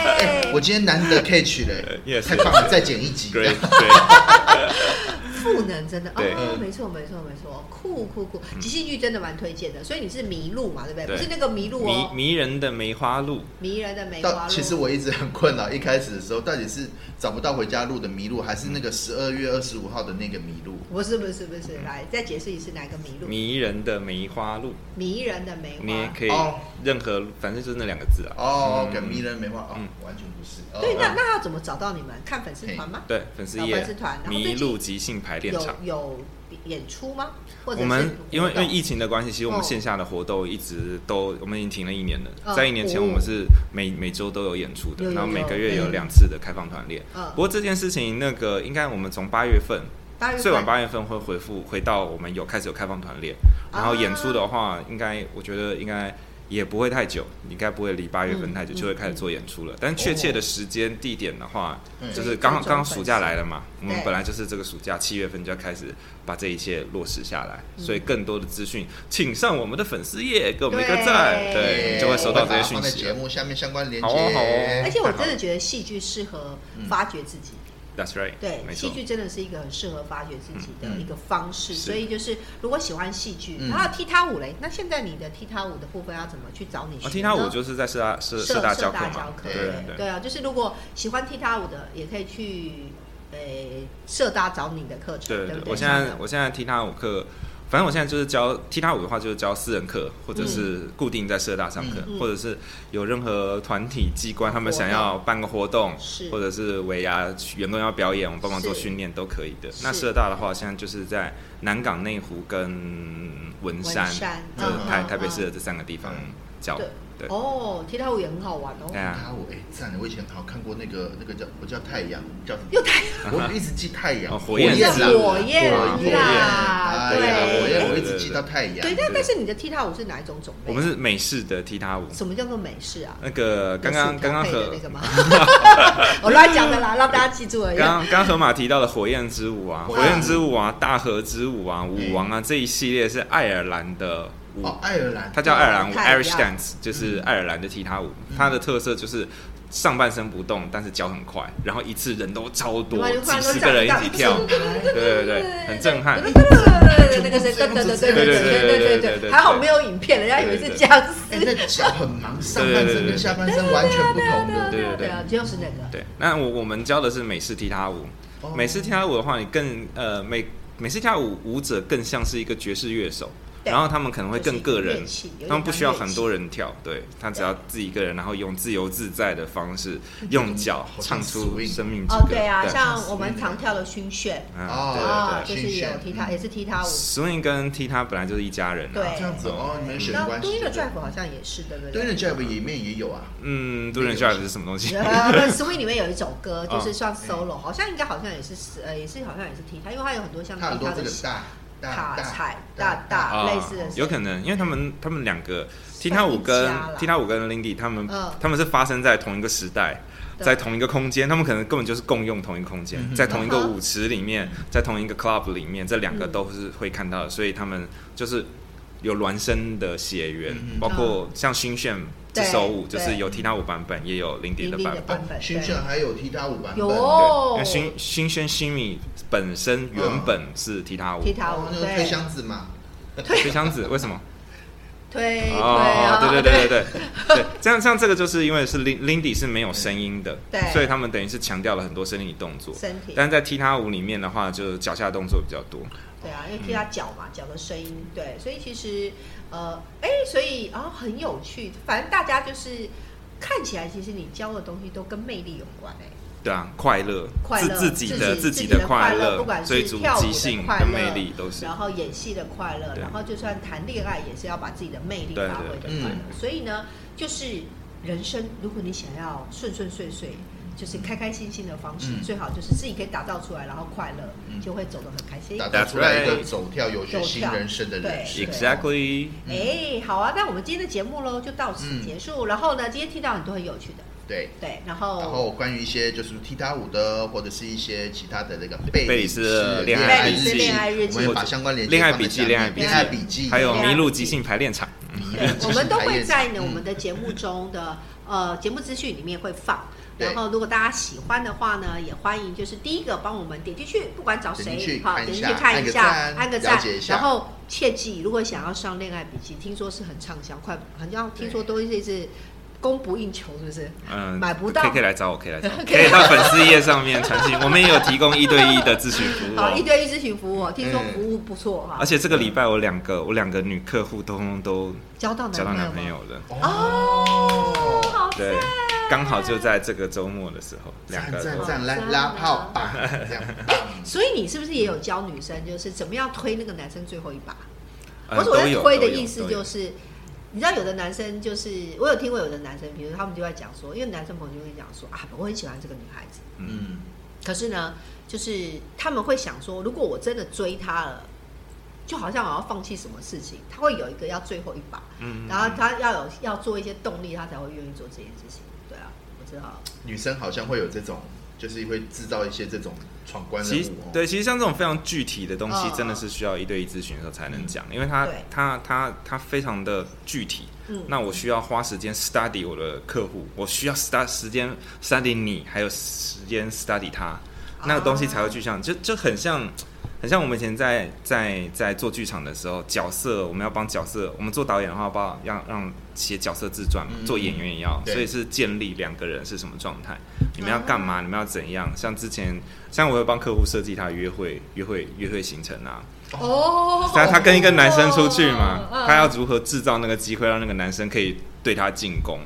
Speaker 1: 哎我今天难得 catch 了，
Speaker 3: Yes
Speaker 1: 太棒了，再剪一集。
Speaker 3: ，great，对，
Speaker 2: 赋能真的
Speaker 3: 对嗯
Speaker 2: 哦，没错没错没错，酷酷酷，即兴剧真的蛮推荐的。所以你是麋鹿嘛，对不对？
Speaker 3: 对
Speaker 2: 不是那个麋鹿
Speaker 3: 迷
Speaker 2: 哦，
Speaker 3: 迷人的梅花 鹿，
Speaker 2: 迷人的梅花
Speaker 1: 到
Speaker 2: 鹿。
Speaker 1: 其实我一直很困扰，一开始的时候到底是找不到回家路的麋鹿，还是那个十二月二十五号的那个麋鹿？
Speaker 2: 不是不是不是，来再解释一次哪个麋鹿？
Speaker 3: 迷人的梅花鹿，
Speaker 2: 迷人的梅
Speaker 3: 你也
Speaker 2: 花。
Speaker 3: 可以
Speaker 1: 哦
Speaker 3: 任何，反正就是那两个字啊。
Speaker 1: 哦
Speaker 3: 嗯
Speaker 1: ，OK，迷人梅花哦
Speaker 3: 嗯，
Speaker 1: 完全不是。哦
Speaker 2: 对，那
Speaker 3: 呃
Speaker 1: 哦
Speaker 2: 那要怎么找到你们？看粉丝团吗？
Speaker 3: 对，粉丝
Speaker 2: 老
Speaker 3: 页
Speaker 2: 粉丝团然后最
Speaker 3: 迷
Speaker 2: 近
Speaker 3: 路即兴排练
Speaker 2: 有
Speaker 3: 场。
Speaker 2: 有演出吗？或者
Speaker 3: 我
Speaker 2: 是
Speaker 3: 们因为因为
Speaker 2: 活动
Speaker 3: 疫情的关系，其实我们
Speaker 2: 嗯
Speaker 3: 线下的活动一直都，我们已经停了一年了。
Speaker 2: 嗯
Speaker 3: 在一年前，
Speaker 2: 哦
Speaker 3: 我们是每每周都有演出
Speaker 2: 有
Speaker 3: 的，
Speaker 2: 有
Speaker 3: 然后每
Speaker 2: 有
Speaker 3: 个月有
Speaker 2: 嗯
Speaker 3: 两次的开放团练。
Speaker 2: 嗯
Speaker 3: 不过这件事情，那个应该我们从八月份
Speaker 2: 八月份
Speaker 3: 最晚八月份会回复回到我们有开始有开放团练，
Speaker 2: 啊
Speaker 3: 然后演出的话，应该我觉得应该也不会太久，应该不会离八月份太久
Speaker 2: 嗯
Speaker 3: 就会开始做演出了。但确切的时间地点的话，
Speaker 1: 嗯
Speaker 3: 就是刚好
Speaker 2: 对
Speaker 3: 刚好暑假来了嘛，我
Speaker 2: 对
Speaker 3: 们本来就是这个暑假七月份就要开始把这一切落实下来，
Speaker 2: 嗯
Speaker 3: 所以更多的资讯请上我们的粉丝页，给我们一个赞，
Speaker 2: 对
Speaker 3: 对，你就会收到这些讯
Speaker 1: 我会把它放在
Speaker 3: 息
Speaker 1: 节
Speaker 3: 了。
Speaker 1: 目下面相关连接。
Speaker 3: 好哦好哦
Speaker 2: 而且我真的觉得戏剧适合发掘自己。
Speaker 3: That's right，
Speaker 2: 对，
Speaker 3: 没
Speaker 2: 戏，
Speaker 3: 错
Speaker 2: 剧真的是一个很适合发掘自己的
Speaker 1: 嗯嗯
Speaker 2: 一个方式，
Speaker 3: 是
Speaker 2: 所以就是如果喜欢戏剧，
Speaker 1: 嗯
Speaker 2: 然后踢踏舞嘞，那现在你的踢踏舞的部分要怎么去找你学
Speaker 3: 我
Speaker 2: 呢？
Speaker 3: 听哦他舞就是在社大社
Speaker 2: 社
Speaker 3: 大
Speaker 2: 社
Speaker 3: 教课
Speaker 2: 大
Speaker 3: 嘛
Speaker 2: 教，课
Speaker 3: 对
Speaker 2: 对对啊，就是如果喜欢踢踏舞的，也可以去呃社大找你的课程，
Speaker 3: 对
Speaker 2: 不
Speaker 3: 对，
Speaker 2: 对？
Speaker 3: 我现在我现在踢踏舞课，反正我现在就是教踢踏舞的话，就是教私人课，或者是固定在社大上课，
Speaker 2: 嗯嗯嗯
Speaker 3: 或者是有任何团体机关他们想要办个活动，
Speaker 2: 是
Speaker 3: 或者是维牙员工要表演，我们帮忙做
Speaker 2: 是
Speaker 3: 训练都可以的
Speaker 2: 是。
Speaker 3: 那社大的话，现在就是在南港内湖跟文山
Speaker 2: 文，山
Speaker 3: 就
Speaker 1: 嗯
Speaker 3: 台
Speaker 2: 嗯
Speaker 3: 台北
Speaker 2: 嗯
Speaker 3: 市的这三个地方
Speaker 1: 嗯
Speaker 3: 教
Speaker 2: 对。
Speaker 3: 对，
Speaker 2: 哦，踢踏舞也很好玩哦，
Speaker 3: 对啊
Speaker 1: 啊，，我哎赞了！我以前好像看过那个那个叫我叫太阳，叫什么？
Speaker 2: 又太
Speaker 1: 我一直记太阳，
Speaker 3: 哦火
Speaker 1: 焰
Speaker 3: 焰
Speaker 1: 啦，
Speaker 3: 是
Speaker 2: 火焰
Speaker 3: 啦
Speaker 1: 火焰
Speaker 2: 对
Speaker 1: 哎呀火焰
Speaker 3: 对
Speaker 1: 我一直记到太阳。
Speaker 2: 对，但
Speaker 3: 对
Speaker 2: 但是你的踢踏舞是哪一种种类？
Speaker 3: 我们是美式的踢踏舞。
Speaker 2: 什么叫做美式啊？
Speaker 3: 那个刚刚
Speaker 2: 有薯
Speaker 3: 刚
Speaker 2: 条
Speaker 3: 刚
Speaker 2: 配的
Speaker 3: 和
Speaker 2: 那个吗？我乱讲的啦，让大家记住而 已。
Speaker 3: 刚刚河马提到的火焰之舞啊，
Speaker 1: 哇
Speaker 3: 火焰之舞啊，大河之舞啊，舞王啊，这一系列是爱尔兰的舞，
Speaker 1: 哦，爱尔兰，
Speaker 3: 它叫爱尔兰舞
Speaker 2: 太阳
Speaker 3: （Irish Dance），就是爱尔兰的踢踏舞。它的特色就是上半身不动，但是脚很快，然后一次人都超
Speaker 2: 有
Speaker 3: 多
Speaker 2: 没有，
Speaker 3: 几十个人一起跳，对对对，很震撼。
Speaker 2: 那个谁，对对对对对对对对对，还好没有影片，人家以为是僵
Speaker 1: 哎，
Speaker 2: 尸。
Speaker 1: 那脚很 忙，上半身跟下半身完全不同的。
Speaker 3: 对对
Speaker 2: 对啊，就是那个。
Speaker 3: 对，那我我们教的是美式踢踏舞，
Speaker 1: 哦
Speaker 3: 美式踢踏舞的话，你更呃美美式踢踏舞舞者更像是一个爵士乐手。
Speaker 2: 对
Speaker 3: 然后他们可能会更个
Speaker 2: 就是一个
Speaker 3: 人
Speaker 2: 乐器有，点
Speaker 3: 他们不需要
Speaker 2: 像乐器
Speaker 3: 很多人跳，对他只要自己一个人，然后用自由自在的方式，用脚
Speaker 1: 好像
Speaker 3: 唱出
Speaker 1: swing
Speaker 3: 生命之歌。
Speaker 2: 哦，对啊，像我们常跳的熏炫
Speaker 3: 嗯
Speaker 2: 啊，
Speaker 1: 对
Speaker 2: 就
Speaker 1: 对
Speaker 2: 是
Speaker 1: 熏
Speaker 2: 有
Speaker 1: 炫
Speaker 2: 踢踏，也是踢踏舞。
Speaker 3: swing 跟踢踏本来就是一家人、啊。
Speaker 2: 对
Speaker 1: 这样子哦，你们选
Speaker 2: 那
Speaker 1: 关系。
Speaker 2: Doing the Drive 好像也是，对不对？
Speaker 1: 对那 Jab 里面也有啊，
Speaker 3: 嗯 d o i n drive 是什么东 西？
Speaker 2: 呃，Swing 里面有一首歌，就是算 solo，好像应该好像也是呃，也是好像也是踢踏，因为它有很多像
Speaker 1: 它很
Speaker 2: 踢
Speaker 1: 多
Speaker 2: 踏
Speaker 1: 这
Speaker 2: 嗯的
Speaker 1: 个大大
Speaker 2: 大
Speaker 1: 大
Speaker 2: 彩大大
Speaker 3: 啊
Speaker 2: 类似的嗯
Speaker 3: 有可能，因为他们他们两个踢踏舞跟
Speaker 2: 算一家啦
Speaker 3: 踢踏舞跟 Lindy 他们、
Speaker 2: 嗯
Speaker 3: 他们是发生在同一个时代。
Speaker 2: 对
Speaker 3: 在同一个空间，他们可能根本就是共用同一个空间，
Speaker 1: 嗯哼
Speaker 3: 在同一个
Speaker 2: 嗯哼
Speaker 3: 舞池里面，在同一个 club 里面，这两个
Speaker 2: 嗯
Speaker 3: 都是会看到的，所以他们就是有孪生的血缘，
Speaker 1: 嗯哼
Speaker 3: 包括像新炫这首舞，
Speaker 2: 对
Speaker 3: 就是有踢踏舞版本，也有 Lindy 的
Speaker 2: 零零
Speaker 3: 版
Speaker 2: 的
Speaker 3: 本
Speaker 2: 版。本，
Speaker 1: 熏炫哦还有踢踏舞版本。
Speaker 2: 有
Speaker 3: 对，
Speaker 2: 哦
Speaker 3: 因为，新新轩 Shimi 本身原本是踢踏舞，
Speaker 2: 踢踏舞
Speaker 1: 哦，那个推
Speaker 2: 对，
Speaker 1: 箱子嘛，
Speaker 3: 推箱子为什么？
Speaker 2: 推推
Speaker 3: 哦
Speaker 2: 啊，，
Speaker 3: 对对对对对对，这样像这个就是因为是 Lin Lindy 是没有声音的，
Speaker 2: 对
Speaker 3: 所以他们等于是强调了很多身体动作，
Speaker 2: 身体，
Speaker 3: 但在踢踏舞里面的话，就是脚下动作比较多。
Speaker 2: 对啊，因为踢他脚嘛，脚的声音，对，所以其实呃，哎，所以啊很有趣，反正大家就是看起来，其实你教的东西都跟魅力有关哎。
Speaker 3: 对啊，快乐，
Speaker 2: 快乐
Speaker 3: 自
Speaker 2: 自
Speaker 3: 己
Speaker 2: 己
Speaker 3: 的
Speaker 2: 自己
Speaker 3: 己
Speaker 2: 的快
Speaker 3: 快
Speaker 2: 乐不管是
Speaker 3: 追逐
Speaker 2: 跳舞的
Speaker 3: 即兴
Speaker 2: 快
Speaker 3: 跟
Speaker 2: 乐
Speaker 3: 魅力都是
Speaker 2: 然后演戏的快乐，
Speaker 3: 对
Speaker 2: 然后就算谈恋爱也是要把自己的魅力
Speaker 3: 对
Speaker 2: 发挥的
Speaker 1: 对
Speaker 2: 快乐。
Speaker 1: 嗯
Speaker 2: 所以呢，就是人生，如果你想要顺顺遂遂，就是开开心心的方式，
Speaker 1: 嗯
Speaker 2: 最好就是自己可以打造出来，然后快乐，
Speaker 1: 嗯
Speaker 2: 就会走得很开心。
Speaker 1: 打
Speaker 2: 哎、
Speaker 1: 造出来一个走跳有学新人生的人
Speaker 2: 对
Speaker 1: 生。
Speaker 3: ，exactly。
Speaker 2: 好啊，那我们今天的节目喽就到此
Speaker 1: 嗯
Speaker 2: 结束。然后呢，今天听到很多很有趣的，
Speaker 1: 对。
Speaker 2: 对，然后
Speaker 1: 然后关于一些就是踢踏舞的，或者是一些其他的那个
Speaker 3: 贝里
Speaker 1: 里
Speaker 3: 斯恋
Speaker 1: 啊恋
Speaker 3: 爱
Speaker 1: 爱
Speaker 3: 笔
Speaker 1: 日
Speaker 3: 记
Speaker 1: 记，
Speaker 2: 恋爱日记
Speaker 1: 我们也把相关链接
Speaker 3: 恋爱
Speaker 1: 放在
Speaker 3: 笔记
Speaker 1: 下面
Speaker 3: 恋
Speaker 1: 恋爱
Speaker 2: 记
Speaker 3: 爱笔
Speaker 1: 笔记，
Speaker 3: 还有
Speaker 2: 对啊
Speaker 3: 麋鹿即兴排练场，
Speaker 1: 迷对
Speaker 2: 我们都会在呢
Speaker 1: 嗯
Speaker 2: 我们的节目中的呃节目资讯里面会放。
Speaker 1: 对
Speaker 2: 然后，如果大家喜欢的话呢，也欢迎就是第一个帮我们点进去，不管找
Speaker 1: 点进
Speaker 2: 谁
Speaker 1: 去，
Speaker 2: 好
Speaker 1: 看
Speaker 2: 点
Speaker 1: 一
Speaker 2: 进
Speaker 1: 下
Speaker 2: 去看一下，按
Speaker 1: 按
Speaker 2: 个
Speaker 1: 个赞
Speaker 2: 赞
Speaker 1: 了解一，下
Speaker 2: 然后切记，如果想要上《恋爱笔记》，听说是很畅销，快好像听说都是是供不应求，是不是？
Speaker 3: 嗯，
Speaker 2: 买不到
Speaker 3: 可以可以来找我，可以来找 我，
Speaker 2: 可以
Speaker 3: 可以到粉丝页上面传信，我们也有提供一对一的咨询服务、
Speaker 2: 好，一
Speaker 3: 哦。
Speaker 2: 对一咨询服务，听说
Speaker 1: 嗯
Speaker 2: 服务不错哈
Speaker 3: 而。且这个礼拜我两个我两个女客户都都
Speaker 2: 交到
Speaker 3: 交
Speaker 2: 男
Speaker 3: 到
Speaker 2: 朋友
Speaker 3: 男
Speaker 2: 吗
Speaker 3: 朋友了，
Speaker 2: 哦，
Speaker 1: 哦，
Speaker 2: 好
Speaker 3: 对
Speaker 2: 赞，
Speaker 3: 刚好就在这个周末的时候，两
Speaker 1: 赞
Speaker 3: 个
Speaker 1: 赞
Speaker 3: 都
Speaker 1: 赞，来
Speaker 2: 赞
Speaker 1: 拉
Speaker 2: 啊
Speaker 1: 炮吧，这样棒。
Speaker 2: 所以你是不是也有教女生，就是怎么样推那个男生最后一把？
Speaker 3: 呃
Speaker 2: 我所
Speaker 3: 都
Speaker 2: 谓
Speaker 3: 有
Speaker 2: 推的
Speaker 3: 都有
Speaker 2: 意思
Speaker 3: 都有
Speaker 2: 就是，你知道有的男生就是，我有听过有的男生，比如他们就在讲说，因为男生朋友就会讲说啊，我很喜欢这个女孩子，
Speaker 1: 嗯，
Speaker 2: 可是呢，就是他们会想说，如果我真的追她了，就好像我要放弃什么事情，他会有一个要最后一把，
Speaker 3: 嗯
Speaker 2: 然后他要有要做一些动力，他才会愿意做这件事情。对啊，我知道，
Speaker 1: 女生好像会有这种，就是会制造一些这种闯关任
Speaker 3: 其实
Speaker 1: 务哦。
Speaker 3: 对，其实像这种非常具体的东西
Speaker 2: 嗯，
Speaker 3: 真的是需要一对一咨询的时候才能讲，因为
Speaker 1: 嗯
Speaker 3: 它
Speaker 2: 对
Speaker 3: 它它它非常的具体。
Speaker 2: 嗯
Speaker 3: 那我需要花时间 study 我的客户，我需要 study 时间 study 你，还有时间 study 他，那个东西才会具象，就就很像。很像我们以前在在在做剧场的时候，角色我们要帮角色，我们做导演的话，帮让让写角色自传嘛，
Speaker 1: 嗯
Speaker 3: 做演员也要，
Speaker 1: 对
Speaker 3: 所以是建立两个人是什么状态，你们要干嘛，你们要怎样。像之前，像我有帮客户设计他约会约会约会行程啊，
Speaker 2: 哦
Speaker 3: 他他跟一个男生出去嘛，
Speaker 2: 嗯
Speaker 3: 他要如何制造那个机会，让那个男生可以对他进攻？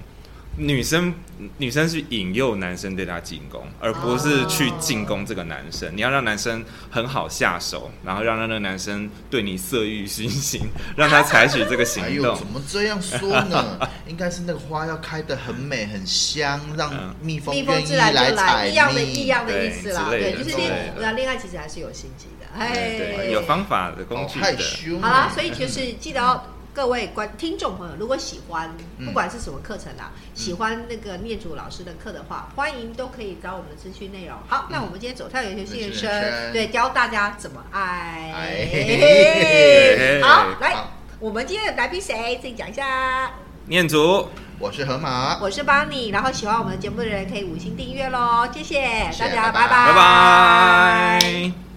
Speaker 3: 女生女生是引诱男生对他进攻，而不是去进攻这个男生。你要让男生很好下手，然后让那个男生对你色欲熏心， 让他采取这个
Speaker 1: 哎
Speaker 3: 行
Speaker 1: 呦，
Speaker 3: 动
Speaker 1: 怎。么这样说 呢？应该是那个花要开得很美很香，让
Speaker 3: 嗯
Speaker 1: 蜜蜂
Speaker 2: 蜜
Speaker 1: 愿
Speaker 2: 蜂
Speaker 1: 意
Speaker 2: 自然就来，
Speaker 1: 采
Speaker 2: 一样的
Speaker 1: 蜜
Speaker 2: 一样的意思啦，
Speaker 3: 对
Speaker 2: 对，就
Speaker 3: 之类的嗯
Speaker 2: 是
Speaker 1: 之类
Speaker 2: 恋，
Speaker 1: 的
Speaker 2: 我想恋爱其实还是有心机的，哎，
Speaker 3: 对对，有方法的工
Speaker 1: 好
Speaker 3: 具
Speaker 1: 哦害
Speaker 3: 的。
Speaker 1: 羞呢。
Speaker 2: 好啦，所以就是记得哦各位观听众朋友，如果喜欢
Speaker 1: 嗯
Speaker 2: 不管是什么课程啦，喜欢那个念祖老师的课的话，欢迎都可以找我们的资讯内容。好，那我们今天走跳游学新人
Speaker 1: 新人
Speaker 2: 生，
Speaker 1: 生
Speaker 2: 对，教大家怎么爱。
Speaker 1: 哎
Speaker 2: 嘿好，来
Speaker 1: 好，
Speaker 2: 我们今天的来宾谁？自己讲一下。
Speaker 3: 念祖，
Speaker 1: 我是河马，
Speaker 2: 我是邦尼，然后喜欢我们节目的人可以五星订阅喽，谢谢
Speaker 1: 谢
Speaker 2: 大
Speaker 1: 谢
Speaker 2: 家，
Speaker 1: 拜拜
Speaker 2: 拜
Speaker 3: 拜拜。